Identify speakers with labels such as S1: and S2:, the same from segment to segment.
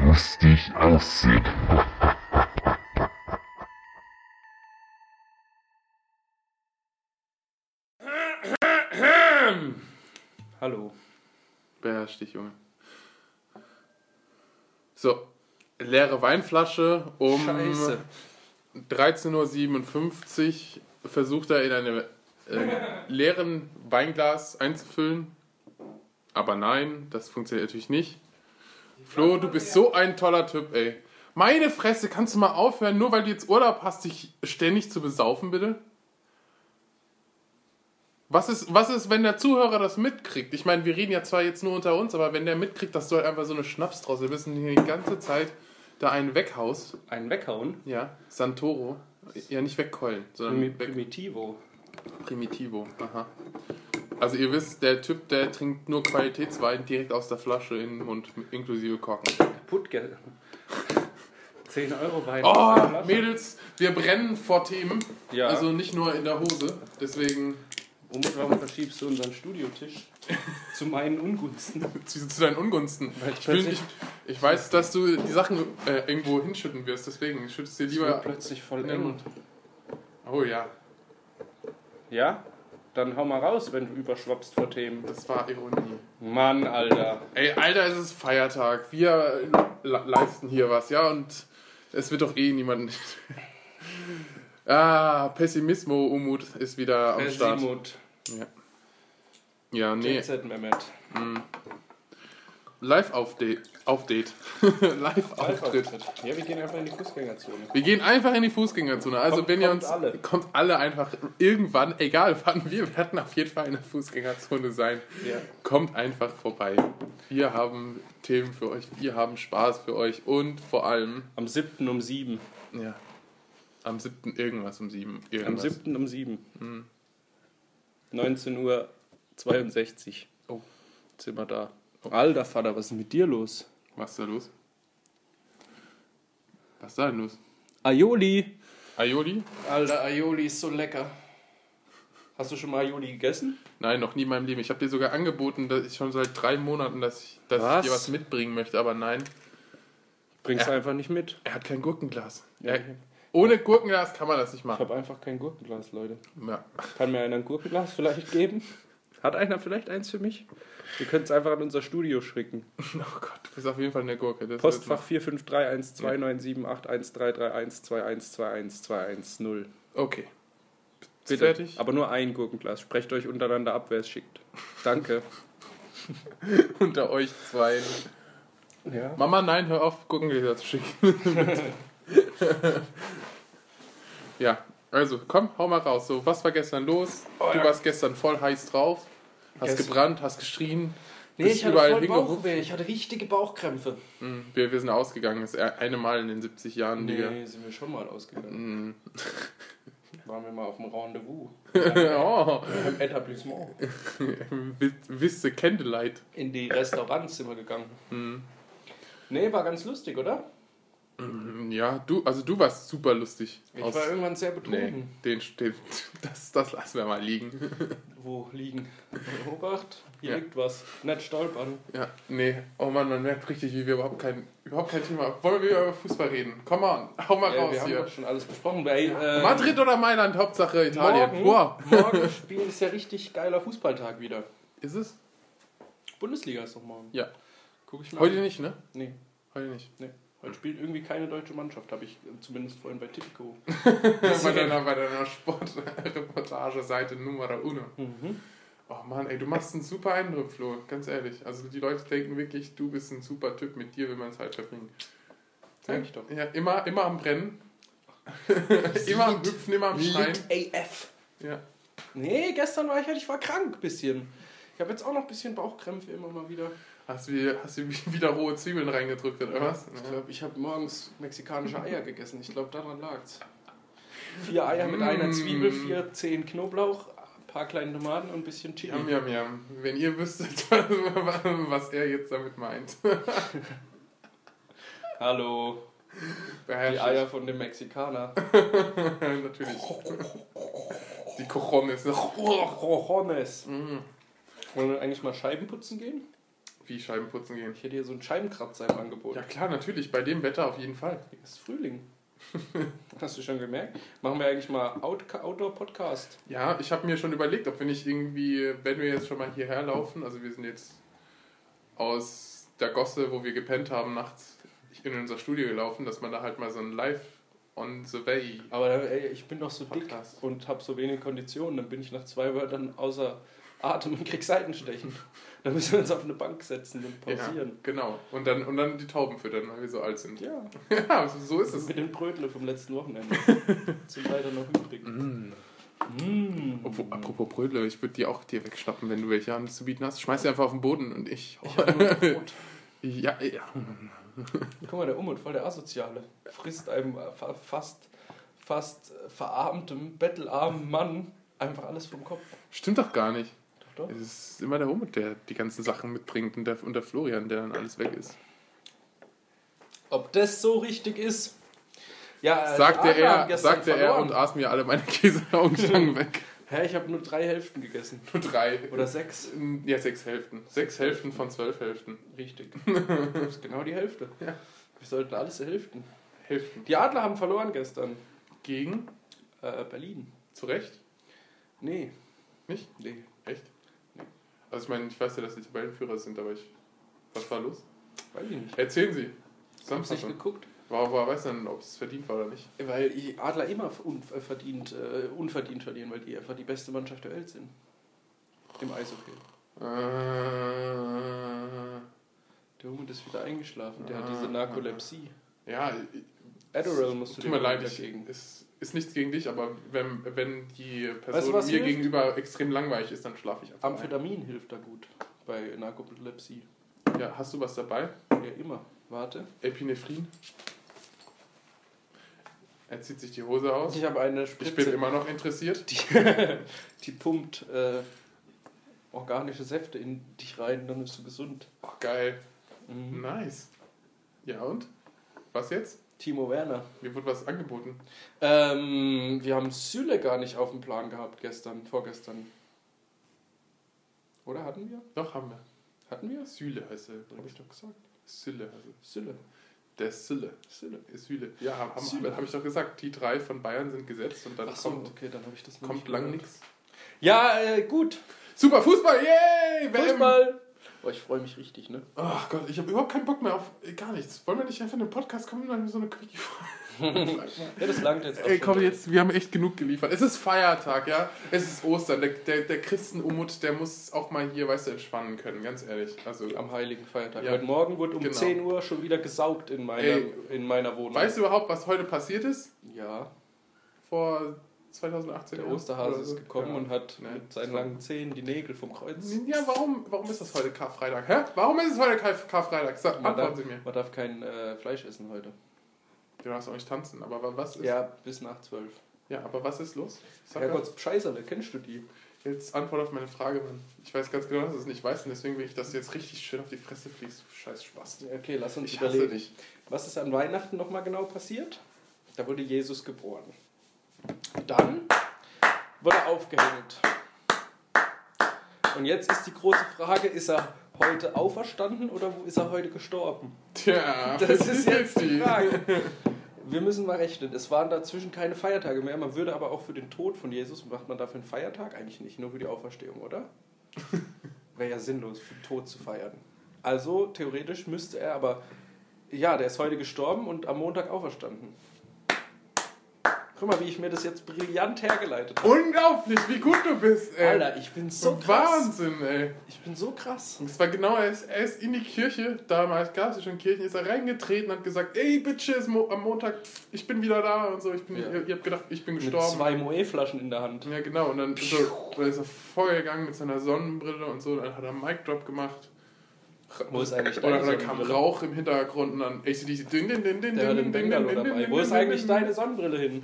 S1: lustig aussehen.
S2: Hallo.
S3: Beherrsch dich, Junge. So, leere Weinflasche um
S2: Scheiße.
S3: 13.57 Uhr versucht er in einem äh, leeren Weinglas einzufüllen. Aber nein, das funktioniert natürlich nicht. Flo, du bist so ein toller Typ, ey. Meine Fresse, kannst du mal aufhören, nur weil du jetzt Urlaub hast, dich ständig zu besaufen, bitte? Was ist, was ist, wenn der Zuhörer das mitkriegt? Ich meine, wir reden ja zwar jetzt nur unter uns, aber wenn der mitkriegt, dass du halt einfach so eine Schnapsdrossel bist und hier die ganze Zeit da einen weghaust,
S2: Einen weghauen?
S3: ja, Santoro, ja nicht wegkeulen, sondern
S2: Primi-
S3: weg
S2: Primitivo.
S3: Primitivo, aha. Also ihr wisst, der Typ, der trinkt nur Qualitätswein direkt aus der Flasche in den Mund, inklusive Korken.
S2: Puttgeld. 10 Euro Wein.
S3: Oh,
S2: Flasche.
S3: Mädels, wir brennen vor Themen.
S2: Ja.
S3: Also nicht nur in der Hose. Deswegen
S2: Womit, Um, warum verschiebst du unseren Studiotisch? Zu meinen Ungunsten.
S3: zu, zu deinen Ungunsten.
S2: Weil ich
S3: Ich, will,
S2: plötzlich-
S3: ich, ich weiß, dass du die Sachen äh, irgendwo hinschütten wirst. Deswegen schützt dir
S2: Das wird
S3: lieber
S2: plötzlich
S3: in
S2: voll
S3: den
S2: eng.
S3: Mund. Oh ja,
S2: Ja? Dann hau mal raus, wenn du überschwappst vor Themen.
S3: das war Ironie.
S2: Mann, Alter.
S3: Ey, Alter, es ist Feiertag. Wir le leisten hier was, ja? Und es wird doch eh niemand. ah, Pessimismo, Umut ist wieder
S2: Äh,
S3: am Start.
S2: Simut.
S3: Ja. ja, nee.
S2: JZ Mehmet.
S3: Live-Update. Update. Live-Auftritt.
S2: Ja, wir gehen einfach in die Fußgängerzone.
S3: Wir gehen einfach in die Fußgängerzone. Also
S2: Kommt-
S3: wenn ihr
S2: kommt
S3: uns
S2: alle.
S3: kommt alle einfach irgendwann, egal wann, wir werden auf jeden Fall in der Fußgängerzone sein.
S2: Ja.
S3: Kommt einfach vorbei. Wir haben Themen für euch, wir haben Spaß für euch und vor allem
S2: Am 7. um 7.
S3: ja, am 7. irgendwas um 7.
S2: Am
S3: Irgendwas.
S2: 7. um 7. 19 Uhr 62.
S3: Oh.
S2: Sind wir da. Oh. Alter Vater, was ist mit dir los?
S3: Was ist da los? Was ist da denn los?
S2: Aioli.
S3: Aioli?
S2: Alter, Aioli ist so lecker. Hast du schon mal Aioli gegessen?
S3: Nein, noch nie in meinem Leben. Ich habe dir sogar angeboten, dass ich schon seit drei Monaten, dass ich, dass
S2: Was?
S3: ich dir was mitbringen möchte, aber nein.
S2: Bringst
S3: Ja.
S2: einfach nicht mit.
S3: Er hat kein Gurkenglas.
S2: Ja.
S3: Er, ohne Gurkenglas kann man das nicht
S2: Ich
S3: machen.
S2: habe einfach kein Gurkenglas, Leute.
S3: Ja.
S2: Kann mir einer ein Gurkenglas vielleicht geben? Hat einer vielleicht eins für mich? Wir können es einfach an unser Studio schicken.
S3: Oh Gott, du bist auf jeden Fall eine Gurke. Das
S2: Postfach 4531297813312121210.
S3: wird's mal. Okay. Bist du
S2: Bitte.
S3: fertig?
S2: Aber nur ein Gurkenglas. Sprecht euch untereinander ab, wer es schickt. Danke.
S3: Unter euch zwei.
S2: Ja.
S3: Mama, nein, hör auf, Gurkengläser zu schicken. ja, also komm, hau mal raus. So, was war gestern los?
S2: Oh,
S3: du warst gestern voll heiß drauf. Hast
S2: Gestern-
S3: gebrannt, hast geschrien.
S4: Nee,
S3: bist
S4: ich hatte
S3: überall
S4: voll
S3: hingerufen.
S4: Bauchweh. Ich hatte richtige Bauchkrämpfe.
S3: Mhm. Wir, wir sind ausgegangen. Das eine Mal in den 70 Jahren, Digga.
S2: Nee, sind wir schon mal ausgegangen.
S3: Mhm.
S2: Waren wir mal auf dem Rendezvous.
S3: oh,
S2: Im Etablissement.
S3: Wis- wisse Candlelight.
S2: In die Restaurants sind wir gegangen.
S3: Mm.
S2: Nee, war ganz lustig, oder?
S3: Mhm, Ja, du, also du warst super lustig.
S2: Ich
S3: Aus-
S2: war irgendwann sehr
S3: nee,
S2: betrunken.
S3: den, den, das, das lassen wir mal liegen.
S2: Wo liegen? Obacht, hier
S3: Ja.
S2: liegt was. Nicht stolpern.
S3: Ja, nee, oh Mann, man merkt richtig, wie wir überhaupt kein, überhaupt kein Thema. Wollen wir über Fußball reden? Komm on, hau mal
S2: Äh, wir
S3: raus
S2: haben
S3: hier.
S2: doch schon alles besprochen. Weil, äh,
S3: Madrid oder Mailand, Hauptsache
S2: Morgen,
S3: Italien. Boah.
S2: morgen spielen ist ja richtig geiler Fußballtag wieder.
S3: Ist es?
S2: Bundesliga ist noch morgen.
S3: Ja.
S2: Guck ich mal.
S3: Heute nicht, ne?
S2: Nee,
S3: Heute nicht.
S2: nee. Heute spielt irgendwie keine deutsche Mannschaft, habe ich äh, zumindest vorhin bei Tipico.
S3: bei deiner, bei deiner Sportreportage-Seite Nummer Uno.
S2: Mhm.
S3: Oh Mann, ey, du machst einen super Eindruck, Flo, ganz ehrlich. Also die Leute denken wirklich, du bist ein super Typ, mit dir will man Zeit verbringen.
S2: Sag ich doch.
S3: Ja, immer, immer am Brennen. immer am Hüpfen, immer am Schreien.
S2: Lit AF.
S3: Ja.
S2: Nee, gestern war ich halt, ich war krank bisschen. Ich habe jetzt auch noch ein bisschen Bauchkrämpfe immer mal wieder.
S3: Hast du, wieder- hast du wieder rohe Zwiebeln reingedrückt oder was?
S2: Ich glaube, ich habe morgens mexikanische Eier gegessen. Ich glaube, daran lag's. Vier Eier mit einer
S3: Mm.
S2: Zwiebel, vier, zehn Knoblauch, ein paar kleine Tomaten und ein bisschen Chili.
S3: Jam, jam, jam. Wenn ihr wüsstet, was er jetzt damit meint.
S2: Hallo, die
S3: Beherrschend.
S2: Eier von dem Mexikaner.
S3: Natürlich. Die Cojones.
S2: Rojones.
S3: Mm.
S2: Wollen wir eigentlich mal Scheiben putzen gehen?
S3: wie Scheibenputzen gehen.
S2: Ich hätte hier so einen Scheibenkratzer im Angebot.
S3: Ja klar, natürlich, bei dem Wetter auf jeden Fall.
S2: Es ist Frühling. Hast du schon gemerkt? Machen wir eigentlich mal Out Outdoor-Podcast.
S3: Ja, ich habe mir schon überlegt, ob wir nicht irgendwie, wenn wir jetzt schon mal hierher laufen, also wir sind jetzt aus der Gosse, wo wir gepennt haben, nachts in unser Studio gelaufen, dass man da halt mal so ein Live on the Way.
S2: Aber dann, ey, ich bin doch so dick
S3: Podcast.
S2: und habe so wenig Kondition. Dann bin ich nach zwei Wörtern außer Atem und krieg Seitenstechen. Dann müssen wir uns auf eine Bank setzen und pausieren.
S3: Ja, genau. Und dann, und dann die Tauben füttern, weil wir so alt sind.
S2: Ja,
S3: Ja, so ist es.
S2: mit dem Brötle vom letzten Wochenende. Sind leider noch übrig. Mm.
S3: Obwohl, apropos Brötle, ich würde die auch dir wegschnappen, wenn du welche anzubieten hast. Schmeiß die einfach auf den Boden und ich.
S2: Ich hab nur Brot.
S3: Ja, ja.
S2: Guck mal, der Umut, voll der Asoziale. Frisst einem äh, fa- fast, fast äh, verarmtem, bettelarmen Mann einfach alles vom Kopf.
S3: Stimmt doch gar nicht.
S2: Doch, doch.
S3: Es ist immer der Humut, der die ganzen Sachen mitbringt und der, und der Florian, der dann alles weg ist.
S2: Ob das so richtig ist? Ja, äh,
S3: Sagte
S2: die Adler haben
S3: er,
S2: gestern
S3: sagte er
S2: verloren.
S3: und aß mir alle meine Käseaugenstangen weg.
S2: Hä, ich habe nur drei Hälften gegessen.
S3: Nur drei.
S2: Oder sechs.
S3: Ja, sechs Hälften. Sechs Hälften von zwölf Hälften.
S2: Richtig. Das ist genau die Hälfte.
S3: Ja.
S2: Wir sollten alles Hälften.
S3: Hälften.
S2: Die Adler haben verloren gestern.
S3: Gegen?
S2: Äh, Berlin.
S3: Zu Recht?
S2: Nee.
S3: Nicht?
S2: Nee.
S3: Echt? Also ich meine, ich weiß ja, dass die Tabellenführer sind, aber ich... Was war los?
S2: Weiß ich nicht.
S3: Erzählen Sie.
S2: Hab's nicht
S3: Samstag.
S2: geguckt.
S3: Woher woher weiß denn, ob es verdient war oder nicht?
S2: Weil die Adler immer un äh, verdient, äh, unverdient verlieren, weil die einfach die beste Mannschaft der Welt sind. Im Eishockey.
S3: Äh,
S2: Der Hund ist wieder eingeschlafen, der hat diese Narkolepsie.
S3: ja,
S2: Adderall musst du
S3: Ah. Tut mir
S2: dir
S3: leid,
S2: holen
S3: ich,
S2: dagegen.
S3: es ist nichts gegen dich, aber wenn, wenn die
S2: Weißt
S3: Person
S2: du, was
S3: mir
S2: hilft?
S3: gegenüber extrem langweilig ist, dann schlafe ich einfach.
S2: Amphetamin hilft da gut bei Narkolepsie.
S3: ein. Ja, hast du was dabei?
S2: Ja, immer. Warte.
S3: Epinephrin? Er zieht sich die Hose aus.
S2: Ich habe eine
S3: Ich
S2: Spritze,
S3: bin immer noch interessiert.
S2: die, die pumpt äh, organische Säfte in dich rein, dann bist du gesund.
S3: Oh, geil.
S2: Mhm.
S3: Nice. Ja und? Was jetzt?
S2: Timo Werner.
S3: Mir wurde was angeboten.
S2: Ähm, wir haben Süle gar nicht auf dem Plan gehabt gestern, vorgestern. Oder hatten wir?
S3: Doch, haben wir.
S2: Hatten wir?
S3: Süle heißt er
S2: Hab
S3: übrigens.
S2: ich doch gesagt.
S3: Süle heißt er.
S2: Süle.
S3: Der Süle.
S2: Süle.
S3: Süle. Ja, haben, haben,
S2: Süle.
S3: habe ich doch gesagt. Die drei von Bayern sind gesetzt und dann
S2: Ach so,
S3: kommt,
S2: okay, dann habe ich das noch
S3: kommt
S2: nicht
S3: lang
S2: gehört.
S3: nichts.
S2: Ja, äh, gut.
S3: Super Fußball, yay! WM.
S2: Fußball. Oh, ich freue mich richtig, ne?
S3: Ach Gott, ich habe überhaupt keinen Bock mehr auf äh, gar nichts. Wollen wir nicht einfach in den Podcast kommen und dann so eine Quickie
S2: Ja, das langt jetzt auch schon.
S3: Ey, Äh, komm jetzt, wir haben echt genug geliefert. Es ist Feiertag, ja? Es ist Ostern. Der, der, der Christenumut, der muss auch mal hier, weißt du, entspannen können, ganz ehrlich. Also,
S2: Am heiligen Feiertag.
S3: Ja.
S2: Heute Morgen wurde um
S3: Genau.
S2: 10 Uhr schon wieder gesaugt in meiner,
S3: Ey.
S2: in meiner Wohnung.
S3: weißt du überhaupt, was heute passiert ist?
S2: Ja,
S3: Vor 2018
S2: der
S3: Jahren?
S2: Osterhase
S3: Oder so?
S2: ist gekommen
S3: Ja. Hm.
S2: und hat
S3: Ne.
S2: mit seinen langen Zähnen die Nägel vom Kreuz.
S3: Ja, warum, warum ist das heute Karfreitag? Hä? Warum ist es heute Kar Karfreitag? Sag,
S2: Man
S3: antworten
S2: darf,
S3: Sie mir.
S2: man darf kein äh, Fleisch essen heute.
S3: Du darfst auch nicht tanzen, aber wa- was ist,
S2: Ja, bis nach 12.
S3: ja, aber was ist los? Sag mal.
S2: Herrgott, Scheißerle, kennst du die?
S3: Jetzt Antwort auf meine Frage, Mann. Ich weiß ganz genau, dass du es nicht weißt und deswegen will ich, dass du jetzt richtig schön auf die Fresse fliegst, du scheiß Spaß.
S2: Okay, lass uns
S3: Ich hasse
S2: überlegen.
S3: dich.
S2: Was ist an Weihnachten nochmal genau passiert? Da wurde Jesus geboren. Dann wurde er aufgehängt. Und jetzt ist die große Frage, ist er heute auferstanden oder wo ist er heute gestorben?
S3: Tja,
S2: Das ist jetzt die
S3: 50-50.
S2: Frage. Wir müssen mal rechnen. Es waren dazwischen keine Feiertage mehr. Man würde aber auch für den Tod von Jesus, macht man dafür einen Feiertag? Eigentlich nicht, nur für die Auferstehung, oder? Wäre ja sinnlos, für den Tod zu feiern. Also theoretisch müsste er aber. Ja, der ist heute gestorben und am Montag auferstanden. Guck mal, wie ich mir das jetzt brillant hergeleitet habe.
S3: Unglaublich, wie gut du bist, ey.
S2: Alter, ich bin so krass.
S3: Wahnsinn, ey.
S2: Ich bin so krass.
S3: Und es war genau, er ist, er ist in die Kirche, damals gab es ja schon Kirchen, ist er reingetreten und hat gesagt, ey, Bitches, mo am Montag, ich bin wieder da und so. Ich, bin,
S2: Ja.
S3: ihr, ihr habt gedacht, ich bin
S2: Mit
S3: gestorben.
S2: zwei Moe-Flaschen in der Hand.
S3: Ja, genau. Und dann, so, dann ist er vorgegangen mit seiner Sonnenbrille und so. Dann hat er einen Mic Drop gemacht.
S2: Wo ist eigentlich
S3: Oder
S2: deine
S3: dann kam
S2: Sonnenbrille?
S3: Rauch im Hintergrund und dann ACDC. Ding, ding, ding, ding,
S2: Der hat den
S3: ding, ding,
S2: Bengalo
S3: ding,
S2: dabei.
S3: ding,
S2: Wo
S3: ding,
S2: ist
S3: ding,
S2: eigentlich
S3: ding.
S2: deine Sonnenbrille hin?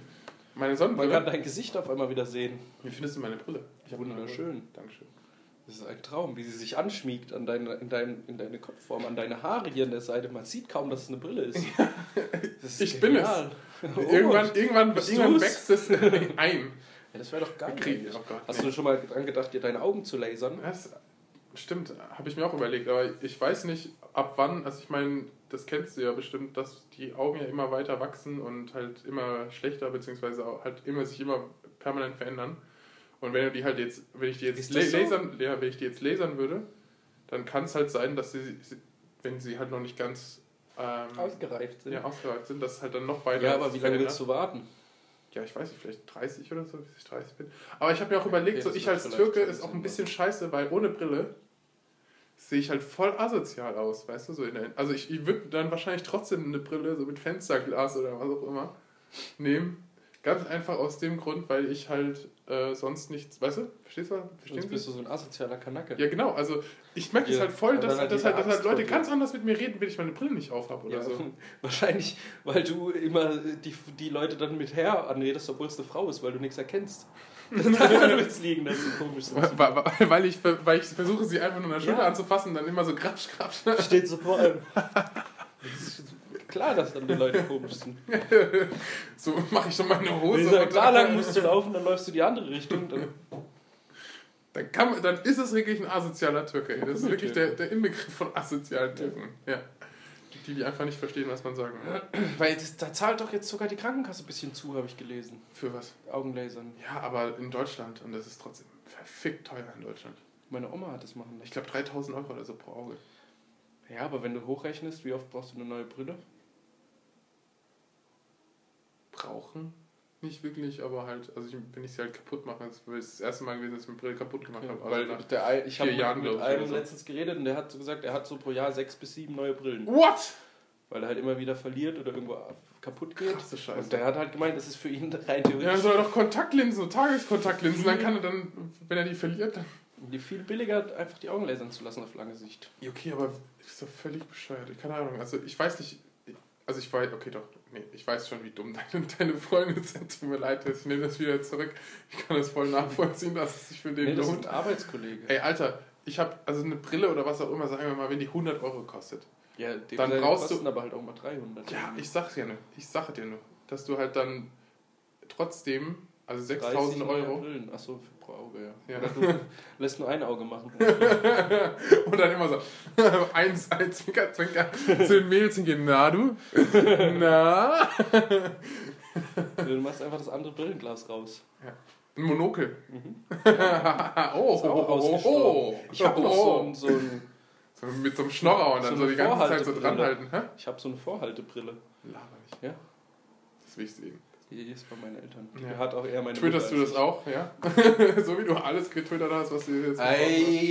S2: Man
S3: Meine
S2: kann
S3: Sonnenbrille.
S2: dein Gesicht auf einmal wieder sehen.
S3: Wie findest du meine Brille? Ich hab eine
S2: Wunderschön.
S3: Brille. Dankeschön.
S2: Das ist ein Traum, wie sie sich anschmiegt an deine, in, dein, in deine Kopfform, an deine Haare hier an der Seite. Man sieht kaum, dass es eine Brille ist. Das ist
S3: Ich bin
S2: Oh.
S3: Irgendwann, irgendwann,
S2: Bist
S3: irgendwann
S2: du's?
S3: wächst es ein.
S2: Ja, das wäre doch geil.
S3: Wir kriegen-
S2: eigentlich.
S3: oh Gott,
S2: Hast
S3: nee.
S2: du schon mal dran gedacht, dir deine Augen zu lasern?
S3: Das, Stimmt, habe ich mir auch überlegt, aber ich weiß nicht, ab wann, also ich meine, das kennst du ja bestimmt, dass die Augen ja immer weiter wachsen und halt immer schlechter, beziehungsweise auch halt immer sich immer permanent verändern. Und wenn du die halt jetzt, wenn ich die jetzt
S2: Ist das so?
S3: lasern, ja, wenn ich die jetzt lasern würde, dann kann es halt sein, dass sie, wenn sie halt noch nicht ganz ähm,
S2: Ausgereift sind.
S3: ja,
S2: Ja,
S3: ausgereift sind, dass es halt dann noch weiter
S2: aber wie
S3: sich
S2: lange
S3: verändert.
S2: willst du warten?
S3: Ja, ich weiß nicht, vielleicht 30 oder so, bis ich 30 bin. Aber ich habe mir auch überlegt,
S2: Okay,
S3: so
S2: das
S3: ich
S2: macht
S3: als
S2: vielleicht
S3: Türke
S2: Sinn,
S3: ist auch ein bisschen scheiße, weil ohne Brille sehe ich halt voll asozial aus, weißt du? So in der, also ich, ich würde dann wahrscheinlich trotzdem eine Brille, so mit Fensterglas oder was auch immer, nehmen. Ganz einfach aus dem Grund, weil ich halt äh, sonst nichts, weißt du? Verstehst du?
S2: Sonst
S3: Verstehen
S2: bist
S3: Sie?
S2: du so ein asozialer Kanacke.
S3: Ja, genau. Also ich merke es
S2: Ja,
S3: halt voll,
S2: aber
S3: dass,
S2: dann hat
S3: dass,
S2: jeder
S3: halt, dass halt
S2: Angst vor
S3: Leute
S2: dir.
S3: ganz anders mit mir reden, wenn ich meine Brille nicht aufhab oder
S2: Ja,
S3: so.
S2: Wahrscheinlich, weil du immer die, die Leute dann mit Herr anredest, obwohl es eine Frau ist, weil du nichts erkennst. Daran wird es liegen, dass sie komisch sind.
S3: Weil, weil- weil, ich, weil ich versuche, sie einfach nur an der Schulter
S2: Ja.
S3: anzufassen, dann immer so krapsch, krapsch.
S2: Steht so vor allem. Es ist Klar, dass dann die Leute komisch sind.
S3: So mache ich schon meine
S2: Wenn
S3: Hose.
S2: du da
S3: und-
S2: klar lang musst du laufen, dann läufst du die andere Richtung. Dann
S3: Dann, kann man, dann ist es wirklich ein asozialer Türke. ey. Das ist
S2: Cool,
S3: wirklich der,
S2: Türke.
S3: der Inbegriff von asozialen Türken. Ja. Die, die einfach nicht verstehen, was man sagen will.
S2: Weil das, da zahlt doch jetzt sogar die Krankenkasse ein bisschen zu, habe ich gelesen.
S3: Für was?
S2: Augenlasern.
S3: Ja, aber in Deutschland. Und das ist trotzdem verfickt teuer in Deutschland.
S2: Meine Oma hat das machen
S3: Ich
S2: lassen.
S3: glaube 3000 Euro oder so pro Auge.
S2: Ja, aber wenn du hochrechnest, wie oft brauchst du eine neue Brille?
S3: Brauchen? Nicht wirklich, aber halt, also ich, wenn ich sie halt kaputt mache, das ist das erste Mal gewesen, dass ich meine Brille kaputt gemacht habe.
S2: Weil
S3: Also nach-
S2: der, Ei- ich habe
S3: vier
S2: mit
S3: Jahren, glaub ich,
S2: einem
S3: oder so.
S2: letztens geredet und der hat so gesagt, er hat so pro Jahr sechs bis sieben neue Brillen.
S3: What?
S2: Weil er halt immer wieder verliert oder irgendwo ab- kaputt geht.
S3: Krasse Scheiße.
S2: Und der hat halt gemeint, das ist für ihn rein
S3: Ja, dann
S2: theoretisch
S3: soll er doch Kontaktlinsen, so Tageskontaktlinsen, dann kann er dann, wenn er die verliert, dann
S2: die viel billiger, einfach die Augen lasern zu lassen auf lange Sicht.
S3: Ja, okay, aber ist doch völlig bescheuert. Keine Ahnung. Also ich weiß nicht. Also ich weiß, okay doch, nee, ich weiß schon, wie dumm deine, deine Freunde sind. Tut mir leid, ich nehme das wieder zurück. Ich kann das voll nachvollziehen, dass es sich für den
S2: Nee, das
S3: lohnt.
S2: sind Arbeitskollegen.
S3: Ey, Alter, ich habe also eine Brille oder was auch immer, sagen wir mal, wenn die 100 Euro kostet.
S2: Ja, die
S3: Dann
S2: dann
S3: brauchst
S2: brauchst
S3: du-
S2: kosten aber halt auch mal 300.
S3: Ja, ich sag's dir nur, ich sage dir nur, dass du halt dann trotzdem, also 6000 Euro
S2: Achso, pro Auge, ja.
S3: Ja.
S2: Oder du lässt nur ein Auge machen.
S3: und dann immer so, eins, eins, zwinker, zwinker, zu den Mädels hingehen, na du, na.
S2: du machst einfach das andere Brillenglas raus.
S3: Ein Monokel. oh,
S2: Ist
S3: oh,
S2: Mhm. auch
S3: oh,
S2: ausgestorben.
S3: oh,
S2: Ich habe noch so ein, so ein,
S3: so mit so einem Schnorrer und dann
S2: so
S3: so,
S2: eine
S3: die ganze Zeit so
S2: Vorhaltebrille.
S3: dranhalten. Hä?
S2: ich hab so eine Vorhaltebrille.
S3: Laber nicht.
S2: Ja.
S3: Das will ich sehen.
S2: Die ist bei meinen Eltern. Die
S3: Ja.
S2: hat auch eher meine
S3: Twitterst du
S2: Mutter als
S3: das auch, ja? so wie du alles getwittert hast, was du jetzt
S2: ich.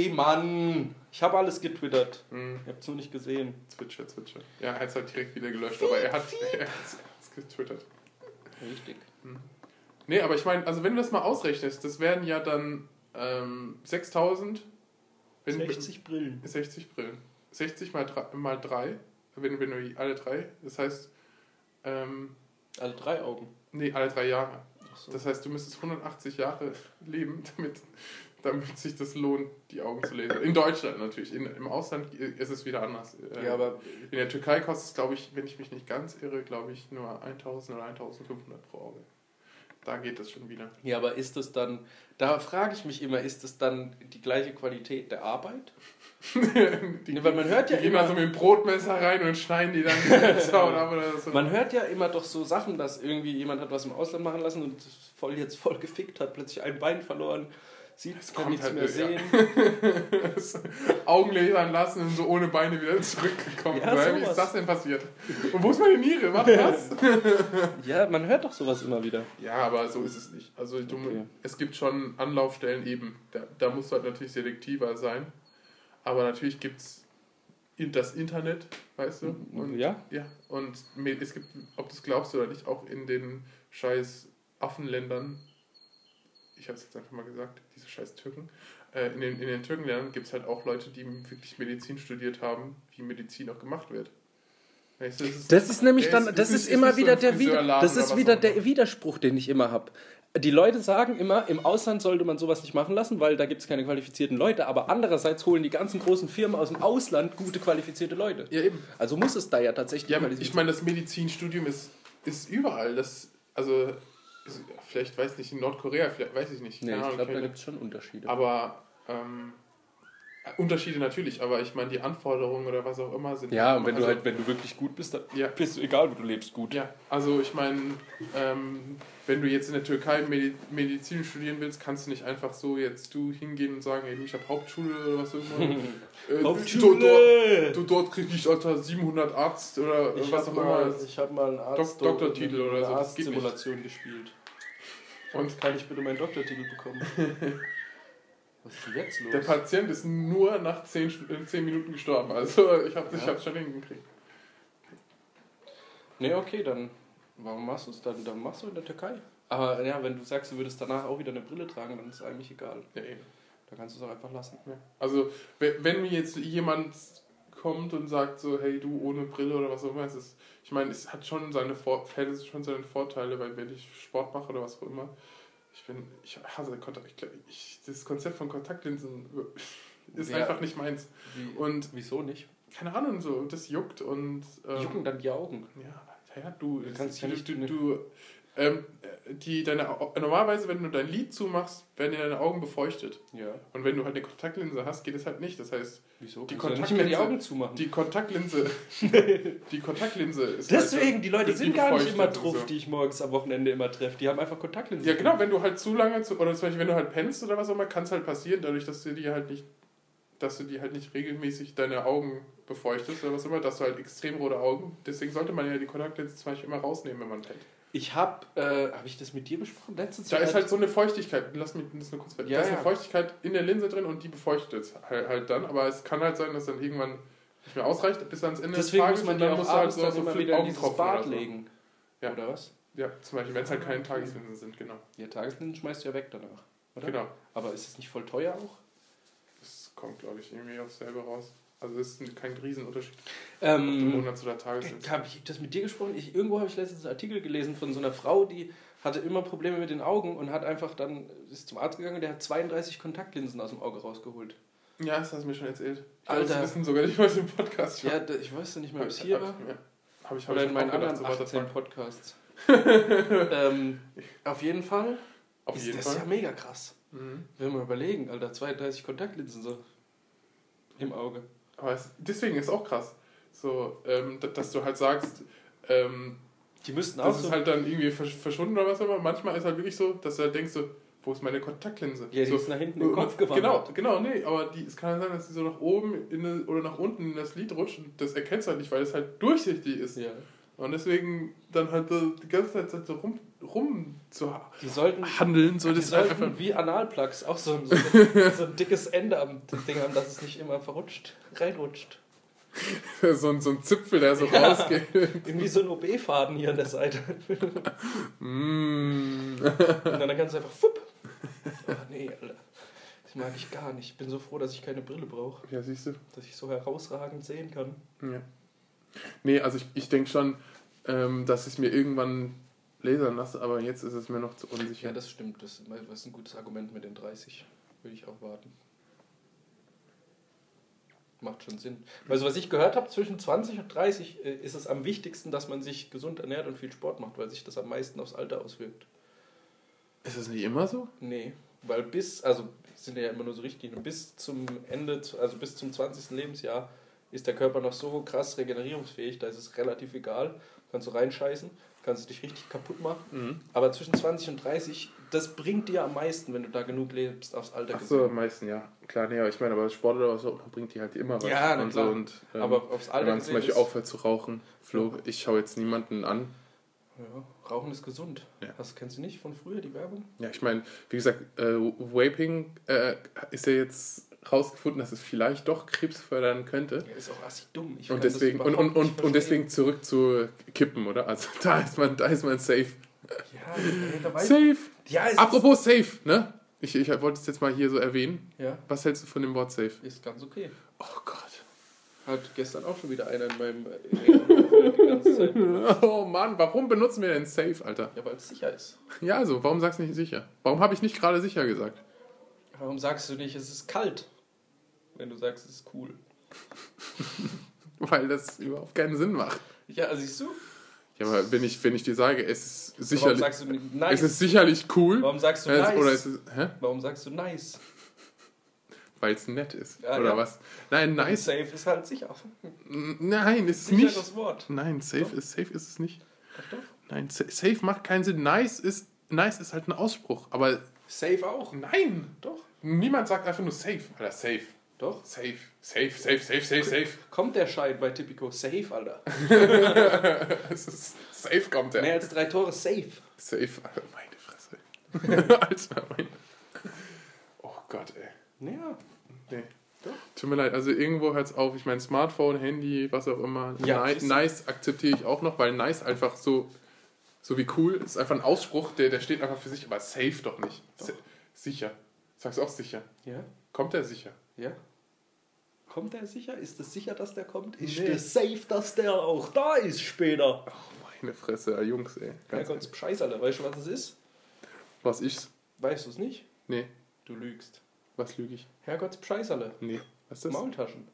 S2: Ey, Mann! Ich habe alles getwittert.
S3: Hm,
S2: Ich hab's nur nicht gesehen.
S3: Twitcher, Twitcher. Ja, er hat es halt direkt wieder gelöscht, aber er hat es getwittert.
S2: Richtig.
S3: Nee, aber ich meine, also wenn du das mal ausrechnest, das wären ja dann ähm, 6000. wenn-
S2: 60 Brillen.
S3: 60 Brillen. 60 mal 3, mal drei, wenn, wenn du die- alle drei, das heißt, ähm,
S2: Also drei Augen.
S3: nee, alle drei Jahre.
S2: Ach so.
S3: Das heißt, du müsstest 180 Jahre leben, damit, damit sich das lohnt, die Augen zu lesen. In Deutschland natürlich, in, im Ausland ist es wieder anders. Äh,
S2: ja, aber
S3: in der Türkei kostet es, glaube ich, wenn ich mich nicht ganz irre, glaube ich, nur 1000 oder 1500 pro Auge. Da geht es schon wieder.
S2: Ja, aber ist es dann, da frage ich mich immer, ist es dann die gleiche Qualität der Arbeit?
S3: die,
S2: Nee, Ne, weil man hört ja
S3: die gehen mal
S2: immer,
S3: so mit dem Brotmesser rein und schneiden die dann die Fenster ab oder so.
S2: man hört ja immer doch so Sachen, dass irgendwie jemand hat was im Ausland machen lassen und voll jetzt voll gefickt hat, plötzlich ein Bein verloren, sieht
S3: Das
S2: kann
S3: kommt
S2: nichts
S3: halt,
S2: mehr
S3: ja.
S2: sehen.
S3: Augenlasern lassen und so ohne Beine wieder zurückgekommen.
S2: Ja,
S3: Weil, Wie ist
S2: sowas.
S3: das denn passiert? Und wo ist meine Niere? Was? was?
S2: Ja, man hört doch sowas immer wieder.
S3: ja, aber so ist es nicht. Also du,
S2: Okay.
S3: es gibt schon Anlaufstellen eben. Da, da musst du halt natürlich selektiver sein. Aber natürlich gibt es das Internet, weißt du? Und,
S2: ja.
S3: ja. Und me- es gibt, ob du es glaubst oder nicht, auch in den scheiß Affenländern, ich habe es jetzt einfach mal gesagt, diese scheiß Türken, äh, in, den, in den Türkenländern gibt es halt auch Leute, die wirklich Medizin studiert haben, wie Medizin auch gemacht wird. Weißt du, das ist-
S4: Das ist nämlich
S3: Der
S4: dann,
S3: ist-
S4: das
S3: ist
S4: ist
S3: nicht-
S4: immer
S3: ist nicht
S4: wieder
S3: so ein
S4: der Wider
S3: Friseurladen
S4: das
S3: oder
S4: ist
S3: was
S4: wieder
S3: auch
S4: der
S3: immer.
S4: Widerspruch, den ich immer habe. Die Leute sagen immer, im Ausland sollte man sowas nicht machen lassen, weil da gibt es keine qualifizierten Leute. Aber andererseits holen die ganzen großen Firmen aus dem Ausland gute qualifizierte Leute.
S3: ja, eben.
S4: Also muss es da ja tatsächlich
S3: Ja, aber
S4: qualifiziert
S3: ich meine, das Medizinstudium ist, ist überall. Das, also, ist, vielleicht, weiß nicht, in Nordkorea, vielleicht, weiß ich nicht.
S4: Nee,
S3: Keine
S4: ich
S3: Ahnung,
S4: glaube, da
S3: keine-
S4: gibt es schon Unterschiede.
S3: Aber ähm, Unterschiede natürlich, aber ich meine, die Anforderungen oder was auch immer sind.
S4: Ja, und wenn du
S3: also-
S4: halt, wenn du wirklich gut bist, dann
S3: Ja.
S4: bist du egal, wo du lebst, gut.
S3: Ja, also ich meine, ähm, wenn du jetzt in der Türkei Medi Medizin studieren willst, kannst du nicht einfach so jetzt du hingehen und sagen, ey, ich habe Hauptschule oder was auch immer. äh, Du, dort, du dort krieg ich Alter 700 Arzt oder
S2: Ich
S3: was
S2: habe
S3: auch
S2: mal,
S3: immer.
S2: ich hab mal einen Arzt
S3: Dok- Doktortitel oder so,
S2: eine
S3: das geht nicht.
S2: Arzt-Simulation gespielt.
S3: Und
S2: Kann ich bitte meinen Doktortitel bekommen? Was ist denn jetzt los?
S3: der Patient ist nur nach 10, Stu- äh, 10 Minuten gestorben. Also ich habe es schon hingekriegt.
S2: Nee, okay, dann warum machst du es? Dann, dann machst du in der Türkei. Aber ja, wenn du sagst, du würdest danach auch wieder eine Brille tragen, dann ist eigentlich egal.
S3: Ja, eben.
S2: Da kannst du es auch einfach lassen.
S3: Ja. Also, we- wenn mir jetzt jemand kommt und sagt so, hey, du ohne Brille oder was auch immer, es ist, ich meine, es hat schon seine, Vor Fälle, es hat schon seine Vorteile, weil wenn ich Sport mache oder was auch immer, ich bin, ich hasse Kontakt, ich, glaub, ich, das Konzept von Kontaktlinsen ist
S2: Ja.
S3: einfach nicht meins.
S2: Wie,
S3: Und
S2: wieso nicht?
S3: keine Ahnung, so, das juckt und, ähm,
S2: Jucken dann die Augen.
S3: ja, ja, du,
S2: Du kannst
S3: es-
S2: ja nicht-
S3: du, du, ähm, die, deine, Au- normalerweise, wenn du dein Lid zumachst, werden dir deine Augen befeuchtet.
S2: Ja.
S3: Und wenn du halt eine Kontaktlinse hast, geht es halt nicht. Das heißt,
S2: Wieso?
S3: Die
S2: Die Kannst du nicht mehr die
S3: Kontaktlinse-
S2: Augen zumachen.
S3: die Kontaktlinse. die Kontaktlinse ist. halt
S2: Deswegen, die Leute
S3: ist
S2: sind gar nicht
S3: befeuchtet
S2: immer
S3: und
S2: drauf,
S3: so.
S2: die ich morgens am Wochenende immer treffe. Die haben einfach Kontaktlinsen.
S3: Ja, genau, wenn du halt zu lange zu. Oder zum Beispiel, wenn du halt pennst oder was auch immer, kann es halt passieren, dadurch, dass du die halt nicht. Dass du die halt nicht regelmäßig deine Augen befeuchtest oder was immer, dass du halt extrem rote Augen. Deswegen sollte man ja die Kontaktlinse zum Beispiel immer rausnehmen, wenn man pennt.
S2: Ich hab, äh, hab ich das mit dir besprochen? Letztens
S3: Da ist halt so eine Feuchtigkeit, lass mich das nur kurz weg.
S2: Ja,
S3: da ist
S2: ja.
S3: eine Feuchtigkeit in der Linse drin und die befeuchtet es halt, halt dann. Aber es kann halt sein, dass dann irgendwann nicht mehr ausreicht bis ans Ende
S2: Deswegen muss man
S3: und
S2: die
S3: dann
S2: auch
S3: musst du halt
S2: abends
S3: so,
S2: dann
S3: so
S2: immer
S3: Flip-
S2: wieder in dieses
S3: oder
S2: Bad
S3: so.
S2: legen.
S3: Ja.
S2: Oder was?
S3: Ja, zum Beispiel, wenn es halt keine Tageslinsen sind, genau.
S2: Ja, Tageslinsen schmeißt du ja weg danach. Oder?
S3: Genau.
S2: Aber ist es nicht voll teuer auch?
S3: Das kommt, glaube ich, irgendwie aufs selbe raus. Also es ist kein Riesenunterschied
S2: Ähm,
S3: im Monats- oder Tageslinsen.
S2: Habe ich das mit dir gesprochen? Ich, irgendwo habe ich letztens einen Artikel gelesen von so einer Frau, die hatte immer Probleme mit den Augen und hat einfach dann, ist zum Arzt gegangen, der hat 32 Kontaktlinsen aus dem Auge rausgeholt.
S3: Ja, das hast du mir schon erzählt. Ich glaub,
S2: Alter.
S3: Das wissen sogar nicht mal im Podcast.
S2: Ja, da, ich weiß nicht mehr,
S3: hab
S2: ob es
S3: ich,
S2: hier
S3: hab
S2: war
S3: ich, ja. hab ich, hab
S2: oder
S3: ich
S2: in meinen
S3: auch gedacht,
S2: anderen
S3: so, what the
S2: 18
S3: fuck.
S2: Podcasts. ähm, auf jeden Fall
S3: Auf
S2: ist
S3: jeden
S2: das ja
S3: Fall.
S2: mega krass.
S3: Mhm.
S2: Wenn wir überlegen, Alter, 32 Kontaktlinsen so im Auge.
S3: Aber es, deswegen ist auch krass, so, ähm, d- dass du halt sagst, ähm,
S2: Die müssten auch
S3: das ist
S2: so...
S3: halt dann irgendwie versch- verschwunden oder was auch immer. Manchmal ist halt wirklich so, dass du halt denkst so, wo ist meine Kontaktlinse?
S2: ja, die
S3: so,
S2: ist nach hinten im Kopf gewandert.
S3: Genau, genau, nee, aber die, es kann halt sein, dass die so nach oben in, eine- oder nach unten in das Lied rutscht und das erkennst du halt nicht, weil es halt durchsichtig ist.
S2: Ja.
S3: Und deswegen dann halt so die ganze Zeit so rum, rum zu ha-
S2: Die sollten
S3: handeln, so
S2: Die
S3: das ist halt
S2: sollten
S3: einfach.
S2: wie Analplugs auch so, so, so ein dickes Ende am Ding haben, dass es nicht immer verrutscht, reinrutscht.
S3: so, ein, so ein Zipfel, der so rausgeht.
S2: Irgendwie so ein OB-Faden hier an der Seite.
S3: Mm.
S2: Und dann kannst du einfach fupp. Oh nee, Alter. Das mag ich gar nicht. Ich bin so froh, dass ich keine Brille brauche,
S3: Ja, siehst du.
S2: dass ich so herausragend sehen kann.
S3: Ja. Nee, also ich, ich denke schon, ähm, dass ich es mir irgendwann lasern lasse, aber jetzt ist es mir noch zu unsicher.
S2: das stimmt. Das ist ein gutes Argument mit den 30. Würde ich auch warten. Macht schon Sinn. Also was ich gehört habe, zwischen 20 und 30 äh, ist es am wichtigsten, dass man sich gesund ernährt und viel Sport macht, weil sich das am meisten aufs Alter auswirkt.
S3: ist es nicht immer so?
S2: Nee, weil bis, also es sind ja immer nur so Richtlinien, bis zum Ende, also bis zum 20. Lebensjahr ist der Körper noch so krass regenerierungsfähig, da ist es relativ egal. Kannst du reinscheißen, kannst du dich richtig kaputt machen.
S3: Mhm.
S2: Aber zwischen 20 und 30, das bringt dir am meisten, wenn du da genug lebst, aufs Alter
S3: Ach so, am
S2: gesehen.
S3: meisten, ja. Klar, nee, aber ich meine, aber Sport oder was auch immer bringt die halt immer was.
S2: Ja, na
S3: und
S2: klar.
S3: so. Und, ähm,
S2: Aber aufs
S3: wenn
S2: Alter
S3: man zum
S2: gesehen
S3: Beispiel
S2: ist,
S3: aufhört zu rauchen, Flo, ich schaue jetzt niemanden an.
S2: ja, Rauchen ist gesund.
S3: Ja.
S2: Das kennst du nicht von früher, die Werbung?
S3: Ja, ich meine, wie gesagt, äh, Vaping äh, ist ja jetzt rausgefunden, dass es vielleicht doch Krebs fördern könnte.
S2: Ja, ist auch assi dumm. Ich
S3: Und
S2: kann das
S3: deswegen, und,
S2: überhaupt
S3: und,
S2: nicht
S3: und, und
S2: verstehen.
S3: deswegen zurück zu Kippen, oder? Also da ist man, da ist man safe.
S2: Ja, ey, da weiß
S3: Safe!
S2: ja, es
S3: Apropos safe, ne? Ich, ich wollte es jetzt mal hier so erwähnen.
S2: Ist, ja,
S3: Was hältst du von dem Wort safe?
S2: ist ganz okay.
S3: Oh Gott.
S2: Hat gestern auch schon wieder einer in meinem äh, die ganze Zeit.
S3: Oh Mann, warum benutzen wir denn safe, Alter?
S2: Ja, weil es sicher ist.
S3: Ja, also, warum sagst du nicht sicher? Warum habe ich nicht gerade sicher gesagt?
S2: Warum sagst du nicht, es ist kalt? Wenn du sagst, es ist cool.
S3: Weil das überhaupt keinen Sinn macht.
S2: Ja, also siehst du?
S3: Ja, aber wenn ich, wenn ich dir sage, es ist
S2: Warum
S3: sicherlich,
S2: sagst du nicht nice?
S3: es ist sicherlich cool.
S2: Warum sagst du
S3: es,
S2: nice?
S3: Oder es ist, hä?
S2: Warum sagst du nice?
S3: weil es nett ist.
S2: Ja,
S3: oder
S2: ja.
S3: was? Nein, nice.
S2: Safe ist halt sicher.
S3: N- Nein, ist es nicht.
S2: Sicheres Wort.
S3: Nein, safe ist, safe ist es nicht.
S2: Ach doch.
S3: Nein, sa- safe macht keinen Sinn. Nice ist, nice ist halt ein Ausspruch. Aber
S2: Safe auch.
S3: nein!
S2: Doch.
S3: Niemand sagt einfach nur safe. Alter, safe.
S2: Doch.
S3: Safe. Safe, safe, safe, safe, safe.
S2: Kommt der Schein bei Tipico safe, Alter.
S3: Es ist safe kommt der.
S2: Mehr als drei Tore safe.
S3: Safe. Alter, meine Fresse. Alter, meine. Oh Gott, ey.
S2: Ja.
S3: Nee.
S2: Doch.
S3: Tut mir leid, also irgendwo hört es auf. Ich meine, Smartphone, Handy, was auch immer.
S2: Ja,
S3: Ni-
S2: ist-
S3: nice akzeptiere ich auch noch, weil nice einfach so, so wie cool ist einfach ein Ausspruch, der, der steht einfach für sich, aber safe doch nicht. Si- Sicher. Sag's auch sicher.
S2: Ja.
S3: Kommt er sicher?
S2: Ja. Kommt der sicher? Ist es sicher, dass der kommt? Ist
S3: Nee.
S2: es safe, dass der auch da ist später?
S3: Meine Fresse, ja, Jungs, ey. Ganz
S2: Herrgott, Scheiß, Alter. Weißt du, was es ist?
S3: was ich's?
S2: Weißt du es nicht?
S3: Nee.
S2: Du lügst.
S3: Was lüge ich?
S2: Herrgott, Scheißerle.
S3: Nee. Was ist das?
S2: Maultaschen.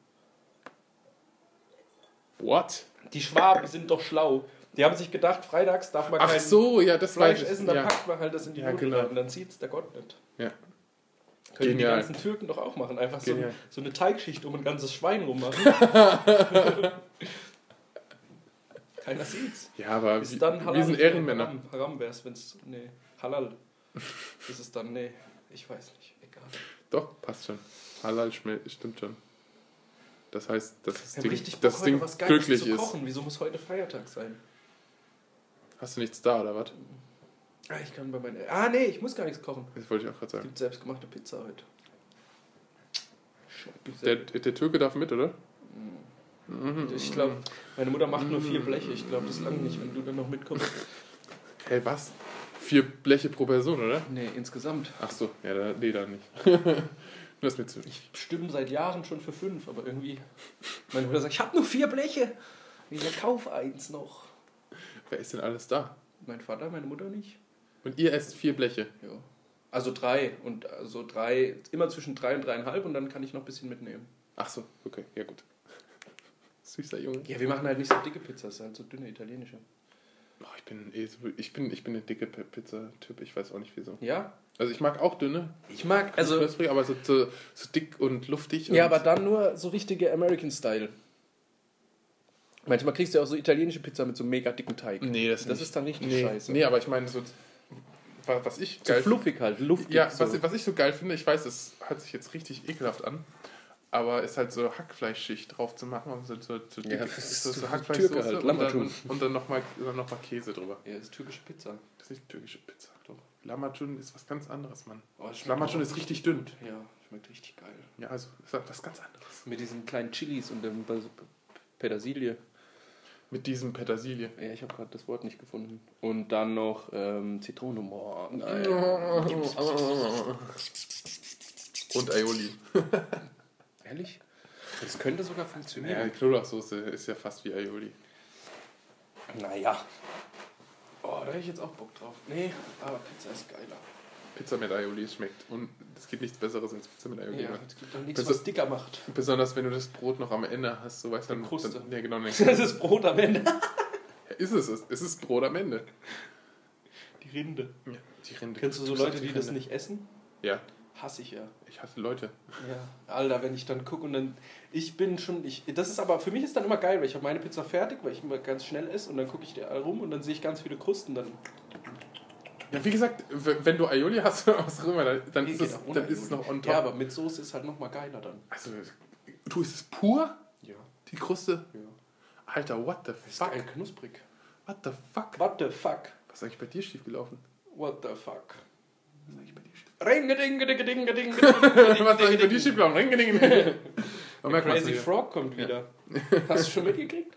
S3: What?
S2: Die Schwaben sind doch schlau. Die haben sich gedacht, freitags darf man
S3: Ach
S2: kein
S3: so, ja, das
S2: Fleisch
S3: weiß ich.
S2: essen, dann
S3: ja.
S2: packt man halt das in die
S3: Ja,
S2: Nudeln
S3: genau.
S2: rein und dann zieht es der Gott nicht.
S3: ja.
S2: Können die
S3: Genial.
S2: ganzen Türken doch auch machen. Einfach so,
S3: Genial.
S2: so eine Teigschicht um ein ganzes Schwein rummachen. Keiner sieht's.
S3: Ja, aber
S2: Bis
S3: wir,
S2: dann
S3: wir sind Ehrenmänner.
S2: Haram, Haram wär's, wenn's. Nee, Halal. Ist es dann, nee. Ich weiß nicht. Egal.
S3: Doch, passt schon. Halal schmeckt, stimmt schon. Das heißt, dass das
S2: Ich hab
S3: Ding,
S2: richtig Bock,
S3: das
S2: heute
S3: Ding
S2: was Geiles
S3: glücklich
S2: zu
S3: ist.
S2: kochen. Wieso muss heute Feiertag sein?
S3: Hast du nichts da, oder was?
S2: Ah, ich kann bei meinen. Ah, nee, ich muss gar nichts kochen.
S3: Das wollte ich auch gerade
S2: Es
S3: sagen.
S2: gibt selbstgemachte Pizza heute. Schmeckt sehr
S3: Der,
S2: gut.
S3: der Türke darf mit, oder?
S2: Ich glaube, meine Mutter macht nur
S3: Mm.
S2: vier Bleche. Ich glaube, das langt nicht, wenn du dann noch mitkommst.
S3: Hey, was? Vier Bleche pro Person, oder?
S2: Nee, insgesamt.
S3: Ach so, ja, da, nee, da nicht. das ist mir zu.
S2: Ich stimme seit Jahren schon für fünf, aber irgendwie. Meine Mutter sagt, ich habe nur vier Bleche. Ich sag, kauf eins noch.
S3: Wer ist denn alles da?
S2: Mein Vater, meine Mutter nicht.
S3: Und ihr esst vier Bleche.
S2: Ja. Also drei. Und also drei, immer zwischen drei und dreieinhalb und dann kann ich noch ein bisschen mitnehmen.
S3: Ach so, okay, ja gut. Süßer Junge.
S2: Ja, wir machen halt nicht so dicke Pizzas, halt so dünne italienische.
S3: Oh, ich bin eh so, ich bin, ich bin eine dicke P- Pizza-Typ, ich weiß auch nicht wieso.
S2: Ja?
S3: Also ich mag auch dünne,
S2: Ich mag, also.
S3: knusprig, aber so, so, so dick und luftig.
S2: Ja,
S3: und
S2: aber dann nur so richtige American Style. Manchmal kriegst du ja auch so italienische Pizza mit so mega dicken Teig.
S3: Nee, das,
S2: Das
S3: nicht.
S2: ist dann richtig
S3: nee,
S2: scheiße.
S3: Nee, aber ich meine, so, wa- was ich
S2: so
S3: geil
S2: fluffig halt, luftig.
S3: Ja,
S2: so.
S3: was, was ich so geil finde, ich weiß, es hört sich jetzt richtig ekelhaft an, aber ist halt so Hackfleischschicht drauf zu machen und so, so, so,
S2: Ja,
S3: dicke-
S2: das ist
S3: so, so
S2: so
S3: Hackfleischsoße
S2: Türke halt,
S3: und, dann,
S2: Lammertum.
S3: und, und dann nochmal noch mal Käse drüber.
S2: ja, das ist türkische Pizza.
S3: Das ist nicht türkische Pizza, doch. Lammatun ist was ganz anderes, Mann.
S2: Oh, das schmeckt
S3: Lammatun
S2: auch-
S3: ist richtig dünn.
S2: Ja, schmeckt richtig geil.
S3: Ja, also ist halt was ganz anderes.
S2: Mit diesen kleinen Chilis und dem Bas- Petersilie.
S3: Mit diesem Petersilie.
S2: Ja, ich habe gerade das Wort nicht gefunden. Und dann noch ähm, Zitrone. Boah, nein.
S3: Und Aioli.
S2: Ehrlich? Das könnte sogar
S3: Ja,
S2: funktionieren.
S3: die Knoblauchsoße ist ja fast wie Aioli.
S2: Naja. Oh, da hätte ich jetzt auch Bock drauf. Nee, aber Pizza ist geiler.
S3: Pizza mit Aioli schmeckt. Und es gibt nichts Besseres als Pizza mit Aioli.
S2: Ja, genau.
S3: ne?
S2: es gibt doch nichts,
S3: Pizza-
S2: was dicker macht.
S3: Besonders wenn du das Brot noch am Ende hast, so weißt du
S2: Die
S3: dann.
S2: Kruste.
S3: dann ja, genau. Dann,
S2: Das ist Brot am Ende.
S3: ist es, es ist es Brot am Ende.
S2: Die Rinde.
S3: Die Rinde. halt
S2: Kennst du so Leute, die das nicht essen?
S3: Ja,
S2: Hasse ich ja.
S3: ich hasse Leute.
S2: Ja. Alter, wenn ich dann gucke und dann. Ich bin schon. Ich, das ist aber. Für mich ist dann immer geil, weil ich habe meine Pizza fertig, weil ich immer ganz schnell esse und dann gucke ich da rum und dann sehe ich ganz viele Krusten. Dann.
S3: Ja, wie gesagt, w- wenn du Aioli hast, was auch immer, dann, dann,
S2: Nee,
S3: ist,
S2: geht
S3: es,
S2: auch ohne
S3: dann ist es
S2: Aioli.
S3: noch on top.
S2: Ja, aber mit Soße ist halt nochmal geiler dann.
S3: also, du ist es pur,
S2: Ja.
S3: die Kruste.
S2: ja.
S3: Alter, what the
S2: Ist
S3: fuck?
S2: geil knusprig.
S3: What the fuck?
S2: What the fuck?
S3: Was ist eigentlich bei dir schiefgelaufen?
S2: What the fuck?
S3: Was ist eigentlich bei dir schiefgelaufen?
S2: Ringedingedingedingeding.
S3: was ist eigentlich bei dir schiefgelaufen? Ring, ding, ding. Man merkt, was du
S2: Crazy
S3: hier-
S2: Frog kommt wieder. Hast du schon mitgekriegt?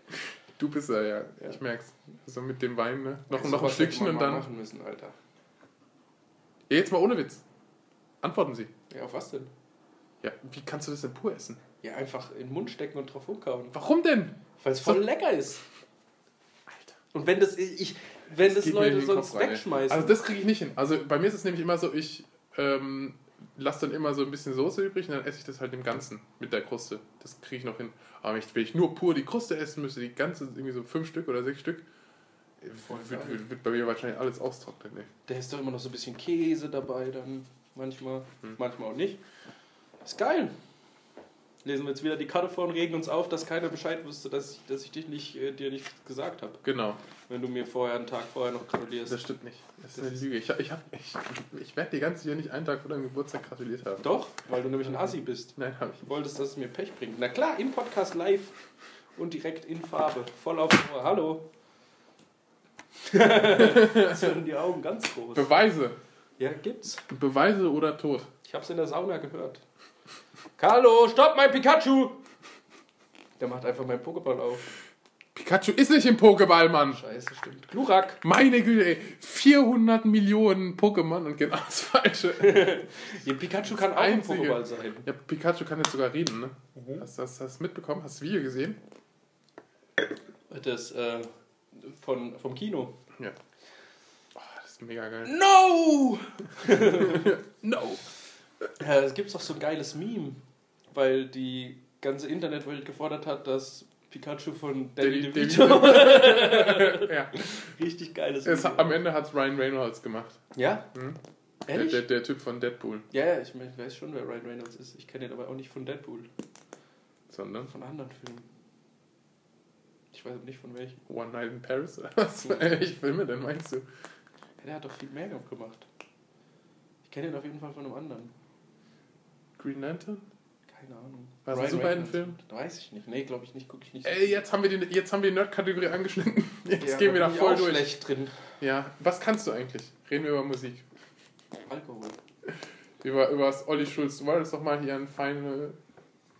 S3: Du bist er, ja.
S2: Ja.
S3: Ich merk's. So mit dem Wein, ne? Noch, noch ein
S2: Sowas hätten
S3: Stückchen
S2: wir
S3: und
S2: mal
S3: dann.
S2: machen müssen, Alter.
S3: Ja, jetzt mal ohne Witz. Antworten Sie.
S2: Ja, auf was denn?
S3: Ja, wie kannst du das denn pur essen?
S2: Ja, einfach in den Mund stecken und drauf rumkauen.
S3: Warum denn?
S2: Weil es voll lecker ist.
S3: Alter.
S2: Und wenn das, ich, wenn das
S3: geht mir in
S2: Leute
S3: den
S2: sonst
S3: Kopf rein, ey.
S2: wegschmeißen.
S3: Also das kriege ich nicht hin. Also bei mir ist es nämlich immer so, ich ähm, lasse dann immer so ein bisschen Soße übrig und dann esse ich das halt im Ganzen mit der Kruste. Das kriege ich noch hin. Aber wenn ich, wenn ich nur pur die Kruste essen müsste, die ganze, irgendwie so fünf Stück oder sechs Stück, äh,
S2: Voll
S3: wird,
S2: geil.
S3: wird, wird bei mir wahrscheinlich alles austrocknen. Ey. Hm.
S2: da ist doch immer noch so ein bisschen Käse dabei dann. Manchmal, manchmal auch nicht. Ist geil. Lesen wir jetzt wieder die Karte vor und regen uns auf, dass keiner Bescheid wusste, dass ich, dass ich dich nicht, äh, dir nicht gesagt habe.
S3: Genau.
S2: Wenn du mir vorher einen Tag vorher noch gratulierst.
S3: Das stimmt nicht. Das ist eine Lüge. Ich, ich, hab- ich, ich werde dir ganz sicher nicht einen Tag vor deinem Geburtstag gratuliert haben.
S2: Doch, weil du nämlich ein Assi bist.
S3: Nein, habe ich
S2: Du wolltest, dass es mir Pech bringt. Na klar, im Podcast live und direkt in Farbe. Voll auf die Ohr. Hallo. Jetzt werden die Augen ganz groß.
S3: Beweise.
S2: Ja, gibt's.
S3: Beweise oder Tod.
S2: Ich hab's in der Sauna gehört. Carlo, stopp mein Pikachu! Der macht einfach meinen Pokéball auf.
S3: Pikachu ist nicht im Pokéball, Mann.
S2: Scheiße, stimmt. Glurak.
S3: Meine Güte, ey. 400 Millionen Pokémon und genau das Falsche.
S2: Ja, Pikachu kann auch ein
S3: Einzige.
S2: Pokéball sein.
S3: Ja, Pikachu kann jetzt sogar reden, ne? Hast du das, das mitbekommen? Hast du das Video gesehen?
S2: Das äh, von, vom Kino.
S3: Ja. Oh, das ist mega geil.
S2: No!
S3: No.
S2: Ja, Äh, es gibt doch so ein geiles Meme, weil die ganze Internetwelt gefordert hat, dass Pikachu von Danny
S3: Danny
S2: DeVito.
S3: Ja.
S2: Richtig geiles
S3: Es,
S2: Meme.
S3: am Ende hat es Ryan Reynolds gemacht.
S2: Ja?
S3: Mhm. Der, der,
S2: Ehrlich?
S3: der Typ von Deadpool.
S2: Ja, ja, ich mein, ich weiß schon, wer Ryan Reynolds ist. Ich kenne ihn aber auch nicht von Deadpool.
S3: Sondern
S2: Von anderen Filmen. Ich weiß aber nicht von welchen.
S3: One Night in Paris oder was? Welche Filme denn meinst du?
S2: Ja, der hat doch viel mehr gemacht. Ich kenne ihn auf jeden Fall von einem anderen.
S3: Green Lantern?
S2: Keine Ahnung.
S3: Was,
S2: Ryan
S3: hast du beiden
S2: Reynolds.
S3: Film?
S2: Weiß ich nicht. Nee, glaube ich nicht. Gucke ich nicht.
S3: Ey, Äh, jetzt haben wir die, jetzt haben wir die Nerd-Kategorie angeschnitten. Jetzt
S2: Ja,
S3: gehen wir
S2: bin
S3: da
S2: ich
S3: voll
S2: auch
S3: durch.
S2: schlecht drin.
S3: Ja, was kannst du eigentlich? Reden wir über Musik.
S2: Alkohol.
S3: Über, über das Olli Schulz. Du wolltest doch mal hier ein feine.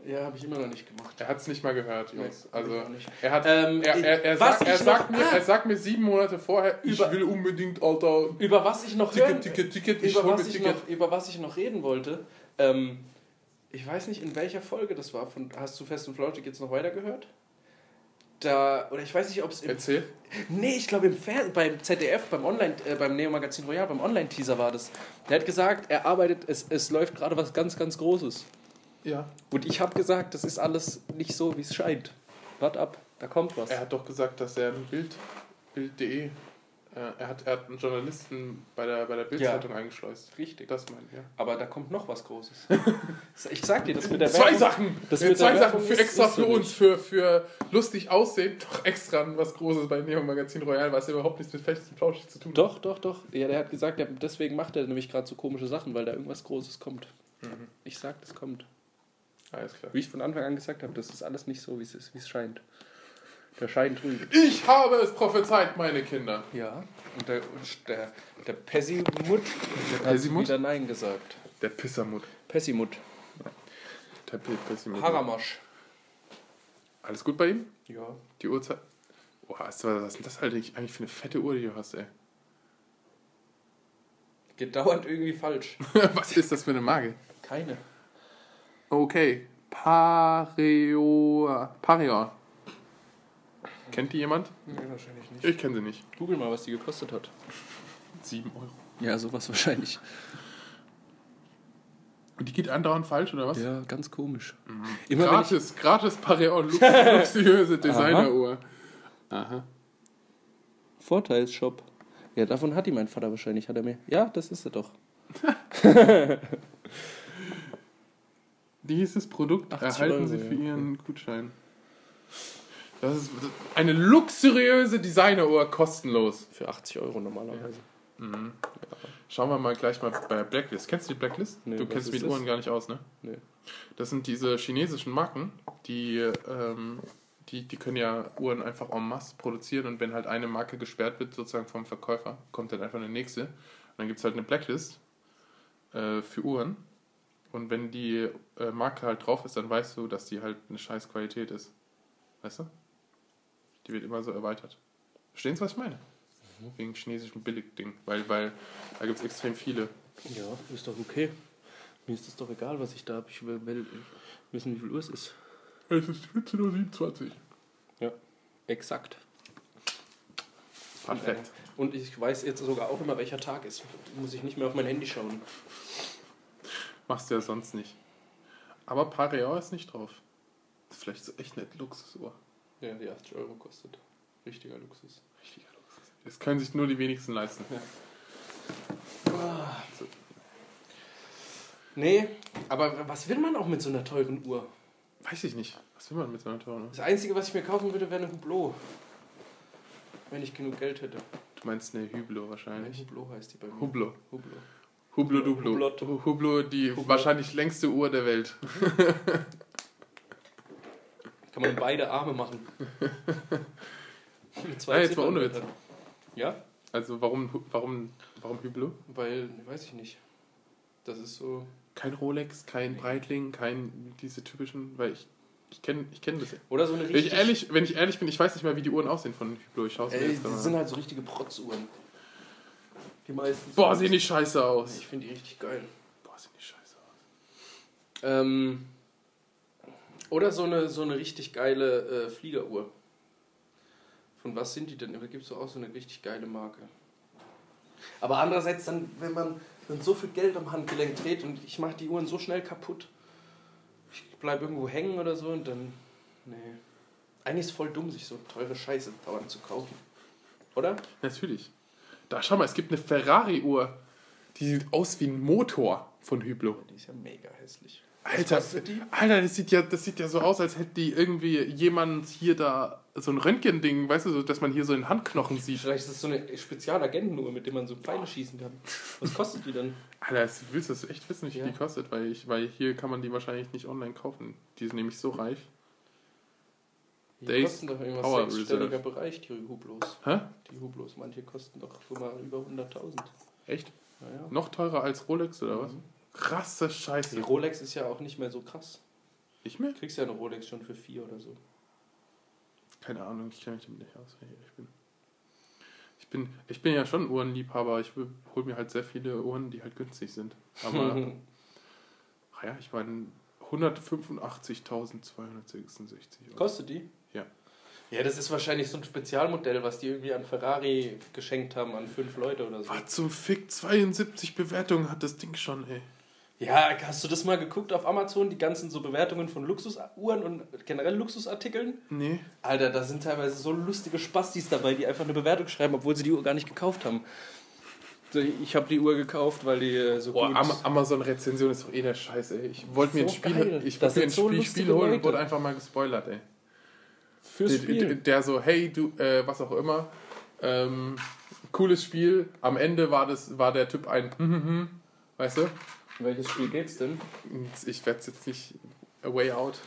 S2: Ja, habe ich immer noch nicht gemacht.
S3: Er hat es nicht mal gehört, Jungs.
S2: Nee, hab ich
S3: also,
S2: auch nicht.
S3: er hat.
S2: Ähm,
S3: er, er, er,
S2: was
S3: sagt, er,
S2: ich
S3: sagt
S2: noch-
S3: mir,
S2: ah.
S3: er sagt mir sieben Monate vorher,
S2: Über-
S3: ich will unbedingt, Alter.
S2: Über was ich noch hören,
S3: Ticket, Ticket, Ticket, ich
S2: über,
S3: hol mir
S2: was ich
S3: Ticket.
S2: noch, über was ich noch reden wollte. Ähm, ich weiß nicht, in welcher Folge das war. Von, hast du Fest und Flauschig jetzt noch weitergehört? Da, oder ich weiß nicht, ob es im
S3: Erzähl.
S2: Nee, ich glaube im Fer beim ZDF, beim Online, äh, beim Neo Magazin Royal, beim Online-Teaser war das. Der hat gesagt, er arbeitet, es, es läuft gerade was ganz, ganz Großes.
S3: Ja.
S2: Und ich habe gesagt, das ist alles nicht so, wie es scheint. Wart ab, da kommt was.
S3: Er hat doch gesagt, dass er ein Bild, Bild.de, äh, er, hat, er hat einen Journalisten bei der, bei der Bild-Zeitung eingeschleust.
S2: Richtig.
S3: Das meine ich, ja.
S2: Aber da kommt noch was Großes. ich sag dir, das mit der
S3: Zwei
S2: Werbung-
S3: Sachen!
S2: das
S3: Äh,
S2: mit der
S3: zwei Sachen
S2: Werbung
S3: für
S2: ist-
S3: extra
S2: ist
S3: für
S2: so
S3: uns,
S2: nicht.
S3: für, für lustig aussehen, doch extra was Großes bei Neo Magazin Royal, was ja überhaupt nichts mit Fechten und Flauschig zu tun hat.
S4: Doch, doch, doch. Ja, der hat gesagt, der, deswegen macht er nämlich gerade so komische Sachen, weil da irgendwas Großes kommt.
S3: Mhm.
S4: Ich sag, das kommt.
S3: Alles klar.
S4: Wie ich von Anfang an gesagt habe, das ist alles nicht so, wie es ist, wie es scheint. Der Schein trügt.
S3: Ich habe es prophezeit, meine Kinder.
S4: Ja.
S2: Und der, und der, der Pessimut
S3: Der
S4: Hat sie wieder Nein gesagt.
S3: Der Pissermut.
S4: Pessimut.
S3: Der P- Pessimut.
S2: Haramosch.
S3: Alles gut bei ihm?
S2: Ja.
S3: Die Uhrzeit? Boah, was ist denn das eigentlich eigentlich für eine fette Uhr, die du hast, ey?
S2: Geht dauernd irgendwie falsch.
S3: was ist das für eine Magie?
S2: Keine.
S3: Okay. Pareor. Pareor. Kennt die jemand?
S2: Nee, wahrscheinlich nicht.
S3: Ich kenne sie nicht.
S4: Google mal, was die gekostet hat.
S3: 7 Euro.
S4: Ja, sowas wahrscheinlich.
S3: Und die geht andauernd falsch, oder was?
S4: Ja, ganz komisch. Immer wenn ich,
S3: Gratis, gratis Pareor lux, luxuriöse Designeruhr. Aha.
S4: Vorteilsshop. Ja, davon hat die mein Vater wahrscheinlich, hat er mir. Ja, das ist er doch.
S3: Dieses Produkt
S4: 80
S3: erhalten
S4: Euro,
S3: Sie für
S4: ja.
S3: Ihren Gutschein. Das ist eine luxuriöse Designeruhr kostenlos.
S4: Für 80 Euro normalerweise.
S3: Schauen wir mal gleich mal bei Blacklist. Kennst du die Blacklist?
S4: Nee,
S3: du
S4: was
S3: kennst
S4: ist
S3: mit
S4: das?
S3: Uhren gar nicht aus, ne?
S4: Nee.
S3: Das sind diese chinesischen Marken, die, ähm, die, die können ja Uhren einfach en masse produzieren und wenn halt eine Marke gesperrt wird, sozusagen vom Verkäufer, kommt dann einfach eine nächste. Und dann gibt es halt eine Blacklist äh, für Uhren. Und wenn die äh, Marke halt drauf ist, dann weißt du, dass die halt eine scheiß Qualität ist. Weißt du? Die wird immer so erweitert. Verstehen Sie, was ich meine? Wegen chinesischem Billigding. Weil, weil da gibt es extrem viele.
S4: Ja, ist doch okay. Mir ist es doch egal, was ich da habe. Ich will, will wissen, wie viel Uhr es ist.
S3: Es ist 14.27 Uhr.
S4: Ja, exakt.
S3: Perfekt.
S2: Ähm, Und ich weiß jetzt sogar auch immer, welcher Tag ist. Muss ich nicht mehr auf mein Handy schauen.
S3: Machst du ja sonst nicht. Aber Pareor ist nicht drauf. Ist Vielleicht so echt nett Luxusuhr.
S2: Ja, die 80 Euro kostet. Richtiger Luxus.
S3: Richtiger Luxus. Das können sich Ah. nur die wenigsten leisten. So.
S2: Nee, aber was will man auch mit so einer teuren Uhr?
S3: Weiß ich nicht. Was will man mit ne? so einer teuren Uhr?
S2: Das Einzige, was ich mir kaufen würde, wäre eine Hublot. Wenn ich genug Geld hätte.
S3: Du meinst eine Hüblo wahrscheinlich.
S2: Hublot heißt die bei mir.
S3: Hublo.
S2: Hublot.
S3: Hublo Dublo.
S2: Hublot.
S3: Hu- Hublo, die wahrscheinlich längste Uhr der Welt.
S2: Kann man beide Arme machen. Mit
S3: Nein, jetzt mal
S2: Ziffern,
S3: ohne Witz.
S2: Alter. Ja,
S3: Also warum, Hu- warum, warum Hüblo?
S2: weil, weiß ich nicht. Das ist so.
S3: Kein Rolex, kein Breitling, kein diese typischen, weil ich, ich kenne ich kenn das.
S2: Oder so eine
S3: Wenn
S2: richtige.
S3: ich, ehrlich, wenn ich ehrlich bin, ich weiß nicht mal, wie die Uhren aussehen von Hüblo. Ich schaue es mir
S2: Ey,
S3: jetzt
S2: das
S3: mal
S2: sind
S3: an.
S2: halt so richtige Protzuhren. Die meisten.
S3: Boah, sehen die scheiße aus.
S2: Ich finde die richtig geil.
S3: Boah, sehen die scheiße aus.
S2: Ähm, oder so eine, so eine richtig geile äh, Fliegeruhr. Von was sind die denn? Da gibt es auch so eine richtig geile Marke. Aber andererseits, dann, wenn man dann so viel Geld am Handgelenk dreht und ich mache die Uhren so schnell kaputt, ich bleibe irgendwo hängen oder so und dann. Nee. Eigentlich ist voll dumm, sich so teure Scheiße dauernd zu kaufen. Oder?
S3: Natürlich. Da, schau mal, es gibt eine Ferrari-Uhr. Die sieht aus wie ein Motor von Hüblo.
S2: Die ist ja mega hässlich.
S3: Alter,
S2: kostet die?
S3: Alter, das sieht ja, das sieht ja so aus, als hätte die irgendwie jemand hier da so ein Röntgending, weißt du, so, dass man hier so einen Handknochen sieht.
S2: Vielleicht ist das so eine Spezialagentenuhr, mit der man so Pfeile schießen kann. Was kostet die dann?
S3: Alter, das, willst du das echt wissen, wie viel
S2: Ja.
S3: die kostet? Weil, ich, weil hier kann man die wahrscheinlich nicht online kaufen. Die sind nämlich so reich.
S2: Die
S3: Days
S2: kosten doch irgendwas
S3: Power
S2: sechsstelliger Bereich, die Hublos.
S3: Hä?
S2: Die Hublos, manche kosten doch schon mal über 100.000.
S3: Echt?
S2: Naja.
S3: Noch teurer als Rolex oder
S2: Mhm.
S3: was? Krasse
S2: Die
S3: Scheiße.
S2: Rolex ist ja auch nicht mehr so krass.
S3: Nicht mehr?
S2: Du kriegst ja eine Rolex schon für 4 oder so.
S3: Keine Ahnung, ich kenne mich damit nicht aus, wenn ich ehrlich bin. Ich bin, ich bin ja schon Uhrenliebhaber. Ich hole mir halt sehr viele Uhren, die halt günstig sind. Aber
S2: Mhm.
S3: Ach ja, ich meine 185.266 Euro.
S2: kostet die?
S3: Ja.
S2: Ja, das ist wahrscheinlich so ein Spezialmodell, was die irgendwie an Ferrari geschenkt haben, an fünf Leute oder so.
S3: Was zum Fick 72 Bewertungen hat das Ding schon, ey.
S2: Ja, hast du das mal geguckt auf Amazon, die ganzen so Bewertungen von Luxusuhren und generell Luxusartikeln?
S3: Nee.
S2: Alter, da sind teilweise so lustige Spastis dabei, die einfach eine Bewertung schreiben, obwohl sie die Uhr gar nicht gekauft haben. So, Ich habe die Uhr gekauft, weil die äh, so
S3: Boah,
S2: gut
S3: Am Amazon-Rezension ist doch eh der Scheiß, ey. Ich wollte mir
S2: So
S3: ein Spiel,
S2: geil.
S3: ich
S2: Das
S3: wollte mir ein
S2: sind so
S3: Spiel,
S2: lustige
S3: Spiel holen und
S2: Leute.
S3: wurde einfach mal gespoilert, ey.
S2: fürs
S3: Der, der,
S2: Spiel.
S3: der so, hey, du, äh, was auch immer. Ähm, cooles Spiel. Am Ende war, das, war der Typ ein, hm, hm, hm. weißt du?
S2: Welches Spiel geht's denn?
S3: Ich werde jetzt nicht A Way Out.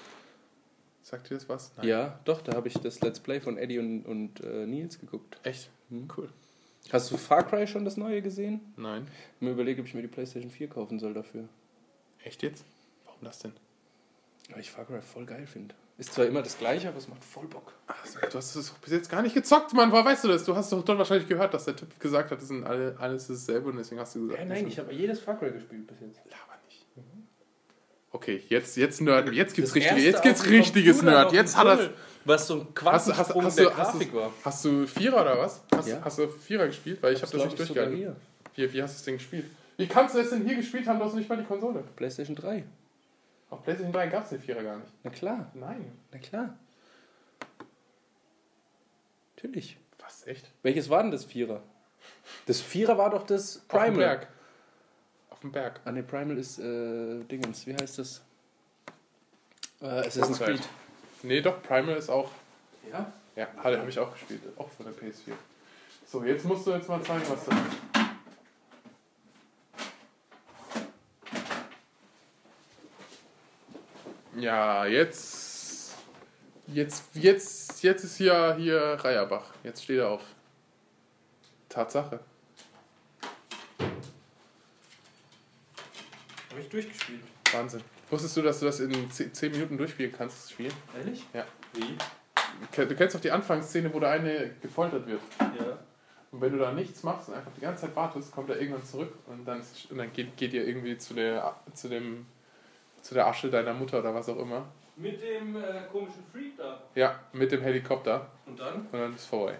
S3: Sagt dir das was?
S2: Ja, doch, da habe ich das Let's Play von Eddie und, und äh, Nils geguckt.
S3: Echt? Cool.
S2: Hast du Far Cry schon das neue gesehen?
S3: Nein.
S2: Ich mir überlegt, ob ich mir die PlayStation 4 kaufen soll dafür.
S3: Echt jetzt? Warum das denn?
S2: Weil ich Far Cry voll geil finde. Ist zwar immer das gleiche, aber es macht voll Bock.
S3: Also, du hast es doch bis jetzt gar nicht gezockt, Mann. Woher weißt du das? Du hast doch dort wahrscheinlich gehört, dass der Typ gesagt hat, das sind alle, alles dasselbe und deswegen hast du gesagt. das
S2: habe jedes Far Cry gespielt bis jetzt.
S3: ist- Laber nicht. Okay, jetzt, jetzt Nerd. Jetzt gibt's,
S2: Das
S3: richtig,
S2: erste
S3: jetzt gibt's
S2: auf dem
S3: richtiges
S2: Computer
S3: Nerd.
S2: noch im
S3: Jetzt hat er.
S2: Tunnel, Was so ein
S3: Hast, du-
S2: Quantensprung
S3: hast,
S2: hast,
S3: hast,
S2: der
S3: du- hast,
S2: Grafik
S3: du-
S2: war.
S3: hast du Vierer oder was? Hast,
S2: Ja.
S3: hast du Vierer gespielt? Weil ich habe das
S2: glaub
S3: nicht
S2: ich sogar
S3: durchgehalten.
S2: hier.
S3: Wie, wie hast du das Ding gespielt? Wie kannst du das denn hier gespielt haben? Du hast nicht mal die Konsole.
S2: PlayStation 3.
S3: Auf PlayStation 3 gab's den Vierer gar nicht.
S2: Na klar,
S3: Nein.
S2: na klar. Natürlich.
S3: Was? Echt?
S2: Welches war denn das Vierer? Das Vierer war doch das
S3: Auf dem
S2: Primal.
S3: Berg. Auf dem Berg.
S2: Ah ne, Primal ist äh, Dingens. Wie heißt das? Äh, Assassin's
S3: Zeit.
S2: Creed.
S3: Nee, doch, Primal ist auch
S2: Ja?
S3: Ja, Halle habe ich auch gespielt, auch von der PS4. So, jetzt musst du jetzt mal zeigen, was das ist. Ja, jetzt. Jetzt, jetzt, jetzt ist hier, hier Reierbach. Jetzt steht er auf. Tatsache.
S2: Habe ich durchgespielt.
S3: Wahnsinn. Wusstest du, dass du das in 10 Minuten durchspielen kannst, das Spiel?
S2: Ehrlich?
S3: Ja.
S2: Wie?
S3: Du kennst doch die Anfangsszene, wo der eine gefoltert wird.
S2: Ja.
S3: Und wenn du da nichts machst und einfach die ganze Zeit wartest, kommt er irgendwann zurück und dann, ist- und dann geht, geht ihr irgendwie zu der, zu, dem, zu der Asche deiner Mutter oder was auch immer.
S2: Mit dem äh, komischen Freak da.
S3: Ja, mit dem Helikopter
S2: Und dann?
S3: und dann ist vorbei.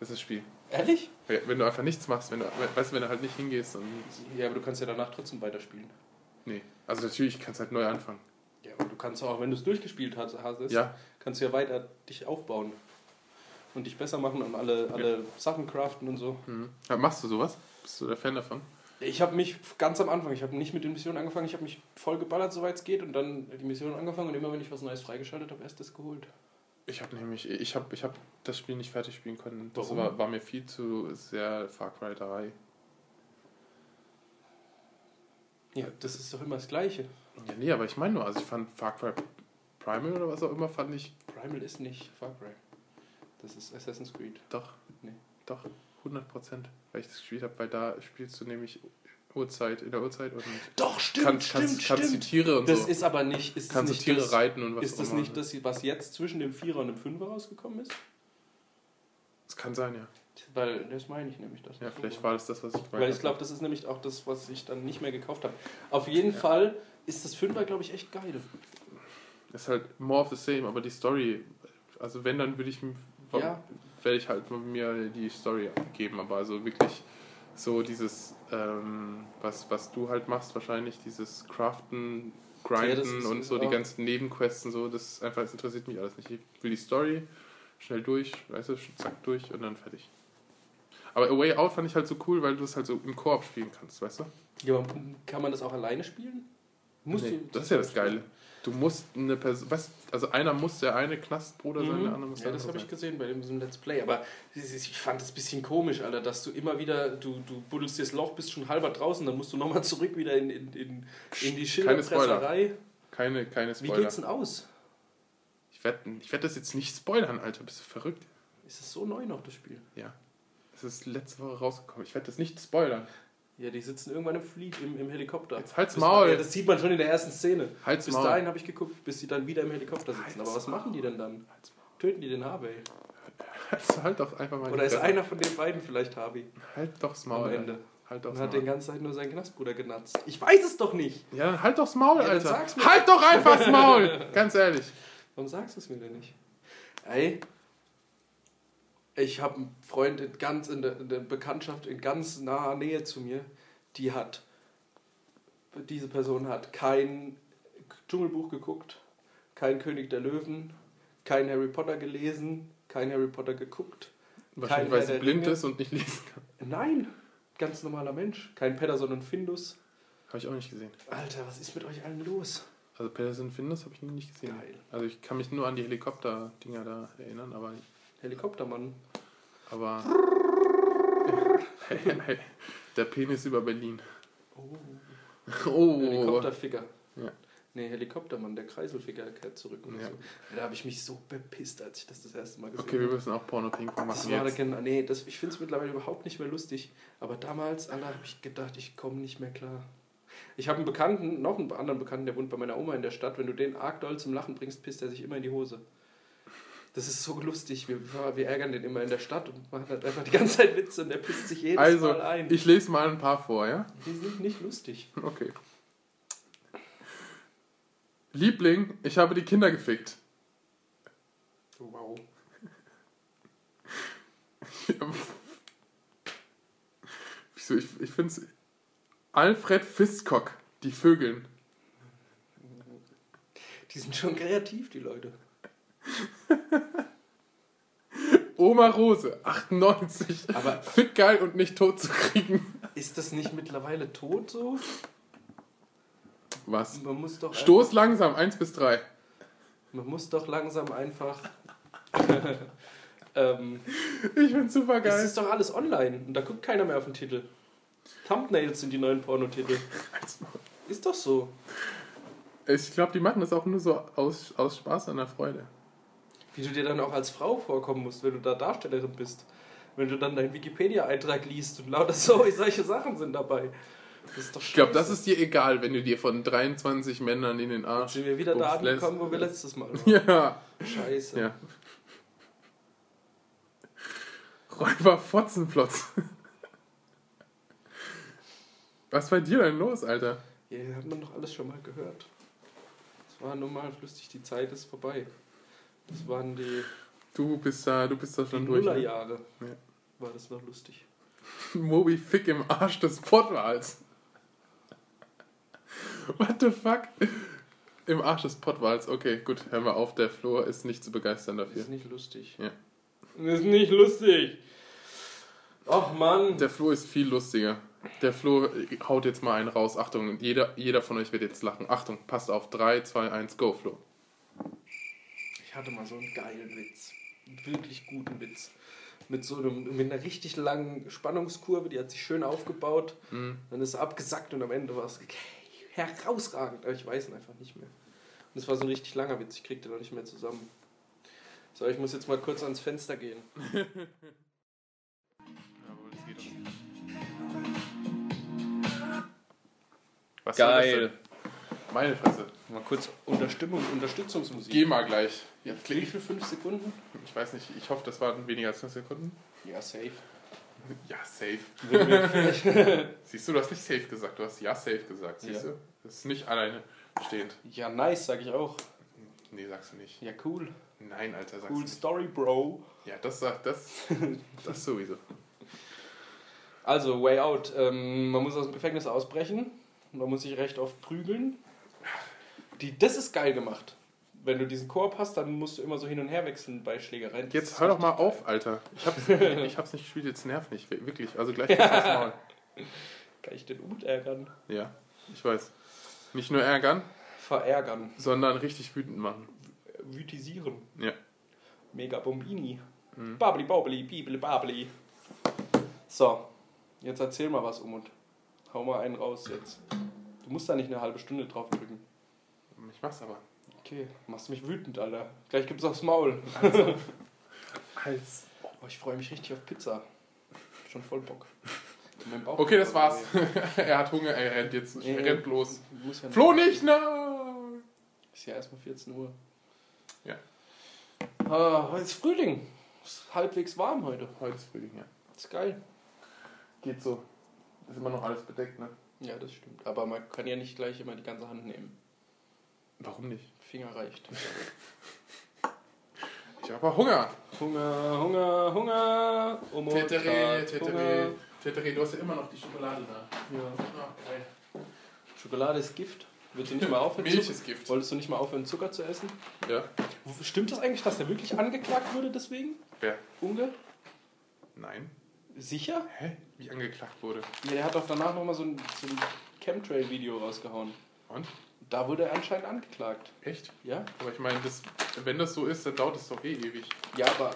S3: Das ist das Spiel.
S2: Ehrlich?
S3: We- Wenn du einfach nichts machst, wenn du, we- weißt du, wenn du halt nicht hingehst und.
S2: Ja, aber du kannst ja danach trotzdem weiterspielen.
S3: Nee. Also natürlich kannst du halt neu anfangen.
S2: Ja, aber du kannst auch, wenn du es durchgespielt hast, hast
S3: Ja.
S2: kannst du ja weiter dich aufbauen. Und dich besser machen und alle, alle Sachen craften und so.
S3: Mhm. Ja, machst du sowas? Bist du der Fan davon?
S2: Ich habe mich ganz am Anfang, ich habe nicht mit den Missionen angefangen, ich habe mich voll geballert, soweit es geht, und dann die Missionen angefangen und immer wenn ich was Neues freigeschaltet habe, erst das geholt.
S3: Ich habe nämlich, ich habe ich hab das Spiel nicht fertig spielen können. Das
S2: Warum?
S3: War, war mir viel zu sehr Far Cry 3.
S2: Ja, das ist doch immer das Gleiche.
S3: Ja, nee, aber ich meine nur, also ich fand Far Cry Primal oder was auch immer, fand ich
S2: Primal ist nicht Far Cry. Das ist Assassin's Creed.
S3: doch,
S2: Nee.
S3: doch, 100 Prozent, weil ich das gespielt habe, weil da spielst du nämlich Uhrzeit, in der Uhrzeit und
S2: Doch, stimmt,
S3: kannst, kannst, kannst die Tiere und
S2: Das
S3: so.
S2: ist aber nicht. Ist
S3: kannst
S2: das
S3: du
S2: nicht
S3: Tiere
S2: das,
S3: reiten und was
S2: Ist
S3: auch
S2: das
S3: immer.
S2: nicht das, was jetzt zwischen dem Vierer und dem Fünfer rausgekommen ist?
S3: Das kann sein, ja.
S2: Weil das meine ich nämlich. Das
S3: Ja, vielleicht war das das, was ich
S2: Weil ich
S3: meinte.
S2: glaube, das ist nämlich auch das, was ich dann nicht mehr gekauft habe. Auf jeden Fall ist das Fünfer, glaube ich, echt geil.
S3: Ist halt more of the same, aber die Story, also wenn, dann würde ich, m-
S2: Ja.
S3: werde ich halt mir die Story geben, aber also wirklich so dieses, ähm, was, was du halt machst wahrscheinlich, dieses Craften,
S2: Ja, das
S3: Grinden
S2: ist-
S3: und so, die
S2: ja.
S3: ganzen Nebenquests und so, das ist einfach, das interessiert mich alles nicht. Ich will die Story, schnell durch, weißt du, zack durch und dann fertig. Aber A Way Out fand ich halt so cool, weil du es halt so im Koop spielen kannst, weißt du?
S2: Ja, aber kann man das auch alleine spielen? Musst
S3: Nee,
S2: du,
S3: das ist ja das Geile. Du musst eine Person, was, also einer muss der eine Knastbruder sein,
S2: Mhm.
S3: der andere muss
S2: Ja,
S3: der
S2: das habe
S3: andere
S2: ich
S3: sein.
S2: gesehen bei dem diesem Let's Play. Aber dieses- ich fand das ein bisschen komisch, Alter, dass du immer wieder, du, du buddelst dir das Loch, bist schon halber draußen, dann musst du nochmal zurück wieder in, in, in, in die
S3: keine Spoiler.
S2: Schilderpresserei.
S3: Keine, keine
S2: Wie
S3: Spoiler.
S2: geht's denn aus?
S3: Ich werde ich werd das jetzt nicht spoilern, Alter. Bist du verrückt?
S2: Ist es so neu noch, das Spiel?
S3: Ja. Es ist letzte Woche rausgekommen. Ich werde das nicht spoilern.
S2: Ja, die sitzen irgendwann im Fleet, im, im Helikopter.
S3: Jetzt halt's
S2: Bis-
S3: Maul.
S2: Ja, das sieht man schon in der ersten Szene.
S3: Halt's
S2: bis
S3: Maul.
S2: dahin habe ich geguckt, bis sie dann wieder im Helikopter sitzen.
S3: Halt's
S2: Aber was
S3: Maul.
S2: machen die denn dann? Töten die den Harvey?
S3: Also halt doch einfach mal die
S2: Oder ist
S3: Fresse.
S2: einer von den beiden vielleicht Harvey?
S3: Halt doch's Maul.
S2: Am Ende.
S3: Alter. Halt
S2: Und
S3: doch's
S2: hat den
S3: Maul.
S2: ganze Zeit nur seinen Knastbruder genatzt. Ich weiß es doch nicht!
S3: Ja, dann halt doch's Maul,
S2: Ja, dann
S3: Alter.
S2: sag's mir.
S3: Halt doch einfach's Maul! Ganz ehrlich.
S2: Warum sagst du es mir denn nicht? Ey, ich habe einen Freund in ganz in der, in der Bekanntschaft in ganz naher Nähe zu mir, die hat, diese Person hat kein Dschungelbuch geguckt, kein König der Löwen, kein Harry Potter gelesen, kein Harry Potter geguckt.
S3: Wahrscheinlich,
S2: Herr
S3: weil sie
S2: der
S3: blind
S2: Ringe.
S3: ist und nicht lesen kann.
S2: Nein, ganz normaler Mensch, kein Pedersen und Findus.
S3: Habe ich auch nicht gesehen.
S2: Alter, was ist mit euch allen los?
S3: Also Patterson Findus habe ich noch nicht gesehen.
S2: Geil.
S3: Also ich kann mich nur an die Helikopter-Dinger da erinnern, aber.
S2: Helikoptermann.
S3: aber hey, hey, hey. Der Penis über Berlin.
S2: Oh.
S3: Oh.
S2: Helikopterficker.
S3: Ja.
S2: Nee, Helikoptermann, der Kreiselficker kehrt zurück. Und
S3: Ja.
S2: so. Da habe ich mich so bepisst, als ich das das erste Mal gesehen
S3: Okay, wir
S2: habe.
S3: müssen auch Porno Ping Pong
S2: Das
S3: machen
S2: war
S3: jetzt.
S2: genau, nee, das, ich finde es mittlerweile überhaupt nicht mehr lustig. Aber damals, Alter, habe ich gedacht, ich komme nicht mehr klar. Ich habe einen Bekannten, noch einen anderen Bekannten, der wohnt bei meiner Oma in der Stadt. Wenn du den arg doll zum Lachen bringst, pisst er sich immer in die Hose. Das ist so lustig. Wir, wir ärgern den immer in der Stadt und machen halt einfach die ganze Zeit Witze und der pisst sich jedes
S3: Also,
S2: Mal ein.
S3: ich lese mal ein paar vor, ja?
S2: die sind nicht lustig.
S3: Okay. Liebling, ich habe die Kinder gefickt.
S2: Oh, Wow.
S3: Wieso? Ich, ich finde es. Alfred Fiskok, die Vögeln.
S2: Die sind schon kreativ, die Leute.
S3: Oma Rose, 98.
S2: Aber-
S3: Fick geil und nicht tot zu kriegen.
S2: Ist das nicht mittlerweile tot so?
S3: Was?
S2: Man muss doch,
S3: Stoß langsam, 1 bis 3.
S2: man muss doch langsam einfach. ähm,
S3: Ich find's super
S2: es
S3: geil.
S2: ist doch alles online und da guckt keiner mehr auf den Titel. Thumbnails sind die neuen Pornotitel. Ist doch so.
S3: Ich glaube, die machen das auch nur so aus, aus Spaß an der Freude.
S2: Wie du dir dann auch als Frau vorkommen musst, wenn du da Darstellerin bist. Wenn du dann deinen Wikipedia-Eintrag liest und lauter so, solche Sachen sind dabei. Das ist doch
S3: Ich glaube, das ist dir egal, wenn du dir von 23 Männern in den Arsch.
S2: Sind wir wieder da
S3: guckst, lässt-
S2: angekommen, wo wir letztes Mal waren?
S3: Ja,
S2: Scheiße.
S3: ja. Räuber Fotzenplotz. Was war dir denn los, Alter?
S2: Ja, hat man doch alles schon mal gehört. Es war normal flüssig, die Zeit ist vorbei. Das waren die,
S3: Du bist da, du bist da
S2: die
S3: schon durch. Ne?
S2: Nullerjahre.
S3: Ja.
S2: War das noch lustig.
S3: Moby Fick im Arsch des Pottwals. What the fuck? Im Arsch des Pottwals. Okay, gut, hören wir auf. Der Flor ist nicht zu begeistern dafür.
S2: Ist nicht lustig.
S3: Ja.
S2: Ist nicht lustig. Och Mann.
S3: Der Flo ist viel lustiger. Der Flo äh, haut jetzt mal einen raus. Achtung, und jeder, jeder von euch wird jetzt lachen. Achtung, passt auf. 3, 2, 1, go, Flo.
S2: Ich hatte mal so einen geilen Witz. Einen wirklich guten Witz. Mit so einem, mit einer richtig langen Spannungskurve, die hat sich schön aufgebaut.
S3: Hm?
S2: Dann ist er abgesackt und am Ende war es herausragend. Aber ich weiß ihn einfach nicht mehr. Und es war so ein richtig langer Witz, ich krieg den noch nicht mehr zusammen. So, ich muss jetzt mal kurz ans Fenster gehen.
S3: Was soll das
S4: Geil.
S3: denn? Meine Fresse.
S2: Mal kurz Unterstimmung, Unterstützungsmusik.
S3: Geh mal gleich.
S2: Ja, wie viel? Fünf Sekunden?
S3: Ich weiß nicht, ich hoffe, das waren weniger als 5 Sekunden.
S2: Ja, safe.
S3: Ja, safe. siehst du, du hast nicht safe gesagt, du hast ja safe gesagt, siehst
S2: Ja.
S3: du? Das ist nicht alleine stehend.
S2: Ja, nice, sag ich auch.
S3: Nee, sagst du nicht.
S2: Ja, cool.
S3: Nein, Alter, sagst
S2: Cool
S3: du nicht.
S2: Story, Bro.
S3: Ja, das sagt das. Das sowieso.
S2: Also, Way Out. Ähm, man muss aus dem Gefängnis ausbrechen. Man muss sich recht oft prügeln. Die, das ist geil gemacht. Wenn du diesen Korb hast, dann musst du immer so hin und her wechseln bei Schlägereien. Das
S3: Jetzt
S2: ist
S3: hör doch mal
S2: richtig
S3: auf, Alter. Ich hab's, ich hab's nicht gespielt, jetzt nerv nicht. Wirklich, also gleich geht's aufs Maul.
S2: geil. Kann ich den Ut ärgern?
S3: Ja, ich weiß. Nicht nur ärgern,
S2: Verärgern.
S3: sondern richtig wütend machen.
S2: Wütisieren.
S3: Ja. Mhm.
S2: Mega Bombini. Babli, babli, bibli, babli. So, jetzt erzähl mal was, Umut. Hau mal einen raus jetzt. Du musst da nicht eine halbe Stunde drauf drücken.
S3: Ich mach's aber.
S2: Okay, machst mich wütend, Alter. Gleich gibt's aufs Maul.
S3: Als.
S2: Oh, ich freue mich richtig auf Pizza. Schon voll Bock. Mein Bauch-
S3: Okay, das war's. er hat Hunger, er rennt jetzt,
S2: Nee.
S3: rennt los.
S2: Muss ja
S3: Flo nicht, nein!
S2: Ist ja erstmal 14 Uhr.
S3: Ja.
S2: Ah, heute ist Frühling. Ist halbwegs warm heute.
S3: Heute ist Frühling, ja.
S2: Ist geil.
S3: Geht so. Ist immer noch alles bedeckt, ne?
S2: Ja, das stimmt. Aber man kann ja nicht gleich immer die ganze Hand nehmen.
S3: Warum nicht?
S2: Finger reicht.
S3: Ich hab aber Hunger.
S2: Hunger, Hunger, Hunger. Um
S3: Tetere, Tetere, Tetere, du hast ja immer noch die Schokolade da.
S2: Ja.
S3: Ah, geil.
S2: Schokolade ist Gift. Willst du nicht mal aufhören?
S3: Milch
S2: Zucker-
S3: ist Gift.
S2: Wolltest du nicht mal aufhören, Zucker zu essen?
S3: Ja?
S2: Stimmt das eigentlich, dass er wirklich angeklagt wurde deswegen?
S3: Wer?
S2: Unge?
S3: Nein.
S2: Sicher?
S3: Hä? Wie angeklagt wurde.
S2: Ja, der hat doch danach nochmal so ein, so ein Chemtrail-Video rausgehauen.
S3: Und?
S2: Da wurde er anscheinend angeklagt.
S3: Echt?
S2: Ja?
S3: Aber ich meine, das, wenn das so ist, dann dauert es doch eh ewig.
S2: Ja, aber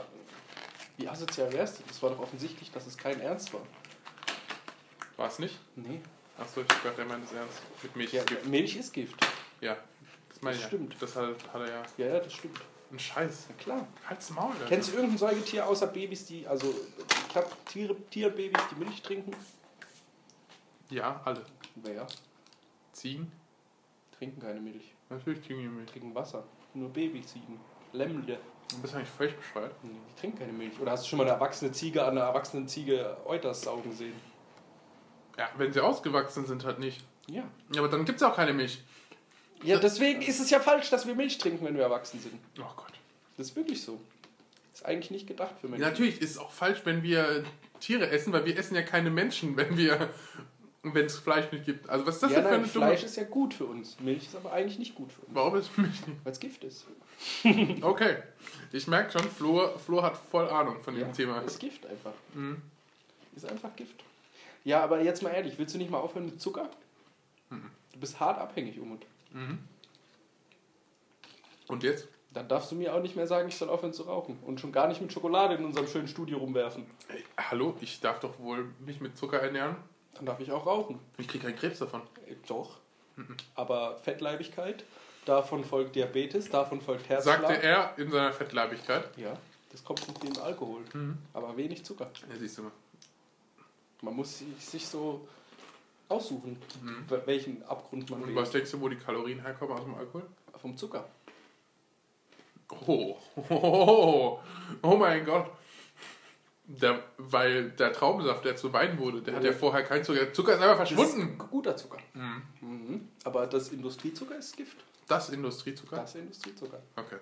S2: wie asozial wärst du? Das war doch offensichtlich, dass es kein Ernst war.
S3: War es nicht?
S2: Nee.
S3: Achso, ich dachte, er meint es ernst. Mit Milch.
S2: Ja,
S3: es gibt-
S2: Milch ist Gift.
S3: ja. Das meine ich.
S2: Das
S3: ja.
S2: stimmt.
S3: Das hat, hat er ja.
S2: Ja, ja, das stimmt.
S3: Ein Scheiß.
S2: Na klar.
S3: Halt's Maul, Alter.
S2: Kennst du irgendein Säugetier außer Babys, die, also ich glaube, Tiere, Tierbabys, die Milch trinken?
S3: Ja, alle.
S2: Wer?
S3: Ziegen?
S2: Trinken keine Milch.
S3: Natürlich Ziegen die Milch.
S2: Trinken Wasser. Nur Babyziegen. Lämmle.
S3: Du bist eigentlich völlig bescheuert.
S2: Nee, die trinken keine Milch. Oder hast du schon mal eine erwachsene Ziege an einer erwachsenen Ziege Euters saugen sehen?
S3: Ja, wenn sie ausgewachsen sind, halt nicht.
S2: Ja.
S3: Ja, aber dann gibt's ja auch keine Milch.
S2: Ja, deswegen ist es ja falsch, dass wir Milch trinken, wenn wir erwachsen sind.
S3: Oh Gott.
S2: Das ist wirklich so. Ist eigentlich nicht gedacht für Menschen.
S3: Ja, natürlich ist es auch falsch, wenn wir Tiere essen, weil wir essen ja keine Menschen, wenn wir wenn es Fleisch nicht gibt. Also was ist das
S2: ja,
S3: denn für
S2: nein,
S3: eine
S2: Fleisch
S3: dumme...
S2: ist ja gut für uns. Milch ist aber eigentlich nicht gut für uns,
S3: Warum ist Milch nicht?
S2: weil es Gift ist.
S3: Okay. Ich merke schon, Flo, Flo hat voll Ahnung von dem
S2: Ja,
S3: Thema.
S2: Ist Gift einfach.
S3: Mhm.
S2: Ist einfach Gift. Ja, aber jetzt mal ehrlich, willst du nicht mal aufhören mit Zucker?
S3: Mhm.
S2: Du bist hart abhängig, Umut.
S3: Und jetzt?
S2: Dann darfst du mir auch nicht mehr sagen, ich soll aufhören zu rauchen. Und schon gar nicht mit Schokolade in unserem schönen Studio rumwerfen.
S3: Ey, hallo, ich darf doch wohl mich mit Zucker ernähren?
S2: Dann darf ich auch rauchen.
S3: Ich kriege keinen Krebs davon.
S2: Äh, Doch.
S3: Mhm.
S2: Aber Fettleibigkeit, davon folgt Diabetes, davon folgt Herzschlag.
S3: Sagte er in seiner Fettleibigkeit.
S2: Ja, das kommt mit dem Alkohol.
S3: Mhm.
S2: Aber wenig Zucker.
S3: Ja, siehst du mal.
S2: Man muss sich sich so aussuchen, wel- welchen Abgrund man
S3: Mhm. Und
S2: will.
S3: was denkst du, wo die Kalorien herkommen aus dem Alkohol?
S2: Vom Zucker.
S3: Oh, oh, oh, oh mein Gott. Der, weil der Traubensaft, der zu Wein wurde, der hat ja vorher keinen Zucker. Der Zucker ist einfach verschwunden.
S2: Das ist guter Zucker.
S3: Mhm.
S2: Mhm. Aber das Industriezucker ist Gift.
S3: Das Industriezucker?
S2: Das Industriezucker.
S3: Okay.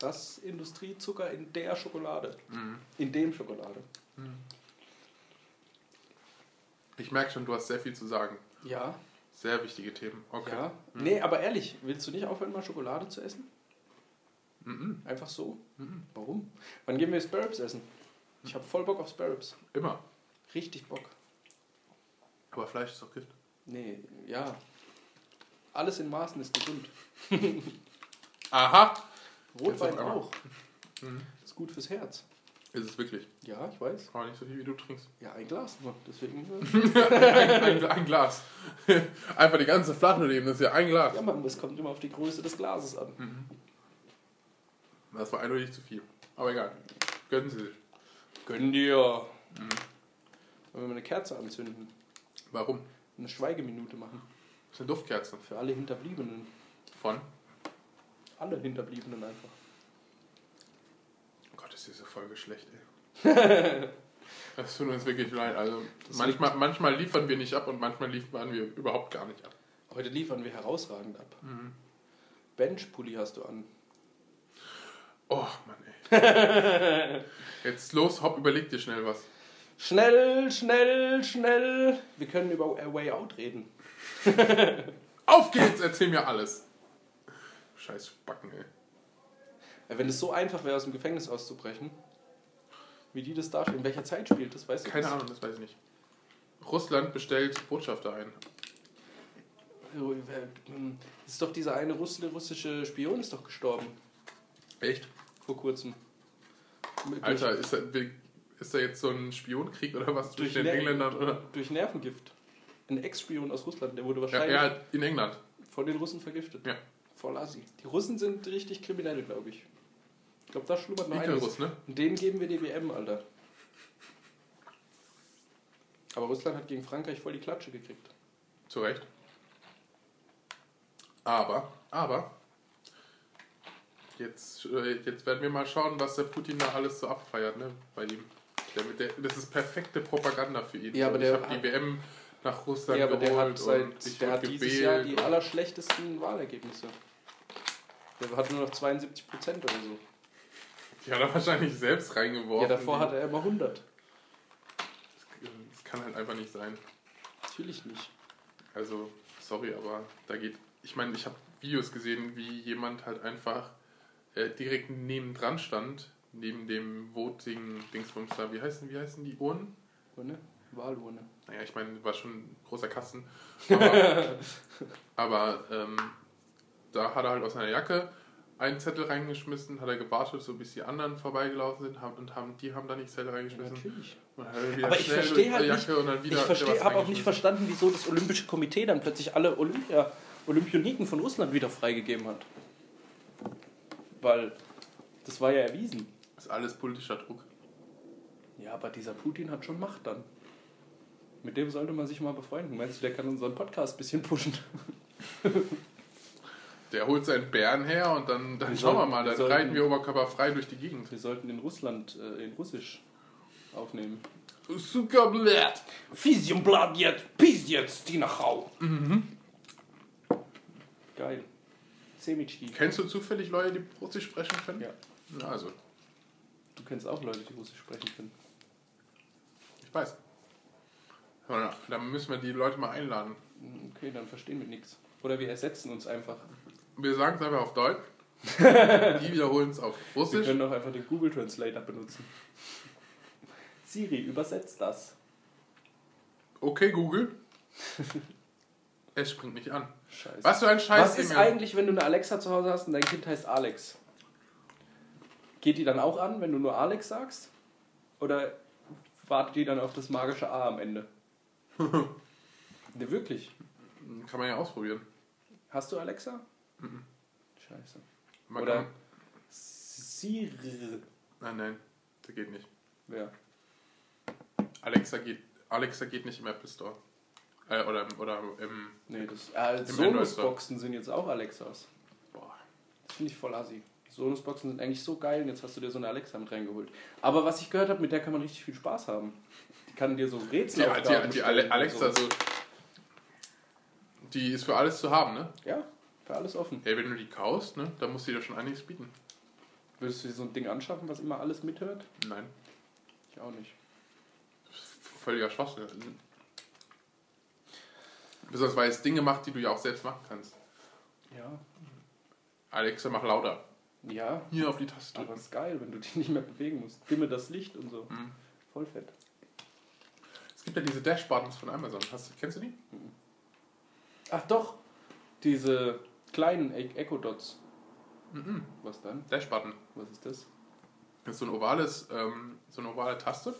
S2: Das Industriezucker in der Schokolade.
S3: Mhm.
S2: In dem Schokolade.
S3: Ich merke schon, du hast sehr viel zu sagen.
S2: Ja,
S3: Sehr wichtige Themen. Okay.
S2: ja. Nee, aber ehrlich, willst du nicht aufhören, mal Schokolade zu essen?
S3: Mhm.
S2: Einfach so? Warum? Wann gehen wir Sparrows essen? Ich habe voll Bock auf Sparrows.
S3: Immer.
S2: Richtig Bock.
S3: Aber Fleisch ist doch Gift.
S2: Nee, ja. Alles in Maßen ist gesund.
S3: Aha!
S2: Rotwein
S3: auf einmal.
S2: auch.
S3: Mhm.
S2: Ist gut fürs Herz.
S3: Ist es wirklich.
S2: Ja, ich weiß.
S3: Aber nicht so viel, wie du trinkst.
S2: Ja, ein Glas nur. Deswegen. äh,
S3: Ein, ein, ein Glas. Einfach die ganze Flasche nehmen, das ist ja ein Glas. Mhm.
S2: Ja, man, es kommt immer auf die Größe des Glases an.
S3: Das war eindeutig zu viel. Aber egal. Gönnen Sie sich.
S2: Gönn dir. Hm. Wollen wir mal eine Kerze anzünden?
S3: Warum?
S2: Eine Schweigeminute machen.
S3: Das ist eine Duftkerze.
S2: Für alle Hinterbliebenen.
S3: Von?
S2: Alle Hinterbliebenen einfach.
S3: Oh Gott, ist diese Folge schlecht, ey. Das tut uns wirklich leid. Also manchmal, manchmal liefern wir nicht ab und manchmal liefern wir überhaupt gar nicht ab.
S2: Heute liefern wir herausragend ab. Benchpulli hast du an.
S3: Oh Mann, ey. Jetzt los, hopp, überleg dir schnell was.
S2: Schnell, schnell, schnell. Wir können über A Way Out reden.
S3: Auf geht's, erzähl mir alles. Scheiß Backen, ey.
S2: Äh, Wenn es so einfach wäre, aus dem Gefängnis auszubrechen, wie die das darstellen, in welcher Zeit spielt das, weißt du?
S3: Keine
S2: das?
S3: Ahnung, das weiß ich nicht. Russland bestellt Botschafter ein.
S2: Also, äh, ähm, Ist doch dieser eine Russ russische Spion ist doch gestorben
S3: Echt?
S2: vor kurzem. Mit-
S3: Alter, ist da, ist da jetzt so ein Spionkrieg oder was
S2: Durch
S3: zwischen den
S2: Ner-
S3: Engländern oder?
S2: durch, durch Nervengift. Ein Ex-Spion aus Russland, der wurde
S3: Ja,
S2: wahrscheinlich
S3: ja, in England.
S2: von den Russen vergiftet.
S3: Ja.
S2: Voll Asi. Die Russen sind richtig kriminell, glaube ich. Ich glaube, da schlummert noch einiges.
S3: Icarus, ne?
S2: Und denen geben wir die WM, Alter. Aber Russland hat gegen Frankreich voll die Klatsche gekriegt.
S3: Zu Recht. Aber, aber, jetzt, äh, jetzt werden wir mal schauen, was der Putin da alles so abfeiert, ne? Bei ihm. Der, der, das ist perfekte Propaganda für ihn. Also
S2: Ja, aber der
S3: ich habe
S2: hat-
S3: die WM nach Russland
S2: ja, aber der hat,
S3: geholt und
S2: seit,
S3: ich
S2: der
S3: wurde
S2: hat
S3: gewählt.
S2: dieses Jahr die
S3: und-
S2: allerschlechtesten Wahlergebnisse. Der hat nur noch 72 Prozent oder so.
S3: die hat er wahrscheinlich selbst reingeworfen.
S2: Ja, davor
S3: die,
S2: hatte er immer 100.
S3: Das kann halt einfach nicht sein.
S2: Natürlich nicht.
S3: Also, sorry, aber da geht. Ich meine, ich habe Videos gesehen, wie jemand halt einfach äh, direkt nebendran stand, neben dem Voting-Dingsbums da. Wie heißen, wie heißen die Uhren?
S2: Ohne? Wahlurne.
S3: Naja, ich meine, war schon ein großer Kasten. Aber, aber ähm, da hat er halt aus seiner Jacke einen Zettel reingeschmissen, hat er gewartet, so bis die anderen vorbeigelaufen sind haben, und haben, die haben da nicht Zettel
S2: Ja,
S3: reingeschmissen.
S2: natürlich.
S3: und dann hat er wieder
S4: Aber ich
S3: schnell
S4: verstehe
S3: durch
S4: halt
S3: die
S4: nicht,
S3: und dann wieder
S4: ich verstehe,
S3: was
S4: habe auch nicht
S3: reingeschmissen.
S4: verstanden, wieso das Olympische Komitee dann plötzlich alle Olympia, Olympioniken von Russland wieder freigegeben hat. Weil das war ja erwiesen.
S3: Das ist alles politischer Druck.
S4: Ja, aber dieser Putin hat schon Macht dann. Mit dem sollte man sich mal befreunden. Meinst du, der kann unseren Podcast ein bisschen pushen?
S3: Der holt seinen Bären her und dann, dann
S4: Wir
S3: schauen wir
S4: sollten-
S3: mal,
S4: wir
S3: dann
S4: sollten-
S3: reiten wir oberkörperfrei durch die Gegend.
S4: Wir sollten in Russland, äh, in Russisch aufnehmen.
S3: Zuckerblatt!
S4: Fisiumblatt jetzt, pies jetzt, die Nachau. Mhm. Geil. Semichi.
S3: Kennst du zufällig Leute, die Russisch sprechen können?
S4: Ja.
S3: Na, Also,
S4: Du kennst auch Leute, die Russisch sprechen können.
S3: ich weiß. Hör mal, Dann müssen wir die Leute mal einladen.
S4: Hm, Okay, dann verstehen wir nichts. Oder wir ersetzen uns einfach.
S3: Wir sagen es einfach auf Deutsch. die wiederholen es auf
S4: Wir
S3: Russisch.
S4: können auch einfach den Google Translator benutzen. Siri, übersetzt das.
S3: Okay, Google. es springt nicht an.
S4: Scheiße.
S3: Was für ein Scheiß.
S4: Was ist
S3: Engel.
S4: eigentlich, wenn du eine Alexa zu Hause hast und dein Kind heißt Alex? Geht die dann auch an, wenn du nur Alex sagst? Oder wartet die dann auf das magische A am Ende? ne, wirklich.
S3: Kann man ja ausprobieren.
S4: Hast du Alexa?
S3: Mhm.
S4: Scheiße.
S3: Man
S4: Oder-
S3: kann,
S4: Siri.
S3: nein, nein, das geht nicht.
S4: Ja.
S3: Alexa geht, Alexa geht nicht im Apple Store. Äh, oder, im- oder im
S4: Nee, das. Äh,
S3: Android-Store.
S4: Sonos-Boxen sind jetzt auch Alexas.
S3: Boah.
S4: Das finde ich voll assi. Sonos-Boxen sind eigentlich so geil und jetzt hast du dir so eine Alexa mit reingeholt. Aber was ich gehört habe, mit der kann man richtig viel Spaß haben. Die kann dir so
S3: Die, halt
S4: Rätsel
S3: die, die Ale Alexa,
S4: So.
S3: so. die ist für alles zu haben, ne?
S4: Ja, für alles offen.
S3: Ey, wenn du die kaufst, ne, dann musst du dir schon einiges bieten.
S4: Würdest du dir so ein Ding anschaffen, was immer alles mithört?
S3: Nein,
S4: Ich auch nicht.
S3: völliger Schwachsinn. Besonders weil es Dinge macht, die du ja auch selbst machen kannst.
S4: Ja.
S3: Alexa, mach lauter.
S4: Ja,
S3: Hier auf die Taste
S4: aber
S3: drücken. Hm.
S4: ist geil, wenn du dich nicht mehr bewegen musst. Dimme das Licht und so. Voll fett.
S3: Es gibt ja diese Dash-Buttons von Amazon. Hast, du- kennst du die?
S2: Ach doch, diese kleinen E- Echo-Dots.
S3: Mhm.
S2: Was dann?
S3: Dash-Button.
S2: Was ist das?
S3: Das ist so ein ovales, ähm, so eine ovale Taste.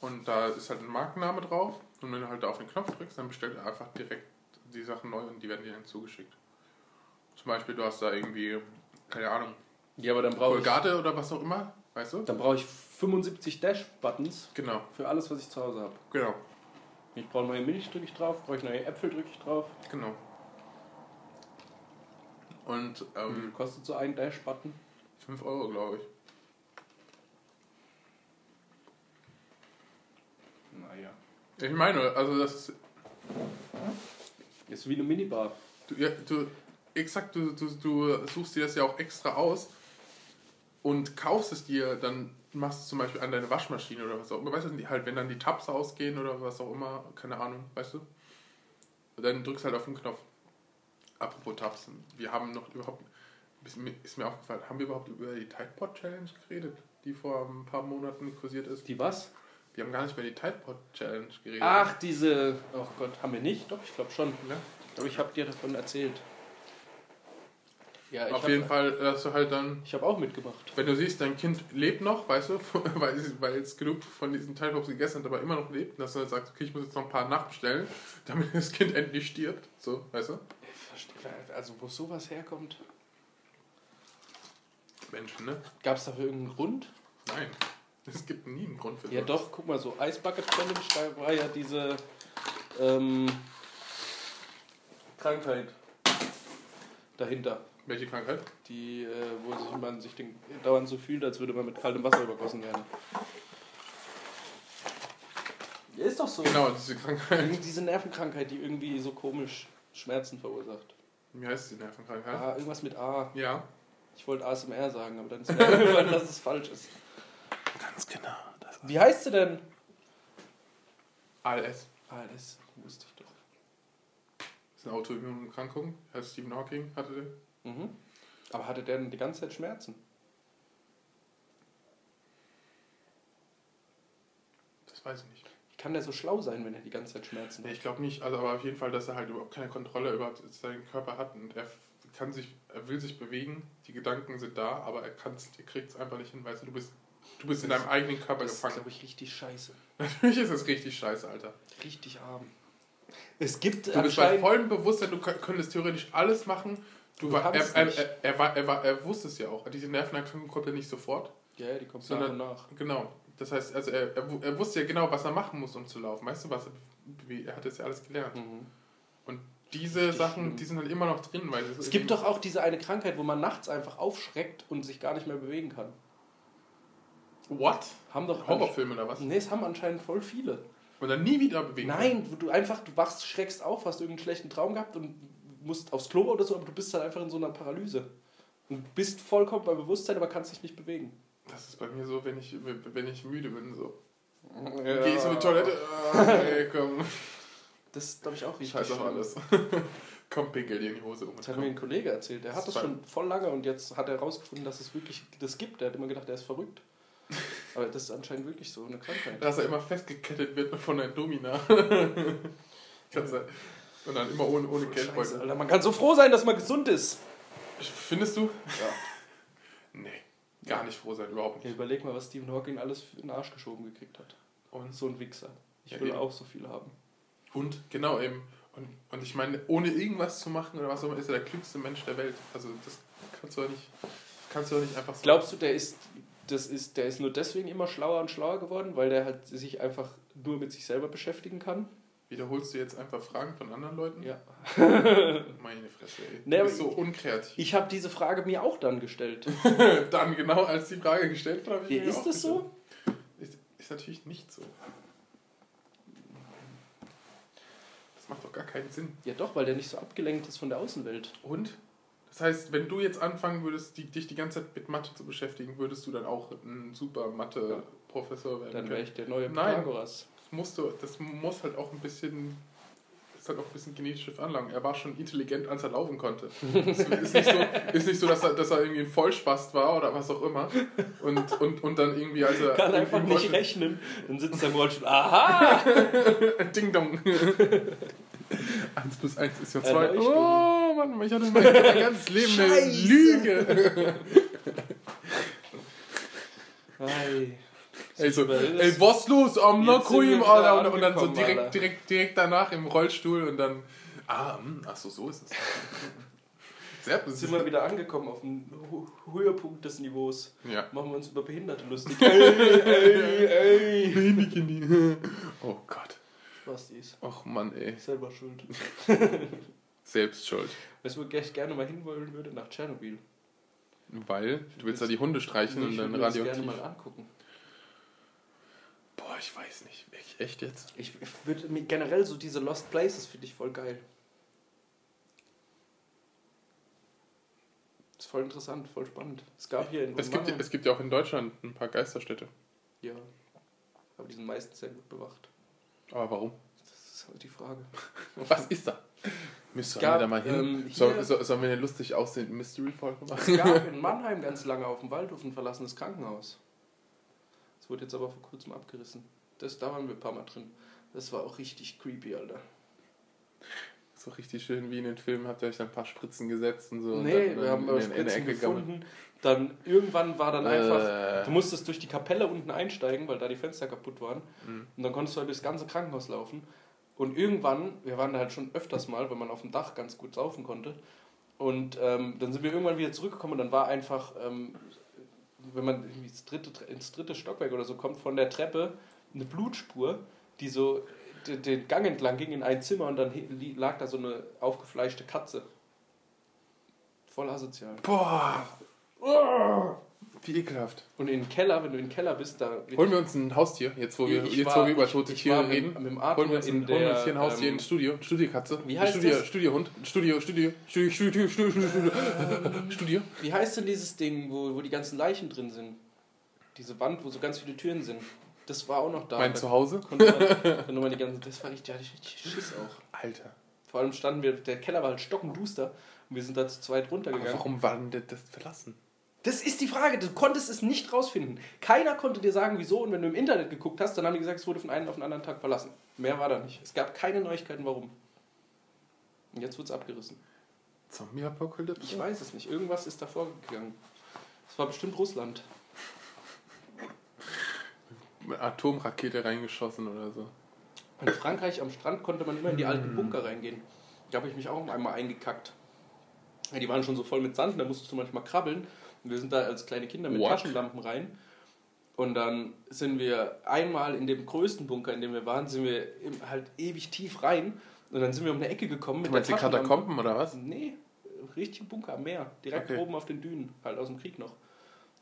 S3: Und da ist halt ein Markenname drauf. Und wenn du halt da auf den Knopf drückst, dann bestellt er einfach direkt die Sachen neu und die werden dir dann zugeschickt. Zum Beispiel, du hast da irgendwie, keine Ahnung,
S2: Ja, aber dann brauche ich,
S3: Colgate oder was auch immer, weißt du?
S2: dann brauche ich 75 Dash-Buttons
S3: Genau,
S2: für alles, was ich zu Hause habe.
S3: genau,
S2: Ich brauche neue Milch, drücke ich drauf, brauche ich neue Äpfel, drücke ich drauf.
S3: genau. Und ähm,
S2: Kostet so ein Dash-Button.
S3: 5 Euro, glaube ich.
S2: Naja.
S3: Ich meine, also das ist
S2: Ist wie eine Minibar.
S3: Du, ja, du, exakt, du, du, du suchst dir das ja auch extra aus und kaufst es dir, dann machst du es zum Beispiel an deine Waschmaschine oder was auch immer. Weißt du, die- halt, wenn dann die Tabs ausgehen oder was auch immer, keine Ahnung, weißt du? Dann drückst halt auf den Knopf. Apropos Tabs, wir haben noch überhaupt, ist mir, ist mir aufgefallen, haben wir überhaupt über die Tide Pod Challenge geredet, die vor ein paar Monaten kursiert ist?
S2: Die was?
S3: Wir haben gar nicht über die Tide Pod Challenge geredet.
S2: Ach, diese. Oh Gott, haben wir nicht? Doch, ich glaube schon.
S3: Ne?
S2: Aber ich habe dir davon erzählt. Ja, ich
S3: Auf jeden
S2: habe
S3: Fall, dass du halt dann
S2: hab auch mitgemacht.
S3: Wenn du siehst, dein Kind lebt noch, weißt du, weil es- weil es genug von diesen Teilpops gegessen hat, aber immer noch lebt, dass du dann sagst, okay, ich muss jetzt noch ein paar nachbestellen, damit das Kind endlich stirbt. So, weißt du?
S2: Ich verstehe. Also, wo sowas herkommt.
S3: Menschen, ne?
S2: Gab es dafür irgendeinen Grund?
S3: Nein. Es gibt nie einen Grund für
S2: Ja,
S3: sowas.
S2: doch, guck mal, so Eisbucket Challenge, da war ja diese ähm, Krankheit dahinter.
S3: Welche Krankheit?
S2: Die, äh, wo sich man sich den, dauernd so fühlt, als würde man mit kaltem Wasser übergossen werden. Ja, ist doch so.
S3: Genau, diese Krankheit.
S2: Diese Nervenkrankheit, die irgendwie so komisch Schmerzen verursacht.
S3: Wie heißt die Nervenkrankheit?
S2: Ah, irgendwas mit A.
S3: Ja.
S2: Ich wollte ASMR sagen, aber dann ist mir eingefallen, dass es falsch ist.
S3: Ganz genau.
S2: Wie heißt sie denn?
S3: ALS.
S2: Ah, das wusste ich doch.
S3: Das ist eine Autoimmunerkrankung. Heißt Stephen Hawking hatte den.
S2: Mhm. Aber hatte der denn die ganze Zeit Schmerzen?
S3: Das weiß ich nicht.
S2: Wie kann der so schlau sein, wenn er die ganze Zeit Schmerzen
S3: Nee,
S2: hat?
S3: ich glaube nicht, also aber auf jeden Fall, dass er halt überhaupt keine Kontrolle über seinen Körper hat und er f- kann sich, er will sich bewegen, die Gedanken sind da, aber er, kann's- er kriegt es einfach nicht hin, weißt du, du bist, du bist in deinem eigenen Körper
S2: Das ist,
S3: gefangen.
S2: glaube ich, richtig scheiße.
S3: Natürlich ist das richtig scheiße, Alter.
S2: Richtig arm. Es gibt
S3: Du bist bei vollem Bewusstsein, du kö- könntest theoretisch alles machen. Du war, er,
S2: kannst
S3: er,
S2: nicht.
S3: er, er, war, er, war, er wusste es ja auch. Diese Nervenerkrankung kommt ja nicht sofort.
S2: Ja, ja, die kommt nach
S3: sondern
S2: und nach.
S3: Genau. Das heißt, also er, er, wu- er wusste ja genau, was er machen muss, um zu laufen. Weißt du, was er, wie, er hat das ja alles gelernt.
S2: Mhm.
S3: Und diese
S2: Hm. Richtig
S3: Sachen,
S2: schlimm.
S3: die sind halt immer noch drin, weil das
S2: Es
S3: ist
S2: gibt doch
S3: irgendwie-
S2: auch diese eine Krankheit, wo man nachts einfach aufschreckt und sich gar nicht mehr bewegen kann.
S3: What?
S2: Haben doch
S3: Horrorfilm oder was?
S2: Nee, es haben anscheinend voll viele.
S3: Und dann nie wieder bewegen.
S2: Nein, wo du einfach, du wachst, schreckst auf, hast irgendeinen schlechten Traum gehabt und musst aufs Klo oder so, aber du bist halt einfach in so einer Paralyse. Und bist vollkommen bei Bewusstsein, aber kannst dich nicht bewegen.
S3: Das ist bei mir so, wenn ich, wenn ich müde bin, so. Geh ich so in die Toilette. Ey, komm.
S2: Das ist, glaube ich, auch richtig.
S3: Scheiß auf
S2: schlimm.
S3: alles. komm, pinkel dir in die Hose um.
S2: Das hat mir ein Kollege erzählt. Der hat
S3: Das
S2: das
S3: war-
S2: schon voll lange und jetzt hat er herausgefunden, dass es wirklich das gibt. Er hat immer gedacht, er ist verrückt. Aber das ist anscheinend wirklich so eine Krankheit.
S3: Dass er immer festgekettet wird von der Domina. Kannst du- Und dann immer ohne, ohne
S2: Oh, Scheiße,
S3: Geldbeutel.
S2: Alter, man kann so froh sein, dass man gesund ist.
S3: Findest du?
S2: Ja.
S3: Nee. Gar nicht froh sein, überhaupt
S2: Ja,
S3: nicht.
S2: überleg mal, was Stephen Hawking alles für den Arsch geschoben gekriegt hat.
S3: Und
S2: So ein Wichser. Ich
S3: Ja,
S2: will
S3: eben.
S2: auch so viel haben.
S3: Und genau eben. Und, und ich meine, ohne irgendwas zu machen oder was auch immer, ist er der klügste Mensch der Welt. Also das kannst du doch nicht, kannst du doch nicht einfach so.
S2: Glaubst du, der ist, das ist, der ist nur deswegen immer schlauer und schlauer geworden, weil der halt sich einfach nur mit sich selber beschäftigen kann?
S3: Wiederholst du jetzt einfach Fragen von anderen Leuten?
S2: Ja.
S3: Meine Fresse, ey.
S2: Nee,
S3: du
S2: aber
S3: bist so unkreativ.
S2: Ich habe diese Frage mir auch dann gestellt.
S3: Dann genau, als die Frage gestellt wurde, habe ich
S2: Ja,
S3: mir
S2: ist
S3: auch
S2: das so?
S3: gestellt. Ist, ist natürlich nicht so. Das macht doch gar keinen Sinn.
S2: Ja doch, weil der nicht so abgelenkt ist von der Außenwelt.
S3: Und? Das heißt, wenn du jetzt anfangen würdest, die, dich die ganze Zeit mit Mathe zu beschäftigen, würdest du dann auch ein super Mathe-Professor werden
S2: Dann
S3: können?
S2: wäre ich der neue
S3: Nein.
S2: Pythagoras.
S3: musst du, das muss halt auch ein bisschen ist halt auch ein bisschen genetische Veranlagung. Er war schon intelligent, als er laufen konnte. Es ist nicht so, ist nicht so dass, er, dass er irgendwie ein Vollspast war oder was auch immer. Und, und, und dann irgendwie, als er.
S2: Kann einfach
S3: irgendwie
S2: nicht rechnen. Dann sitzt er im Rollstuhl. Aha!
S3: wollte- Ding dong. 1 plus 1 ist ja
S2: Eine
S3: 2.
S2: Leuchtturm.
S3: Oh, Mann, ich hatte mein ganzes Leben eine
S2: Scheiße.
S3: Lüge.
S2: Hi.
S3: Ey, so,
S2: Super, das-
S3: Also, ey, was los? Am
S2: Jetzt
S3: Narko
S2: sind wir
S3: im
S2: wieder
S3: Alter. Und, und dann so
S2: angekommen, Alter.
S3: direkt, direkt, direkt danach im Rollstuhl und dann. Ah, hm, ach so, so ist es. Sehr
S2: Jetzt sind wir wieder angekommen auf dem Ho- Höhepunkt des Niveaus.
S3: Ja.
S2: Machen wir uns über Behinderte lustig. ey, ey, ey.
S3: Bikini. Oh Gott.
S2: Was die ist.
S3: Och Mann, ey.
S2: Selber schuld.
S3: Selbst schuld.
S2: Weißt du, wo ich echt gerne mal hinwollen würde? Nach Tschernobyl. Also,
S3: Weil du willst da die Hunde streichen
S2: ich
S3: und dann
S2: würde mir das gerne
S3: radioaktiv.
S2: mal angucken.
S3: Boah, ich weiß nicht. Echt, echt jetzt?
S2: Ich, ich würde mir generell so diese Lost Places finde ich voll geil. Ist voll interessant, voll spannend. Es gab hier in
S3: Es gibt,
S2: Rumänien-
S3: es gibt ja auch in Deutschland ein paar Geisterstädte.
S2: ja. Aber die sind meistens sehr gut bewacht.
S3: Aber warum?
S2: Das ist halt die Frage.
S3: Was ist da? Müssen wir
S2: gab,
S3: da mal hin?
S2: ähm,
S3: Soll-
S2: hier-
S3: so, sollen wir eine lustig aussehende Mystery-Folge machen?
S2: Es gab in Mannheim ganz lange auf dem Waldhof ein verlassenes Krankenhaus. Das wurde jetzt aber vor kurzem abgerissen. Das, da waren wir ein paar Mal drin. Das war auch richtig creepy, Alter.
S3: So richtig schön wie in den Filmen, habt ihr euch dann ein paar Spritzen gesetzt und so.
S2: nee,
S3: und dann,
S2: wir haben
S3: in
S2: aber
S3: den- in der
S2: Spritzen
S3: Ecke gegangen.
S2: gefunden. Dann irgendwann war dann einfach.
S3: Äh.
S2: Du musstest durch die Kapelle unten einsteigen, weil da die Fenster kaputt waren.
S3: Mhm.
S2: Und dann konntest du halt durchs ganze Krankenhaus laufen. Und irgendwann, wir waren da halt schon öfters mal, weil man auf dem Dach ganz gut saufen konnte. Und ähm, dann sind wir irgendwann wieder zurückgekommen und dann war einfach, ähm, wenn man irgendwie ins dritte, ins dritte Stockwerk oder so kommt, von der Treppe eine Blutspur, die so d- den Gang entlang ging in ein Zimmer und dann hi- li- lag da so eine aufgefleischte Katze. Voll asozial.
S3: Boah! Oh, wie ekelhaft.
S2: Und in den Keller, wenn du in den Keller bist, da.
S3: Holen wir uns ein Haustier, jetzt wo wir,
S2: Ich
S3: jetzt,
S2: war-
S3: wo wir über
S2: ich-
S3: tote
S2: ich war
S3: Tiere
S2: mit-
S3: reden.
S2: mit dem Arthur
S3: holen wir uns,
S2: in
S3: ein, holen wir uns hier ein
S2: der,
S3: Haustier,
S2: ähm,
S3: ein Studio, Studiokatze.
S2: Wie heißt
S3: Studio,
S2: das?
S3: Studiohund, Studio, Studio, Studio, Studio, Studio, Studio, Studio.
S2: Wie heißt denn dieses Ding, wo, wo die ganzen Leichen drin sind? Diese Wand, wo so ganz viele Türen sind. Das war auch noch da.
S3: Mein
S2: da
S3: Zuhause.
S2: konnte man, konnte man die ganzen, das war richtig, da hatte ich richtig Schiss auch.
S3: Alter,
S2: Vor allem standen wir, der Keller war halt stockenduster und wir sind da zu zweit
S3: aber
S2: runtergegangen.
S3: warum war denn das- das verlassen?
S2: Das ist die Frage, du konntest es nicht rausfinden. Keiner konnte dir sagen, wieso und wenn du im Internet geguckt hast, dann haben die gesagt, es wurde von einem auf den anderen Tag verlassen. Mehr war da nicht. Es gab keine Neuigkeiten, warum. Und jetzt wird es abgerissen. Ich
S3: Zombie-Apokalypse?
S2: weiß es nicht. Irgendwas ist da vorgegangen. Es war bestimmt Russland.
S3: Mit Atomrakete reingeschossen oder so.
S2: In Frankreich am Strand konnte man immer in die
S3: Hm.
S2: alten Bunker reingehen. Da habe ich mich auch einmal eingekackt. Ja, die waren schon so voll mit Sand, da musstest du manchmal krabbeln. Und wir sind da als kleine Kinder mit
S3: What?
S2: Taschenlampen rein. Und dann sind wir einmal in dem größten Bunker, in dem wir waren, sind wir im- halt ewig tief rein. Und dann sind wir um eine Ecke gekommen
S3: Du
S2: mit
S3: meinst die
S2: der Taschenlampe.
S3: Katakomben oder was?
S2: Nee, richtig Bunker am Meer. Direkt
S3: Okay.
S2: oben auf den Dünen, halt aus dem Krieg noch.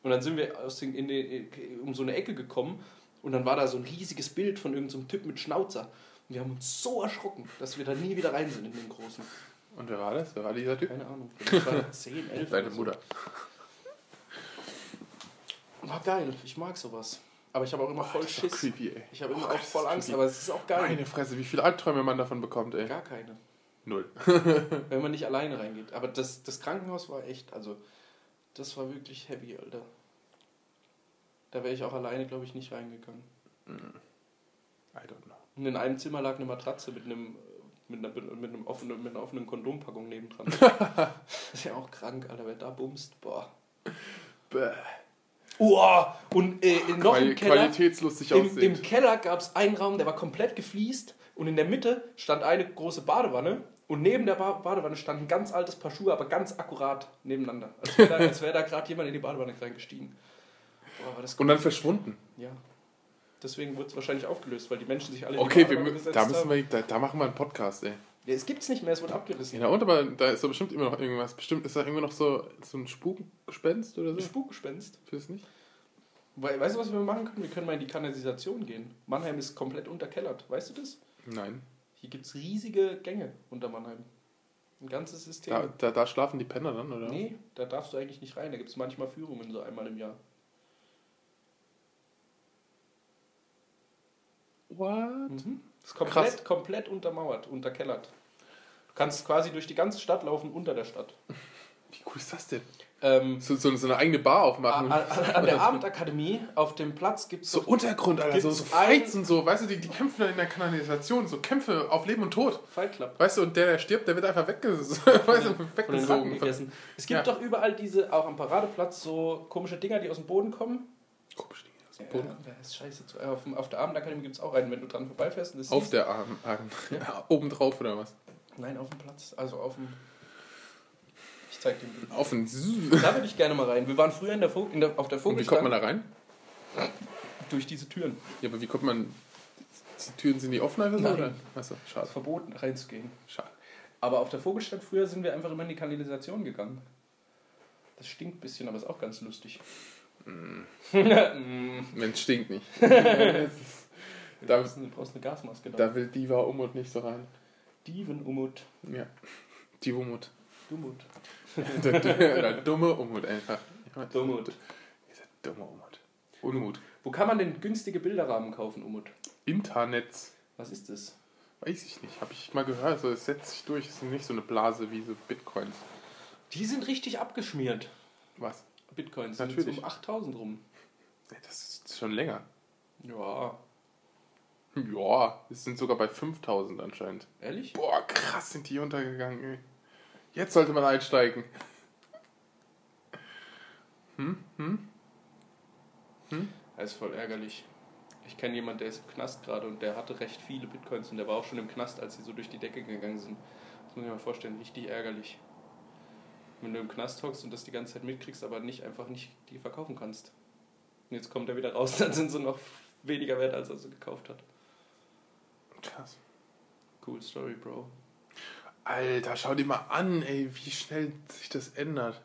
S2: Und dann sind wir aus den, in den, um so eine Ecke gekommen und dann war da so ein riesiges Bild von irgendeinem so einem Typ mit Schnauzer. Und wir haben uns so erschrocken, dass wir da nie wieder rein sind in den großen.
S3: Und wer war das? Wer war dieser Typ?
S2: Keine Ahnung. Ich war 10, 11.
S3: Deine
S2: oder so.
S3: Mutter.
S2: War geil, ich mag sowas. Aber ich habe auch immer voll
S3: Das ist doch
S2: Schiss.
S3: creepy, ey.
S2: Ich habe immer
S3: Oh
S2: auch
S3: Gott, das ist
S2: voll Angst,
S3: creepy.
S2: aber es ist auch geil.
S3: Meine Fresse, wie viele Albträume man davon bekommt, ey.
S2: Gar keine.
S3: Null.
S2: Wenn man nicht alleine reingeht. Aber das, das Krankenhaus war echt, also das war wirklich heavy, Alter. Da wäre ich auch alleine, glaube ich, nicht reingegangen.
S3: I don't know.
S2: Und in einem Zimmer lag eine Matratze mit einem äh, mit einer, mit einem offenen, mit einer offenen Kondompackung nebendran. das ist ja auch krank, Alter, wer da bumst, boah.
S3: Bäh.
S2: Uah, und äh, noch
S3: Quali
S2: im Keller,
S3: Qualitätslustig
S2: im, im
S3: aussehen.
S2: Keller gab es einen Raum, der war komplett gefliest und in der Mitte stand eine große Badewanne und neben der ba Badewanne stand ein ganz altes Paar Schuhe, aber ganz akkurat nebeneinander. Als wäre da, als wär da gerade jemand in die Badewanne reingestiegen. Boah, war das
S3: Und dann verschwunden.
S2: Ja. Deswegen wurde es wahrscheinlich aufgelöst, weil die Menschen sich alle in die
S3: Okay, wir,
S2: Badewanne
S3: mü-
S2: gesetzt
S3: da müssen
S2: haben.
S3: wir, da, da machen wir Genau. einen Podcast, ey.
S2: Ja, es gibt's nicht mehr, es wurde abgerissen.
S3: Ja, und aber da ist doch bestimmt immer noch irgendwas. Bestimmt ist da irgendwie noch so, so ein Spukgespenst oder
S2: Ein
S3: so.
S2: Spukgespenst.
S3: Fürs nicht?
S2: We weißt du, was wir machen können? Wir können mal in die Kanalisation gehen. Mannheim ist komplett unterkellert. Weißt du das?
S3: Nein.
S2: Hier gibt es riesige Gänge unter Mannheim. Ein ganzes System.
S3: Da, da, da schlafen die Penner dann, oder?
S2: Nee, da darfst du eigentlich nicht rein. Da gibt es manchmal Führungen so einmal im Jahr.
S3: What?
S2: Das ist komplett, komplett untermauert, unterkellert. Du kannst quasi durch die ganze Stadt laufen unter der Stadt.
S3: Wie cool ist das denn?
S2: Ähm,
S3: So, so, so eine eigene Bar aufmachen.
S2: an, an, an der Abendakademie auf dem Platz gibt es
S3: so Untergrund, Alter, so, so
S2: Gibt's ein-
S3: Fights und so, weißt du, die, die kämpfen dann in der Kanalisation, so Kämpfe auf Leben und Tod.
S2: Fight Club.
S3: Weißt du, und der, der stirbt, der wird einfach wegges weißt du,
S2: Von den Ratten
S3: weggesogen.
S2: gegessen. Es gibt
S3: Ja.
S2: doch überall diese, auch am Paradeplatz, so komische Dinger, die aus dem Boden kommen.
S3: Komisch, Dinge aus dem Boden.
S2: Ja, das ist scheiße. zu- äh, Auf, dem- auf der Abendakademie gibt es auch einen, wenn du dran vorbeifährst. Und das
S3: Auf
S2: siehst-
S3: der Arm, Arm. Ja. obendrauf oder was?
S2: Nein, auf dem Platz. Also auf dem. Ich zeig dir ein Bild.
S3: Auf den Sü-
S2: Da würde ich gerne mal rein. Wir waren früher in der Vog in der, auf der
S3: Und wie kommt man
S2: Vogelstange
S3: da rein?
S2: durch diese Türen.
S3: Ja, aber wie kommt man. Die Türen sind die offen einfach so?
S2: Nein.
S3: Oder? Achso, schade.
S2: Es ist verboten, reinzugehen.
S3: schade.
S2: Aber auf der Vogelstadt früher sind wir einfach immer in die Kanalisation gegangen. Das stinkt ein bisschen, aber ist auch ganz lustig. Mm.
S3: Mensch, stinkt nicht.
S2: du,
S3: da,
S2: brauchst eine, du brauchst eine Gasmaske. Da.
S3: da will Diva Umut nicht so rein.
S2: Dieven Umut.
S3: Ja. Die Umut.
S2: Dumut.
S3: der, der, der dumme Umut einfach. Ja,
S2: Dumut.
S3: Dieser dumme Umut. Unmut.
S2: Wo kann man denn günstige Bilderrahmen kaufen, Umut?
S3: Internet.
S2: Was ist das?
S3: Weiß ich nicht. Habe ich mal gehört. So, es setzt sich durch. Es ist nicht so eine Blase wie so Bitcoins.
S2: Die sind richtig abgeschmiert.
S3: Was?
S2: Bitcoins sind
S3: Natürlich.
S2: jetzt um 8000 rum.
S3: Ja, Das ist schon länger.
S2: Ja,
S3: Ja, es sind sogar bei 5000 anscheinend.
S2: ehrlich?
S3: Boah, krass sind die untergegangen, ey. Jetzt sollte man einsteigen. Hm, hm?
S2: Das ist voll ärgerlich. Ich kenne jemanden, der ist im Knast gerade und der hatte recht viele Bitcoins und der war auch schon im Knast, als sie so durch die Decke gegangen sind. Das muss ich mir mal vorstellen, richtig ärgerlich. Wenn du im Knast hockst und das die ganze Zeit mitkriegst, aber nicht einfach nicht die verkaufen kannst. Und jetzt kommt er wieder raus, dann sind sie noch weniger wert, als er sie gekauft hat.
S3: Krass.
S2: Cool Story, Bro.
S3: Alter, schau dir mal an, ey, wie schnell sich das ändert.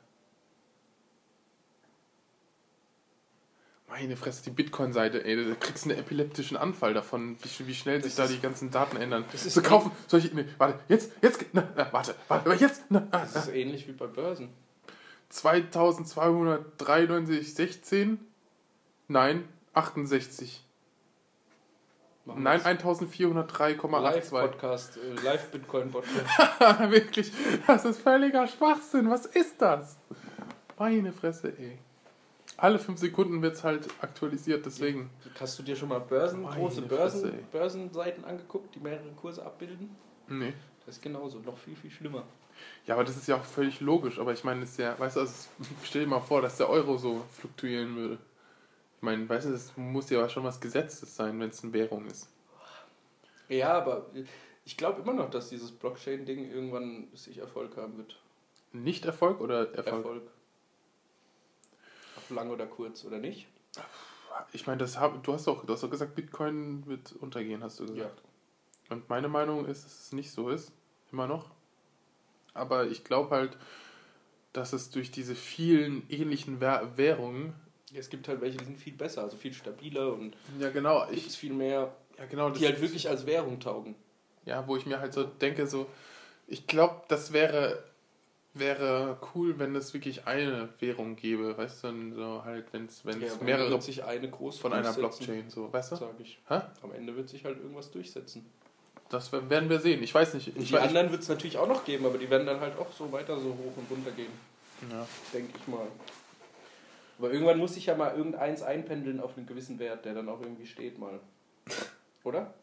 S3: Meine Fresse, die Bitcoin-Seite, ey, da kriegst du einen epileptischen Anfall davon, wie, sch- wie schnell sich da die ganzen Daten ändern.
S2: Das ist-
S3: so kaufen, solche, nee, warte, jetzt, jetzt, na, na, warte, warte, aber jetzt, na, ah, na,
S2: Das ist ähnlich wie bei Börsen.
S3: 2293, 16, nein, 68.
S2: Machen wir
S3: Nein,
S2: jetzt
S3: 1403,82.
S2: Live-Podcast, äh, Live-Bitcoin-Podcast.
S3: Wirklich, das ist völliger Schwachsinn. Was ist das? Meine Fresse, ey. Alle fünf Sekunden wird es halt aktualisiert, deswegen.
S2: Hast du dir schon mal Börsen,
S3: Meine
S2: große
S3: Fresse,
S2: Börsen,
S3: ey.
S2: Börsenseiten angeguckt, die mehrere Kurse abbilden?
S3: Nee.
S2: Das ist genauso, noch viel, viel schlimmer.
S3: Ja, aber das ist ja auch völlig logisch. Aber ich meine, das ist ja, weißt du, also, es- stell dir mal vor, dass der Euro so fluktuieren würde. Ich meine, weißt du, das muss ja schon was Gesetztes sein, wenn es eine Währung ist.
S2: Ja, aber ich glaube immer noch, dass dieses Blockchain-Ding irgendwann sich Erfolg haben wird.
S3: Nicht Erfolg oder Erfolg?
S2: Erfolg. Ob lang oder kurz oder nicht?
S3: Ich meine, das hab, du, hast doch, du hast doch gesagt, Bitcoin wird untergehen, hast du gesagt.
S2: Ja.
S3: Und meine Meinung ist, dass es nicht so ist, immer noch. Aber ich glaube halt, dass es durch diese vielen ähnlichen Währ- Währungen,
S2: Es gibt halt welche, die sind viel besser, also viel stabiler und
S3: ja genau,
S2: gibt es
S3: ich,
S2: viel mehr,
S3: ja genau, das,
S2: die halt wirklich als Währung taugen.
S3: ja, wo ich mir halt so denke, so, ich glaube, das wäre, wäre cool, wenn es wirklich eine Währung gäbe, weißt du, und so halt, wenn es wenn
S2: Ja,
S3: es
S2: aber
S3: mehrere
S2: wird sich eine groß
S3: von einer
S2: durchsetzen,
S3: Blockchain, so, weißt du?
S2: Sag ich.
S3: Hä?
S2: Am Ende wird sich halt irgendwas durchsetzen.
S3: Das wer- werden wir sehen. Ich weiß nicht.
S2: Und
S3: Ich,
S2: die
S3: weiß-
S2: anderen wird es natürlich auch noch geben, aber die werden dann halt auch so weiter so hoch und runter gehen.
S3: ja.
S2: denke ich mal. Aber irgendwann muss ich ja mal irgendeins einpendeln auf einen gewissen Wert, der dann auch irgendwie steht mal. Oder?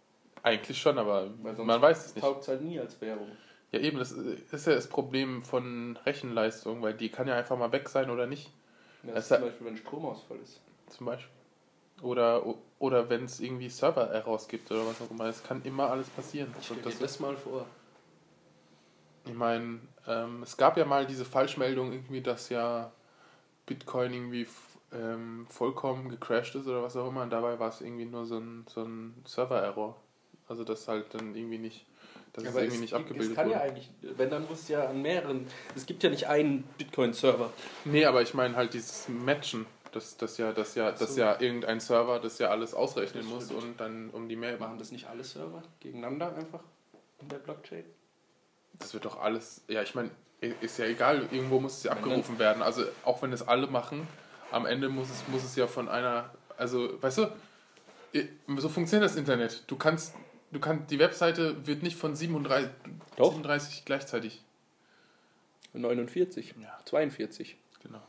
S3: Eigentlich schon, aber
S2: Weil sonst
S3: man weiß es nicht.
S2: Taugt es halt nie als Währung.
S3: Ja, eben, das ist ja das Problem von Rechenleistung, weil die kann ja einfach mal weg sein oder nicht,
S2: Ja, Das
S3: Das ist
S2: ist
S3: ja-
S2: zum Beispiel, wenn Stromausfall ist.
S3: zum Beispiel. Oder, oder wenn es irgendwie Server-Errors gibt oder was auch immer. Es kann immer alles passieren. Und das,
S2: das mal vor.
S3: ich meine, ähm, es gab ja mal diese Falschmeldung irgendwie, dass ja Bitcoin irgendwie f- ähm, vollkommen gecrashed ist oder was auch immer. Und dabei war es irgendwie nur so ein, so ein Server-Error. Also das halt dann irgendwie nicht, dass es irgendwie nicht abgebildet
S2: es kann
S3: wurde.
S2: ja eigentlich, wenn dann muss ja an mehreren, es gibt ja nicht einen Bitcoin-Server.
S3: Nee, aber ich meine halt dieses Matchen, dass das ja, das ja, das
S2: so.
S3: ja irgendein Server das ja alles ausrechnen
S2: Das
S3: muss
S2: stimmt.
S3: und dann um die Mail machen.
S2: Machen das nicht alle Server gegeneinander einfach in der Blockchain?
S3: Das wird doch alles, ja, ich meine, i- ist ja egal, irgendwo muss es ja abgerufen werden. Also auch wenn es alle machen, am Ende muss es, muss es ja von einer, also weißt du, i- so funktioniert das Internet. Du kannst du kannst, die Webseite wird nicht von 37,
S2: Doch.
S3: 37 gleichzeitig.
S2: 49.
S3: Ja.
S2: 42.
S3: Genau.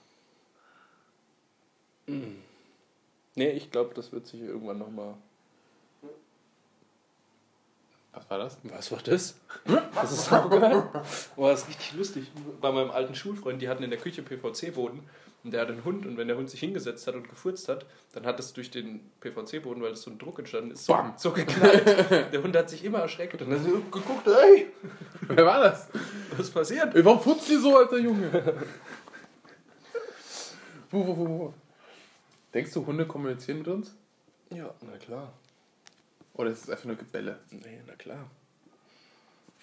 S2: Nee, ich glaube, das wird sich irgendwann nochmal.
S3: Was war das?
S2: Was war das? Das ist saugeil. Boah, das ist richtig lustig. Bei meinem alten Schulfreund, die hatten in der Küche PVC-Boden und der hat einen Hund und wenn der Hund sich hingesetzt hat und gefurzt hat, dann hat es durch den PVC-Boden, weil es so ein Druck entstanden ist, so,
S3: Bam.
S2: so geknallt. Der Hund hat sich immer erschreckt und dann so geguckt, ey,
S3: Wer war das?
S2: was ist passiert?
S3: Ey, warum putzt ihr so, alter Junge? wo, wo, wo, wo? Denkst du, Hunde kommunizieren mit uns?
S2: Ja, na klar.
S3: Oder ist es einfach nur Gebelle?
S2: Nee, na klar.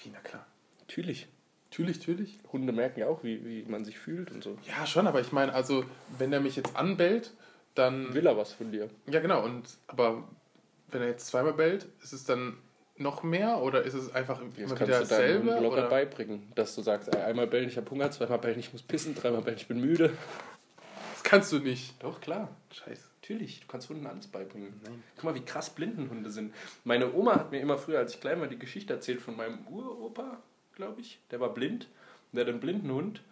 S3: Wie, na klar.
S2: Natürlich.
S3: Natürlich, natürlich.
S2: Hunde merken ja auch, wie, wie man sich fühlt und so.
S3: Ja, schon, aber ich meine, also, wenn der mich jetzt anbellt, dann.
S2: Will er was von dir?
S3: Ja, genau, und aber wenn er jetzt zweimal bellt, ist es dann noch mehr oder ist es einfach
S2: Das
S3: immer wieder
S2: kannst du deinem
S3: dasselbe?
S2: Hund locker
S3: Oder?
S2: beibringen, dass du sagst, ey, einmal bellen, ich hab Hunger, zweimal bellen, ich muss pissen, dreimal bellen, ich bin müde.
S3: Das kannst du nicht.
S2: Doch, klar.
S3: Scheiße.
S2: Natürlich, du kannst Hunden alles beibringen.
S3: Nein.
S2: Guck mal, wie krass Blindenhunde sind. Meine Oma hat mir immer früher, als ich klein war, die Geschichte erzählt von meinem Uropa, glaube ich. Der war blind. Und der hat einen blinden Hund.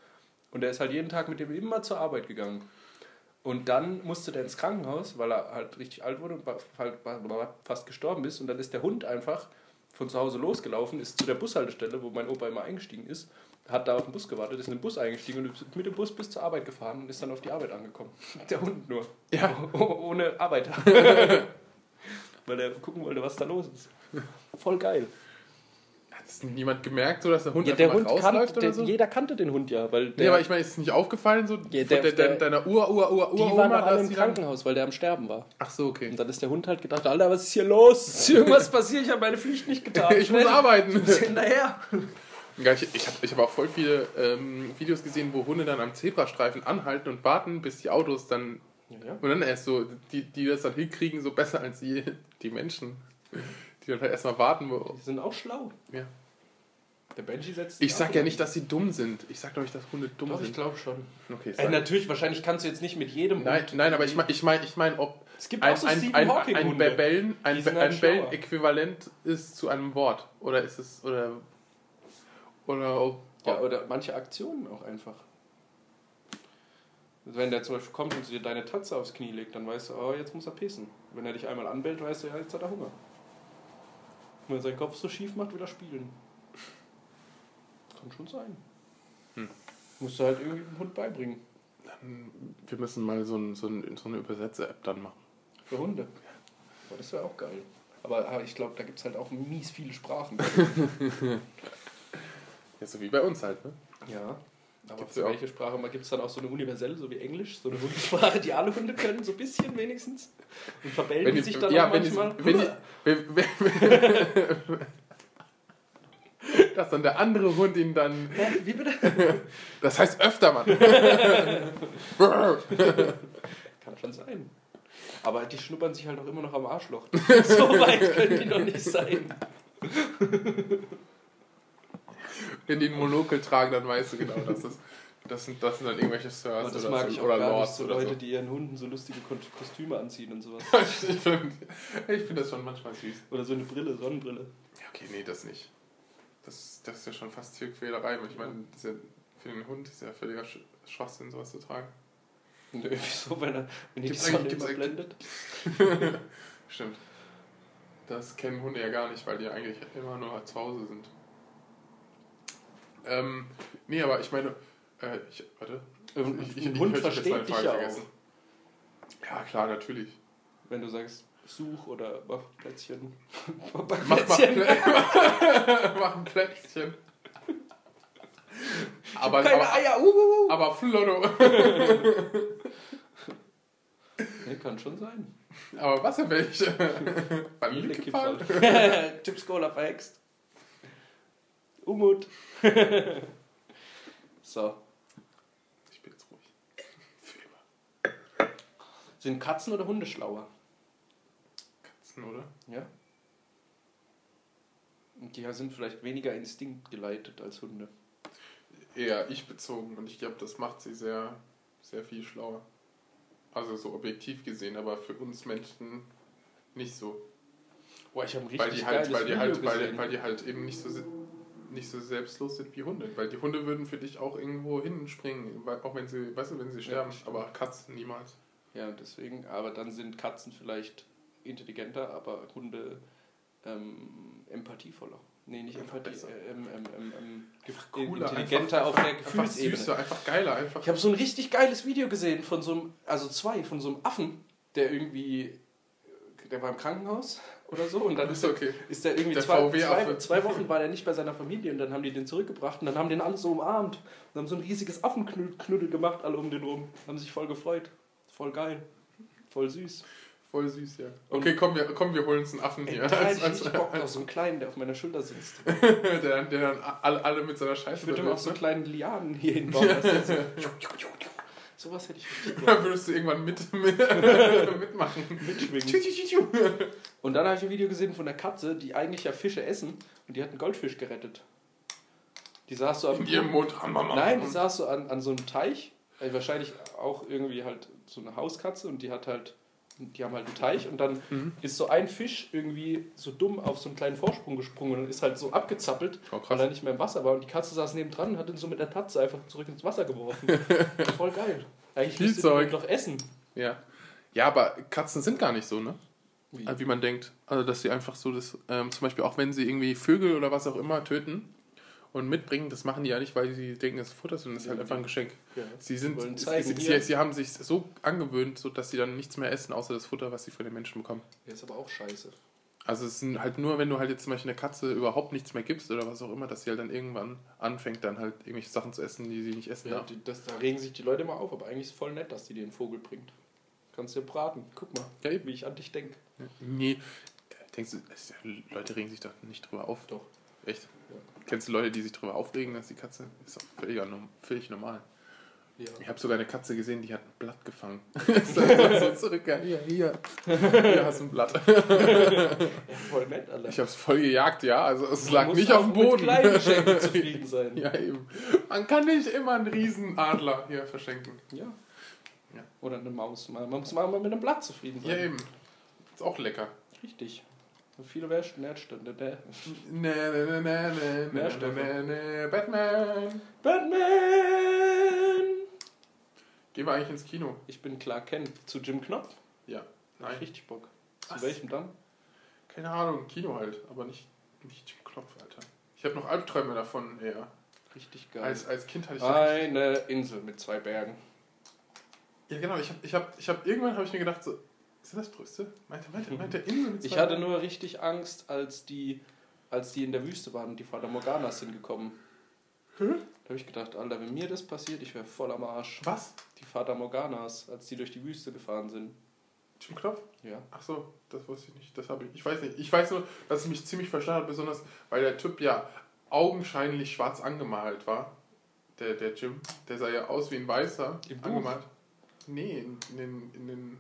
S2: Und der ist halt jeden Tag mit dem immer zur Arbeit gegangen. Und dann musste der ins Krankenhaus, weil er halt richtig alt wurde und ba- fa- ba- fast gestorben ist. Und dann ist der Hund einfach von zu Hause losgelaufen, ist zu der Bushaltestelle, wo mein Opa immer eingestiegen ist, hat da auf den Bus gewartet, ist in den Bus eingestiegen und ist mit dem Bus bis zur Arbeit gefahren und ist dann auf die Arbeit angekommen. Der Hund nur.
S3: Ja.
S2: Oh- Ohne Arbeiter. Weil er gucken wollte, was da los ist. Voll geil.
S3: Hat es niemand gemerkt, so dass der Hund
S2: Ja,
S3: einfach
S2: der
S3: mal
S2: Hund
S3: rausläuft
S2: kannte,
S3: oder
S2: der,
S3: so?
S2: jeder kannte den Hund ja, weil der,
S3: nee, aber ich meine, ist es nicht aufgefallen so?
S2: Ja,
S3: Von
S2: der- der-
S3: deiner Ur, Ur, Ur,
S2: die
S3: Ur,
S2: waren
S3: Oma,
S2: noch alle
S3: dass
S2: im
S3: die dann-
S2: Krankenhaus, weil der am Sterben war.
S3: Ach so, okay.
S2: Und dann ist der Hund halt gedacht, Alter, was ist hier los? Ist hier irgendwas passiert? Ich habe meine Pflicht nicht getan.
S3: Ich muss
S2: Schnell,
S3: arbeiten.
S2: ich muss hinterher.
S3: Ja, ich ich habe ich hab auch voll viele ähm, Videos gesehen, wo Hunde dann am Zebrastreifen anhalten und warten, bis die Autos dann. Und dann erst so, die, die das dann hinkriegen, so besser als die, die Menschen. Die dann halt erstmal warten. Wo,
S2: Die sind auch schlau.
S3: ja.
S2: Der Benji setzt.
S3: Ich sag ja nicht, dass sie dumm sind. Ich sag doch nicht, dass Hunde dumm
S2: Doch, ich
S3: sind.
S2: glaube schon.
S3: okay,
S2: Ey,
S3: sag.
S2: natürlich, wahrscheinlich kannst du jetzt nicht mit jedem
S3: nein,
S2: Hund.
S3: nein, aber ich meine, ich meine, ich mein, ob
S2: Es gibt
S3: ein,
S2: auch so
S3: ein,
S2: Stephen
S3: ein, ein, ein
S2: Hawking-Hunde.
S3: Bellen, ein,
S2: Die sind
S3: Be-
S2: halt
S3: ein Bellen
S2: schlauer.
S3: äquivalent ist zu einem Wort. Oder ist es. Oder. Oder. ob-
S2: Ja, oder manche Aktionen auch einfach. Also Wenn der zum Beispiel kommt und dir deine Tatze aufs Knie legt, dann weißt du, oh, jetzt muss er pissen. Wenn er dich einmal anbellt, weißt du, ja, jetzt hat er Hunger. Und wenn er seinen Kopf so schief macht, will er spielen. Kann schon sein. Musst du halt irgendwie dem Hund beibringen.
S3: Wir müssen mal so, ein, so, ein, so eine Übersetzer-App dann machen.
S2: Für Hunde. Aber das wäre auch geil. Aber ah, ich glaube, da gibt es halt auch mies viele Sprachen.
S3: Ja, so wie bei uns halt, ne?
S2: ja. Aber
S3: Gibt's
S2: für
S3: ja auch.
S2: welche Sprache gibt es dann auch so eine universelle, so wie Englisch, so eine Hundesprache, die alle Hunde können, so ein bisschen wenigstens. Und verbellen die sich dann auch
S3: wenn die,
S2: manchmal.
S3: wenn die, wenn, wenn, dass dann der andere Hund ihn dann.
S2: Hä, wie bitte?
S3: Das heißt öfter, Mann.
S2: Kann schon sein. Aber die schnuppern sich halt auch immer noch am Arschloch. So weit können die noch nicht sein.
S3: wenn die einen Monokel tragen, dann weißt du genau, dass das. Das sind, das sind dann irgendwelche Sirs
S2: Aber das
S3: oder,
S2: mag
S3: so,
S2: ich auch
S3: oder
S2: gar nicht,
S3: Lords
S2: so
S3: oder
S2: Leute,
S3: so.
S2: die ihren Hunden so lustige Kon- Kostüme anziehen und sowas.
S3: ich finde ich find das schon manchmal süß.
S2: Oder so eine Brille, Sonnenbrille.
S3: Ja, okay, nee, das nicht. Das, das ist ja schon fast Tierquälerei. weil Ich meine, das ist ja für den Hund ist ja völliger Sch- Schwachsinn, sowas zu tragen.
S2: Nö, wieso, wenn, er, wenn die, die
S3: Gibt's
S2: Sonne
S3: eigentlich-
S2: immer
S3: gibt's eigentlich-
S2: blendet?
S3: Stimmt. Das kennen Hunde ja gar nicht, weil die ja eigentlich immer nur zu Hause sind. Ähm, nee, aber ich meine, äh, ich, warte.
S2: Ein,
S3: Ich, ich,
S2: ein
S3: ich-
S2: Hund
S3: ich hab jetzt meine
S2: versteht dich
S3: Frage
S2: ja auch.
S3: vergessen. Ja, klar, natürlich.
S2: Wenn du sagst, such oder mach Plätzchen.
S3: Mach mal Plä- Mach ein Plätzchen. Aber, aber,
S2: Eier, uh, uh, uh.
S3: aber Flotto.
S2: Nee, kann schon sein.
S3: Aber was habe ich? Vanillekipferl?
S2: Chips Cola verhext. Umut. so.
S3: Ich bin jetzt ruhig. Für immer.
S2: Sind Katzen oder Hunde schlauer?
S3: Katzen, oder?
S2: Ja. Und Die sind vielleicht weniger instinktgeleitet als Hunde.
S3: Eher ich bezogen und ich glaube, das macht sie sehr, sehr viel schlauer. Also so objektiv gesehen, aber für uns Menschen nicht so.
S2: Boah, ich habe ein
S3: Weil
S2: richtig
S3: die, halt,
S2: geiles
S3: weil, die
S2: Video
S3: halt, weil,
S2: gesehen.
S3: weil die halt eben nicht so, si- nicht so selbstlos sind wie Hunde. Weil die Hunde würden für dich auch irgendwo hinspringen, weil- auch wenn sie, weißt du, wenn sie sterben.
S2: stimmt.
S3: aber Katzen niemals.
S2: Ja, deswegen, aber dann sind Katzen vielleicht intelligenter, aber Hunde ähm, empathievoller. Nee, nicht
S3: Ja,
S2: Empathie,
S3: besser.
S2: äh, ähm, ähm, ähm, ähm, ge-
S3: cooler,
S2: intelligenter
S3: einfach-
S2: auf der
S3: Einfach
S2: Gefühlsebene.
S3: süßer, einfach geiler, einfach.
S2: Ich habe so ein richtig geiles Video gesehen von so einem, also zwei, von so einem Affen, der irgendwie, der war im Krankenhaus oder so und dann ist
S3: Ist
S2: der
S3: okay.
S2: ist der irgendwie
S3: Der
S2: zwei,
S3: VW-Affe.
S2: zwei, zwei Wochen war der nicht bei seiner Familie und dann haben die den zurückgebracht und dann haben den alle so umarmt und haben so ein riesiges Affenknuddel gemacht, alle um den rum. Haben sich voll gefreut. Voll geil. Voll süß.
S3: Voll süß, ja. Okay, komm, wir, komm, wir holen uns einen Affen
S2: Ey,
S3: hier.
S2: ja, da hätte ich
S3: Als-
S2: richtig Bock auf so einen kleinen, der auf meiner Schulter sitzt.
S3: der, der dann alle, alle mit seiner Scheiße
S2: Ich würde immer auf
S3: bewirft,
S2: so
S3: ne?
S2: kleinen Lianen hier hinbauen. weißt du, so. Sowas hätte ich richtig Bock
S3: Da würdest du irgendwann mit, mit, mitmachen.
S2: mitschwingen.
S3: Tschu, tschu, tschu, tschu.
S2: Und dann habe ich ein Video gesehen von der Katze, die eigentlich ja Fische essen und die hat einen Goldfisch gerettet. Die saß so am
S3: In ihrem Mund. Ah,
S2: Nein, die saß so an, an so einem Teich, äh, wahrscheinlich auch irgendwie halt so eine Hauskatze und die hat halt, die haben halt einen Teich und dann
S3: Mhm.
S2: ist so ein Fisch irgendwie so dumm auf so einen kleinen Vorsprung gesprungen und ist halt so abgezappelt,
S3: Oh,
S2: weil
S3: krass.
S2: er nicht mehr im Wasser war und die Katze saß nebendran und hat ihn so mit der Tatze einfach zurück ins Wasser geworfen. Voll geil. Eigentlich müsste die
S3: Spielzeug.
S2: den doch essen.
S3: Ja. ja, aber Katzen sind gar nicht so, ne?
S2: Wie?
S3: Wie man denkt. Also, dass sie einfach so das, ähm, zum Beispiel auch wenn sie irgendwie Vögel oder was auch immer töten und mitbringen, das machen die ja nicht, weil sie denken, es ist Futter, sondern es ist halt einfach ein Geschenk.
S2: Ja.
S3: Sie, sind,
S2: Wollen
S3: sie,
S2: zeigen,
S3: sie,
S2: hier.
S3: sie haben sich so angewöhnt, so dass sie dann nichts mehr essen, außer das Futter, was sie von den Menschen bekommen.
S2: Der ist aber auch scheiße.
S3: Also es sind halt nur, wenn du halt jetzt zum Beispiel einer Katze überhaupt nichts mehr gibst oder was auch immer, dass sie halt dann irgendwann anfängt, dann halt irgendwelche Sachen zu essen, die sie nicht essen
S2: Ja,
S3: darf.
S2: die, das, da regen sich die Leute immer auf, aber eigentlich ist voll nett, dass die dir einen Vogel bringt. Kannst dir braten. Guck mal,
S3: Ja, eben.
S2: wie ich an dich denke.
S3: Nee, denkst du, es- Leute regen sich da nicht drüber auf.
S2: Doch.
S3: Echt?
S2: Ja.
S3: Kennst du Leute, die sich drüber aufregen, dass die Katze? Ist doch völlig, norm- völlig normal.
S2: Ja.
S3: Ich habe sogar eine Katze gesehen, die hat ein Blatt gefangen. ist dann so zurückgegangen. Hier, hier. Hier hast du ein Blatt.
S2: Voll nett, Alter.
S3: Ich habe es voll gejagt, ja. Also es
S2: Man
S3: lag
S2: muss
S3: nicht auf
S2: auch
S3: dem
S2: mit
S3: Boden.
S2: kleinen Geschenken zufrieden sein.
S3: Ja, eben. Man kann nicht immer einen Riesenadler hier verschenken.
S2: Ja.
S3: Ja.
S2: Oder eine Maus. Man man muss mal mit einem Blatt zufrieden sein.
S3: Ja, eben. Ist auch lecker.
S2: Richtig. Und viele Wär- Nährstoffe. Der
S3: Ne, ne, ne, ne, ne,
S2: Mehr
S3: ne,
S2: Stoffe.
S3: ne, ne, Batman.
S2: Batman!
S3: Gehen wir eigentlich ins Kino?
S2: Ich bin Clark Kent. Zu Jim Knopf?
S3: Ja.
S2: Hab ich
S3: Nein.
S2: Richtig Bock. Zu
S3: Was?
S2: welchem dann?
S3: Keine Ahnung, Kino halt, aber nicht, nicht im Knopf, Alter. Ich habe noch Albträume davon eher.
S2: Richtig geil.
S3: Als, als Kind hatte ich.
S2: Eine Insel mit zwei Bergen.
S3: ja, genau, ich habe ich hab, ich hab, irgendwann habe ich mir gedacht, so, sind das Brüste? Meint er, meint er, meint er Insel mit
S2: Ich
S3: zwei-
S2: hatte nur richtig Angst, als die, als die in der Wüste waren und die Fata Morganas sind gekommen. Da habe ich gedacht, Alter, wenn mir das passiert, ich wäre voll am Arsch.
S3: Was?
S2: Die Fata Morganas, als die durch die Wüste gefahren sind.
S3: Jim Knopf?
S2: Ja.
S3: Ach so, das wusste ich nicht. Das habe ich. Ich weiß nicht. Ich weiß nur, dass es mich ziemlich verstanden hat, besonders weil der Typ ja augenscheinlich schwarz angemalt war. Der, der Jim. Der sah ja aus wie ein Weißer.
S2: Im Buch?
S3: angemalt. Nee, in, in, den- in, den- in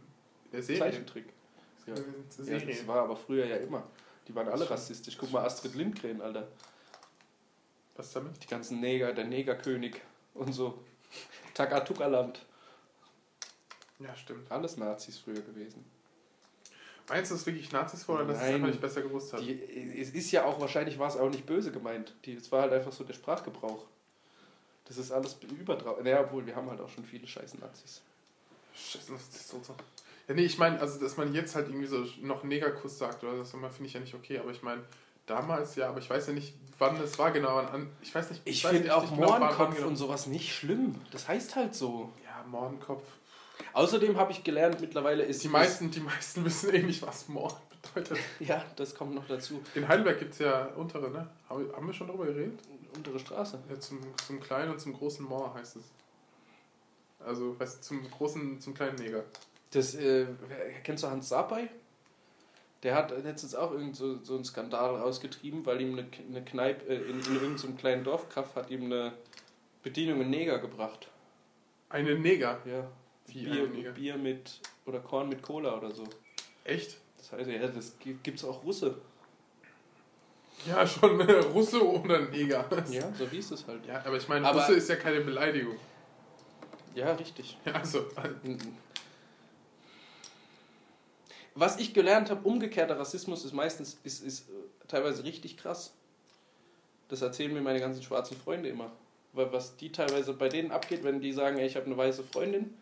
S3: der Serie.
S2: Zeichentrick.
S3: Ja.
S2: Ja. Ja,
S3: Serie.
S2: das war aber früher ja immer. Die waren alle
S3: Das-
S2: rassistisch. Guck mal, Astrid Lindgren, Alter.
S3: Was ist damit?
S2: Die ganzen Neger, der Negerkönig und so. Takatuka-Land.
S3: Ja, stimmt.
S2: Alles Nazis früher gewesen.
S3: Meinst du, es wirklich Nazis war oder dass sie es
S2: Nein.
S3: einfach nicht besser gewusst haben?
S2: Die, es ist ja auch, wahrscheinlich war es auch nicht böse gemeint. Die, es war halt einfach so der Sprachgebrauch. Das ist alles übertraut. Naja, obwohl, wir haben halt auch schon viele scheiß Nazis.
S3: Scheiße, das ist so. so. Ja, nee, ich meine, also, dass man jetzt halt irgendwie so noch Negerkuss sagt oder so, finde ich ja nicht okay, aber ich meine, damals ja, aber ich weiß ja nicht, wann das war genau. wann An, ich weiß nicht.
S2: Ich
S3: weiß
S2: finde
S3: echt
S2: auch
S3: nicht genau, wann
S2: Mohrenkopf
S3: genau-
S2: und sowas nicht schlimm. Das heißt halt so.
S3: Ja, Mohrenkopf.
S2: Außerdem habe ich gelernt, mittlerweile ist.
S3: Die meisten, die meisten wissen eh nicht, was Mohren bedeutet.
S2: Ja, das kommt noch dazu.
S3: In Heidelberg gibt es ja untere, ne? Haben wir- haben wir schon drüber geredet?
S2: Untere Straße.
S3: Ja, zum, zum kleinen und zum großen Moor heißt es. Also, weißt du, zum großen, zum kleinen Neger.
S2: Das, äh, wer- kennst du Hans Sapai? Der hat letztens auch irgend so, so einen Skandal rausgetrieben, weil ihm eine, K- eine Kneipe äh, in, in irgendeinem kleinen Dorfkraft hat ihm eine Bedienung in Neger gebracht.
S3: Eine Neger.
S2: Ja.
S3: Wie
S2: Bier,
S3: ein Neger?
S2: Bier mit oder Korn mit Cola oder so.
S3: Echt?
S2: Das heißt, ja, das gi- gibt's auch Russe.
S3: Ja, schon äh, Russe oder Neger.
S2: Ja, so hieß es halt.
S3: Ja, aber ich meine,
S2: Aber-
S3: Russe ist ja keine Beleidigung.
S2: Ja, richtig.
S3: Ja, also, äh,
S2: Mhm. was ich gelernt habe, umgekehrter Rassismus ist meistens ist, ist äh, teilweise richtig krass. Das erzählen mir meine ganzen schwarzen Freunde immer. Weil was die teilweise bei denen abgeht, wenn die sagen, ey, ich habe eine weiße Freundin,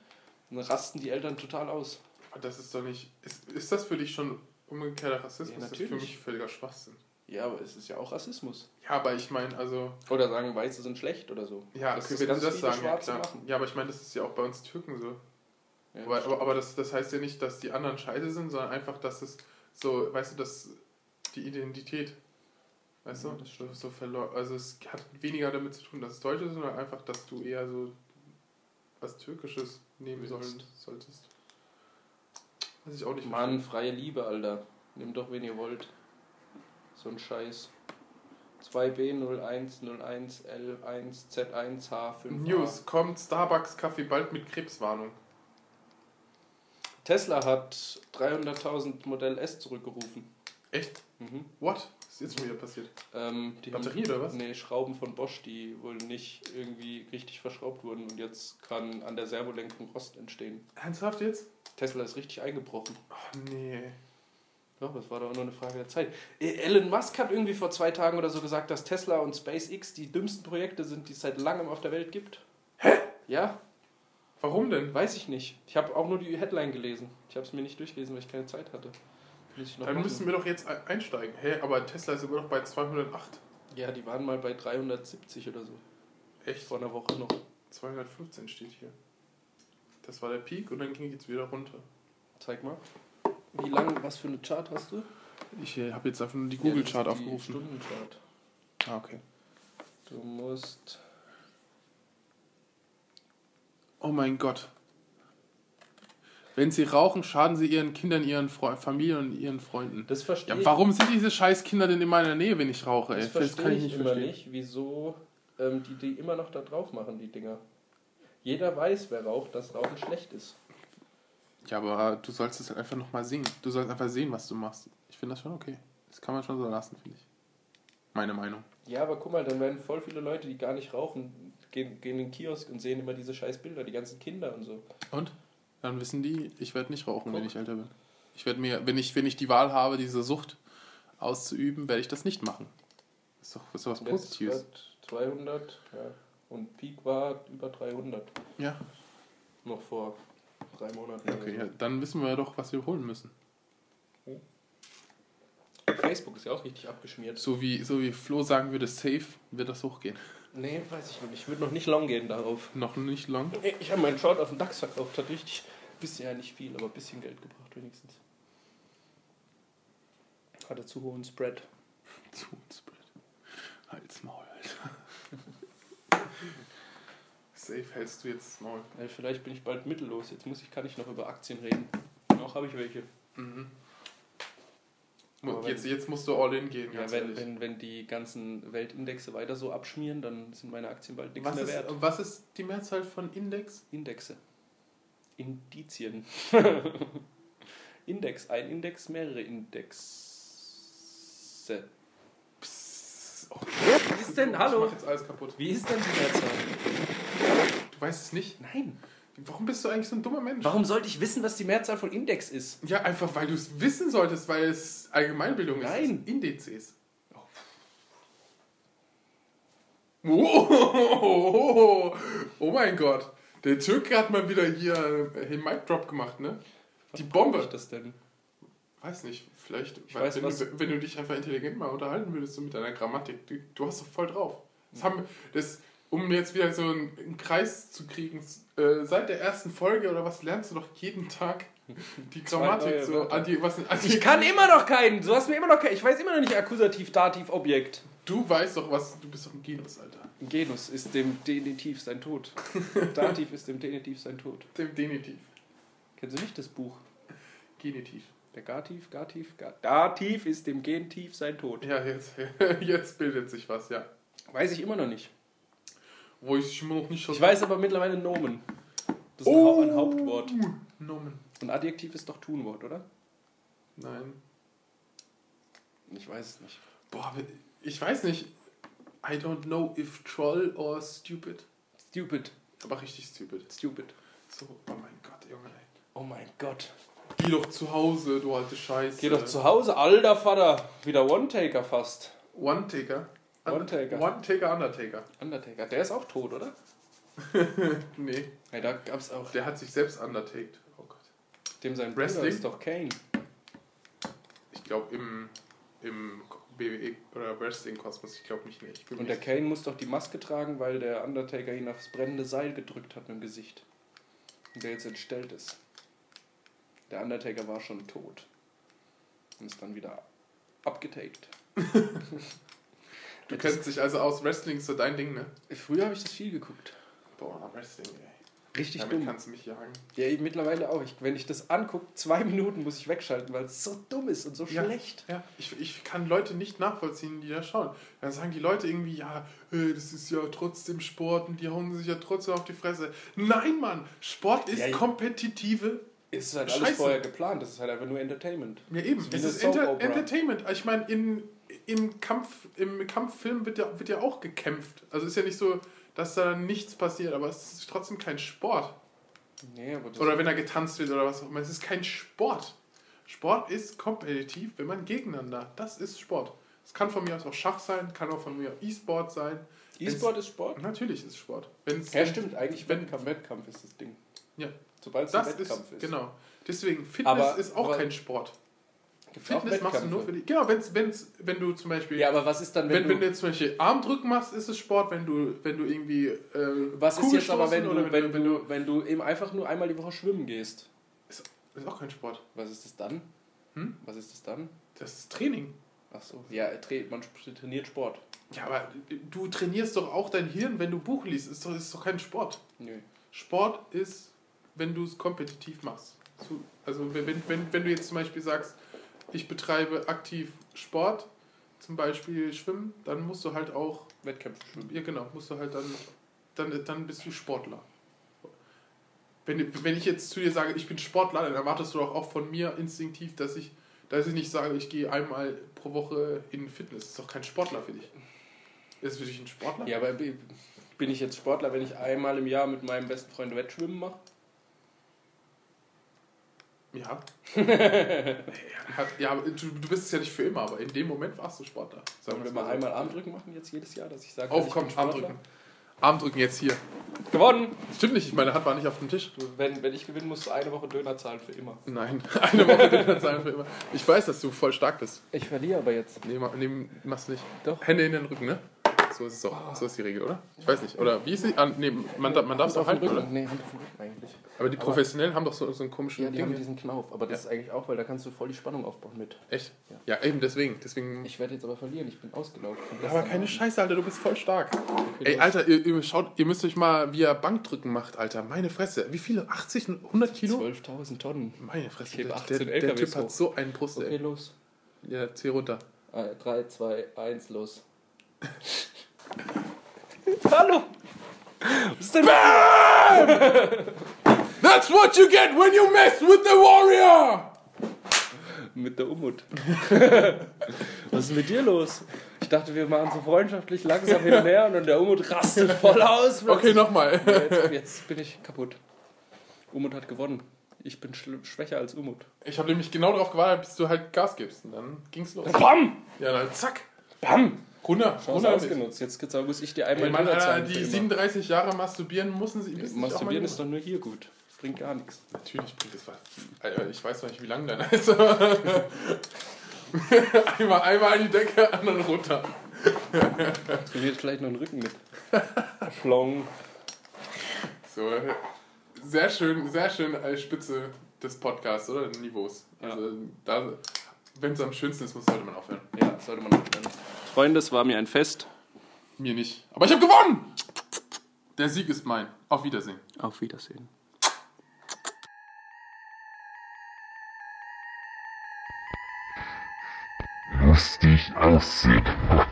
S2: dann rasten die Eltern total aus.
S3: Aber das ist doch nicht. Ist, ist das für dich schon umgekehrter Rassismus?
S2: Ja,
S3: das ist für
S2: natürlich.
S3: mich völliger Schwachsinn.
S2: Ja, aber es ist ja auch Rassismus.
S3: Ja, aber ich meine, also.
S2: Oder sagen, Weiße sind schlecht oder so.
S3: Ja,
S2: Das
S3: okay,
S2: ist
S3: wenn
S2: ganz
S3: sie das
S2: viele
S3: sagen, ja,
S2: Schwarze
S3: klar.
S2: machen.
S3: ja, aber ich meine, das ist ja auch bei uns Türken so.
S2: Ja,
S3: aber aber, aber das, das heißt ja nicht, dass die anderen scheiße sind, sondern einfach, dass es so, weißt du, dass die Identität, weißt
S2: Ja,
S3: du, das so verloren. Also es hat weniger damit zu tun, dass es Deutsch ist, sondern einfach, dass du eher so was Türkisches nehmen
S2: Willst.
S3: sollen, solltest. Was ich auch nicht
S2: Mann, freie Liebe, Alter. Nehmt doch, wen ihr wollt. So ein Scheiß. 2B0101L1Z1H5.
S3: verstehe. News, kommt Starbucks Kaffee bald mit Krebswarnung.
S2: Tesla hat 300.000 Modell S zurückgerufen.
S3: Echt?
S2: Mhm.
S3: What? Ist jetzt schon wieder passiert.
S2: Ähm, die
S3: Batterie oder was?
S2: Nee, Schrauben von Bosch, die wohl nicht irgendwie richtig verschraubt wurden und jetzt kann an der Servolenkung Rost entstehen.
S3: Ernsthaft jetzt?
S2: Tesla ist richtig eingebrochen.
S3: Ach nee.
S2: Ja, das war doch nur eine Frage der Zeit. Äh, Elon Musk hat irgendwie vor zwei Tagen oder so gesagt, dass Tesla und SpaceX die dümmsten Projekte sind, die es seit langem auf der Welt gibt. Hä? Ja,
S3: Warum denn?
S2: weiß ich nicht. Ich habe auch nur die Headline gelesen. Ich habe es mir nicht durchgelesen, weil ich keine Zeit hatte. Muss ich noch
S3: Dann
S2: machen.
S3: müssen wir doch jetzt ein- einsteigen. Hä, aber Tesla ist immer noch bei 208.
S2: ja, die waren mal bei 370 oder so.
S3: Echt?
S2: Vor einer Woche noch.
S3: 215 steht hier. Das war der Peak und dann ging jetzt wieder runter.
S2: Zeig mal. Wie lang, was für eine Chart hast du?
S3: Ich habe jetzt einfach nur die
S2: Ja, das ist die Stundenchart.
S3: Ah, okay.
S2: Du musst.
S3: Oh mein Gott. Wenn sie rauchen, schaden sie ihren Kindern, ihren Fre Familien und ihren Freunden.
S2: Das verstehe
S3: Ja, warum sind diese scheiß Kinder denn in meiner Nähe, wenn ich rauche? Ey?
S2: Das
S3: Das
S2: verstehe
S3: kann
S2: ich, immer nicht, wieso ähm, die die immer noch da drauf machen, die Dinger. Jeder weiß, wer raucht, dass Rauchen schlecht ist.
S3: Ja, aber du sollst es halt einfach nochmal sehen. Du sollst einfach sehen, was du machst. Ich finde das schon okay. Das kann man schon so lassen, finde ich. Meine Meinung.
S2: Ja, aber guck mal, dann werden voll viele Leute, die gar nicht rauchen, gehen, gehen in den Kiosk und sehen immer diese scheiß Bilder, die ganzen Kinder und so.
S3: Und? Dann wissen die, ich werde nicht rauchen, wenn
S2: Guck.
S3: ich älter bin. Ich werde mir, wenn ich, wenn ich die Wahl habe, diese Sucht auszuüben, werde ich das nicht machen. Ist doch, ist doch was
S2: Und jetzt
S3: Positives.
S2: grad 200, ja. Und Peak war über 300.
S3: Ja,
S2: Noch vor drei Monaten.
S3: ja, okay. Ja,
S2: oder
S3: dann wissen wir doch, was wir holen müssen.
S2: so. Facebook ist ja auch richtig abgeschmiert.
S3: So wie, so wie Flo sagen würde, safe wird das hochgehen.
S2: Nee, weiß ich nicht. Ich würde noch nicht long gehen darauf.
S3: Noch nicht lang.
S2: Nee, Ich habe meinen Short auf den DAX verkauft, hat richtig. Bisher nicht viel, aber ein bisschen Geld gebracht wenigstens. Hatte zu hohen Spread.
S3: Zu uns, Brett. Halt's Maul, Alter. safe hältst du jetzt das Maul.
S2: Äh, vielleicht bin ich bald mittellos. Jetzt muss ich, kann ich noch über Aktien reden. Noch habe ich welche.
S3: Mhm.
S2: Aber wenn-
S3: Jetzt, jetzt musst du all in gehen,
S2: Ja,
S3: ganz
S2: wenn,
S3: ehrlich.
S2: wenn, wenn die ganzen Weltindexe weiter so abschmieren, dann sind meine Aktien bald nichts
S3: was,
S2: mehr
S3: ist,
S2: wert.
S3: was ist die Mehrzahl von Index?
S2: Indexe. Indizien. Index. Ein Index, mehrere Indexe.
S3: Psst.
S2: Wie ist denn?
S3: Ich
S2: Hallo?
S3: mach jetzt alles kaputt.
S2: Wie ist denn die Mehrzahl?
S3: Du weißt es nicht?
S2: Nein.
S3: Warum bist du eigentlich so ein dummer Mensch?
S2: Warum sollte ich wissen, was die Mehrzahl von Index ist?
S3: Ja, einfach weil du es wissen solltest, weil es Allgemeinbildung ist.
S2: Nein.
S3: Indizes. Oh, oh mein Gott. Der Türke hat mal wieder hier einen Mic Drop gemacht, ne? Die
S2: Was ist
S3: Bombe.
S2: das denn?
S3: Weiß nicht, vielleicht,
S2: Ich
S3: weil,
S2: weiß,
S3: wenn,
S2: was-
S3: du, wenn du dich einfach intelligent mal unterhalten würdest, so mit deiner Grammatik, du, du hast doch voll drauf. Das haben, das, um jetzt wieder so einen, einen Kreis zu kriegen, s- äh, seit der ersten Folge oder was lernst du doch jeden Tag die
S2: Zwei
S3: Grammatik,
S2: neue
S3: so
S2: Wörter.
S3: Adi, was sind Adi,
S2: Ich kann immer noch keinen. Du hast mir immer noch keinen. Ich weiß immer noch nicht Akkusativ, Dativ, Objekt.
S3: Du weißt doch was, du bist doch ein Genus, Alter.
S2: Genus ist dem Denitiv sein Tod. Dativ ist dem Denitiv sein Tod.
S3: Dem Denitiv.
S2: Kennst du nicht das Buch?
S3: Genitiv.
S2: Der Gativ, Gativ, Gativ. Dativ ist dem Gentief sein Tod.
S3: Ja, jetzt, jetzt bildet sich was, ja.
S2: Weiß ich immer noch nicht.
S3: Wo ich es immer noch nicht schon...
S2: Ich weiß aber mittlerweile Nomen. Das ist ein Hau-
S3: oh,
S2: ein Hauptwort.
S3: Nomen.
S2: Und Adjektiv ist doch Tunwort, oder?
S3: Nein.
S2: Ich weiß es nicht.
S3: Boah, ich weiß nicht. I don't know if troll or stupid.
S2: Stupid.
S3: Aber richtig stupid.
S2: Stupid.
S3: So, oh mein Gott, Junge. ey.
S2: Oh mein Gott.
S3: Die Geh doch zu Hause, du alte Scheiße.
S2: Geh doch zu Hause, alter Vater. Wieder One-Taker fast.
S3: One-Taker.
S2: One-Taker.
S3: One-Taker Undertaker.
S2: Undertaker, der ist auch tot, oder?
S3: Nee,
S2: Ja, da gab's auch
S3: der hat sich selbst undertaked. Oh Gott.
S2: dem sein
S3: Wrestling?
S2: Bruder ist doch Kane.
S3: Ich glaube im, im WWE oder Wrestling-Kosmos, ich glaube nicht, nee, ich bin
S2: Und
S3: mir
S2: der Kane muss doch die Maske tragen, weil der Undertaker ihn aufs brennende Seil gedrückt hat mit dem Gesicht. Und der jetzt entstellt ist. Der Undertaker war schon tot. Und ist dann wieder abgetaped.
S3: Du kennst dich also aus Wrestling, ist so dein Ding, ne?
S2: Früher habe ich das viel geguckt.
S3: Boah, Wrestling, ey.
S2: Richtig
S3: Damit
S2: dumm.
S3: kannst du mich jagen.
S2: Ja, ich mittlerweile auch. Ich, wenn ich das angucke, zwei Minuten muss ich wegschalten, weil es so dumm ist und so
S3: Ja.
S2: schlecht.
S3: Ja, ich, ich kann Leute nicht nachvollziehen, die da schauen. Dann sagen die Leute irgendwie, ja, äh, das ist ja trotzdem Sport und die hauen sich ja trotzdem auf die Fresse. Nein, Mann, Sport ist
S2: Ja, ja.
S3: kompetitive.
S2: Ist halt
S3: Scheiße.
S2: alles vorher geplant. Das ist halt einfach nur Entertainment.
S3: Ja, eben.
S2: Ist wie
S3: Es
S2: eine
S3: ist Enter
S2: Soap-Opera.
S3: Entertainment. Ich meine, in, in Kampf, im Kampffilm wird ja, wird ja auch gekämpft. Also ist ja nicht so, dass da nichts passiert, aber es ist trotzdem kein Sport.
S2: Nee, aber das
S3: Oder wenn da getanzt wird oder was auch immer. Es ist kein Sport. Sport ist kompetitiv, wenn man gegeneinander. Das ist Sport. Es kann von mir aus auch Schach sein, kann auch von mir aus E-Sport sein.
S2: E-Sport ist Sport?
S3: Wenn's- Natürlich ist es Sport. Wenn's,
S2: Ja, stimmt. Eigentlich
S3: Wenn-
S2: Wettkampf, Wettkampf ist das Ding.
S3: Ja,
S2: Sobald es ein
S3: das ist,
S2: Wettkampf ist.
S3: genau. Deswegen, Fitness
S2: Aber-
S3: ist auch
S2: aber-
S3: kein Sport.
S2: Gibt's auch
S3: Fitness machst du nur
S2: Wettkämpfe?
S3: für die. Genau, wenn's, wenn's, wenn du zum Beispiel.
S2: Ja, aber was ist dann, wenn,
S3: wenn, wenn
S2: du...
S3: du jetzt zum Beispiel Armdrücken machst, ist es Sport. Wenn du, wenn du irgendwie. Äh,
S2: was ist jetzt aber, wenn
S3: Kugelstoßen
S2: du,
S3: oder
S2: wenn, du, wenn du eben einfach nur einmal die Woche schwimmen gehst?
S3: Ist auch kein Sport.
S2: Was ist das dann?
S3: Hm?
S2: Was ist das dann?
S3: Das ist Training.
S2: Ach so. Ja, er tra- man sp- trainiert Sport.
S3: Ja, aber du trainierst doch auch dein Hirn, wenn du Buch liest. Ist doch, ist doch kein Sport.
S2: Nö.
S3: Sport ist, wenn du es kompetitiv machst. Zu- Also wenn, wenn- wenn, wenn du jetzt zum Beispiel sagst, ich betreibe aktiv Sport, zum Beispiel Schwimmen, dann musst du halt auch,
S2: Wettkämpfe schwimmen.
S3: ja genau, musst du halt dann, dann, dann bist du Sportler. Wenn, wenn ich jetzt zu dir sage, ich bin Sportler, dann erwartest du doch auch von mir instinktiv, dass ich, dass ich nicht sage, ich gehe einmal pro Woche in Fitness. Das ist doch kein Sportler für dich. Ist das für dich ein Sportler?
S2: Ja, aber b- bin ich jetzt Sportler, wenn ich einmal im Jahr mit meinem besten Freund Wettschwimmen mache?
S3: Ja. Hat- ja, aber du, du bist es ja nicht für immer, aber in dem Moment warst du Sportler.
S2: Sollen wir
S3: mal
S2: mal
S3: so.
S2: einmal Armdrücken machen jetzt jedes Jahr, dass ich sage,
S3: Auf,
S2: ich
S3: komm,
S2: bin Sportler?
S3: Armdrücken. Armdrücken jetzt hier.
S2: Gewonnen!
S3: Stimmt nicht, meine Hand war nicht auf dem Tisch.
S2: Du, Wenn, wenn ich gewinnen muss, eine Woche Döner zahlen für immer.
S3: Nein, eine Woche Döner zahlen für immer. Ich weiß, dass du voll stark bist.
S2: Ich verliere aber jetzt.
S3: Nee, ma, nee machst du nicht.
S2: Doch.
S3: Hände in den Rücken, ne? So ist es doch. So ist die Regel, oder? Ich weiß nicht. Oder wie ist sie? Ah, nee, man, da- man darf es auch halten, oder?
S2: Nee, Hand auf den Rücken eigentlich.
S3: Aber die Professionellen haben doch so, so einen komischen
S2: Ja, die haben
S3: Ding.
S2: diesen Knauf, aber das ist eigentlich auch, weil da kannst du voll die Spannung aufbauen mit.
S3: Echt? Ja. eben deswegen. deswegen
S2: Ich werde jetzt aber verlieren, ich bin ausgelaugt. von
S3: Aber
S2: gestern
S3: keine
S2: Abend.
S3: Scheiße, Alter, du bist voll stark.
S2: Okay,
S3: Ey,
S2: du-
S3: Alter, ihr, ihr, schaut, ihr müsst euch mal, wie ihr Bankdrücken macht, Alter. Meine Fresse. Wie viele? 80, 100 Kilo?
S2: 12.000 Tonnen.
S3: Meine Fresse,
S2: Ich heb
S3: der,
S2: 18
S3: der, der Typ
S2: LKWs
S3: hat
S2: hoch.
S3: so einen Brust,
S2: Okay,
S3: ey.
S2: los. Äh,
S3: Ja, zieh runter.
S2: 3, 2, 1, los. Hallo! Was ist denn
S3: That's what you get when you mess with the warrior!
S2: mit der Umut? Was ist mit dir los? Ich dachte, wir machen so freundschaftlich langsam hin und her und der Umut rastet voll aus.
S3: Okay, nochmal.
S2: Jetzt, jetzt bin ich kaputt. Umut hat gewonnen. Ich bin schl- schwächer als Umut.
S3: Ich habe nämlich genau darauf gewartet, bis du halt Gas gibst. Und dann ging's los.
S2: Bam!
S3: Ja, dann zack.
S2: Bam!
S3: Runter,
S2: Chance
S3: runter mit.
S2: ausgenutzt. Jetzt gibt's- muss ich dir einmal
S3: Ey, Mann,
S2: Döner
S3: Alter,
S2: zahlen für
S3: die
S2: immer.
S3: 37 Jahre masturbieren müssen sie. Müssen sich auch mal
S2: Masturbieren ist
S3: gemacht.
S2: doch nur hier gut. Bringt gar nichts.
S3: Natürlich bringt es was. Alter, ich weiß noch nicht, wie lange dann. Also, einmal, einmal an die Decke, anderen runter.
S2: Trainiert vielleicht noch den Rücken mit. Schlong.
S3: So, sehr schön, sehr schön als Spitze des Podcasts, oder? Des Niveaus.
S2: Ja.
S3: Also, da, wenn es am schönsten ist, muss, sollte man aufhören.
S2: Ja, sollte man aufhören. Freunde, es war mir ein Fest.
S3: Mir nicht. Aber ich habe gewonnen! Der Sieg ist mein. Auf Wiedersehen.
S2: Auf Wiedersehen.
S1: lustig aussieht.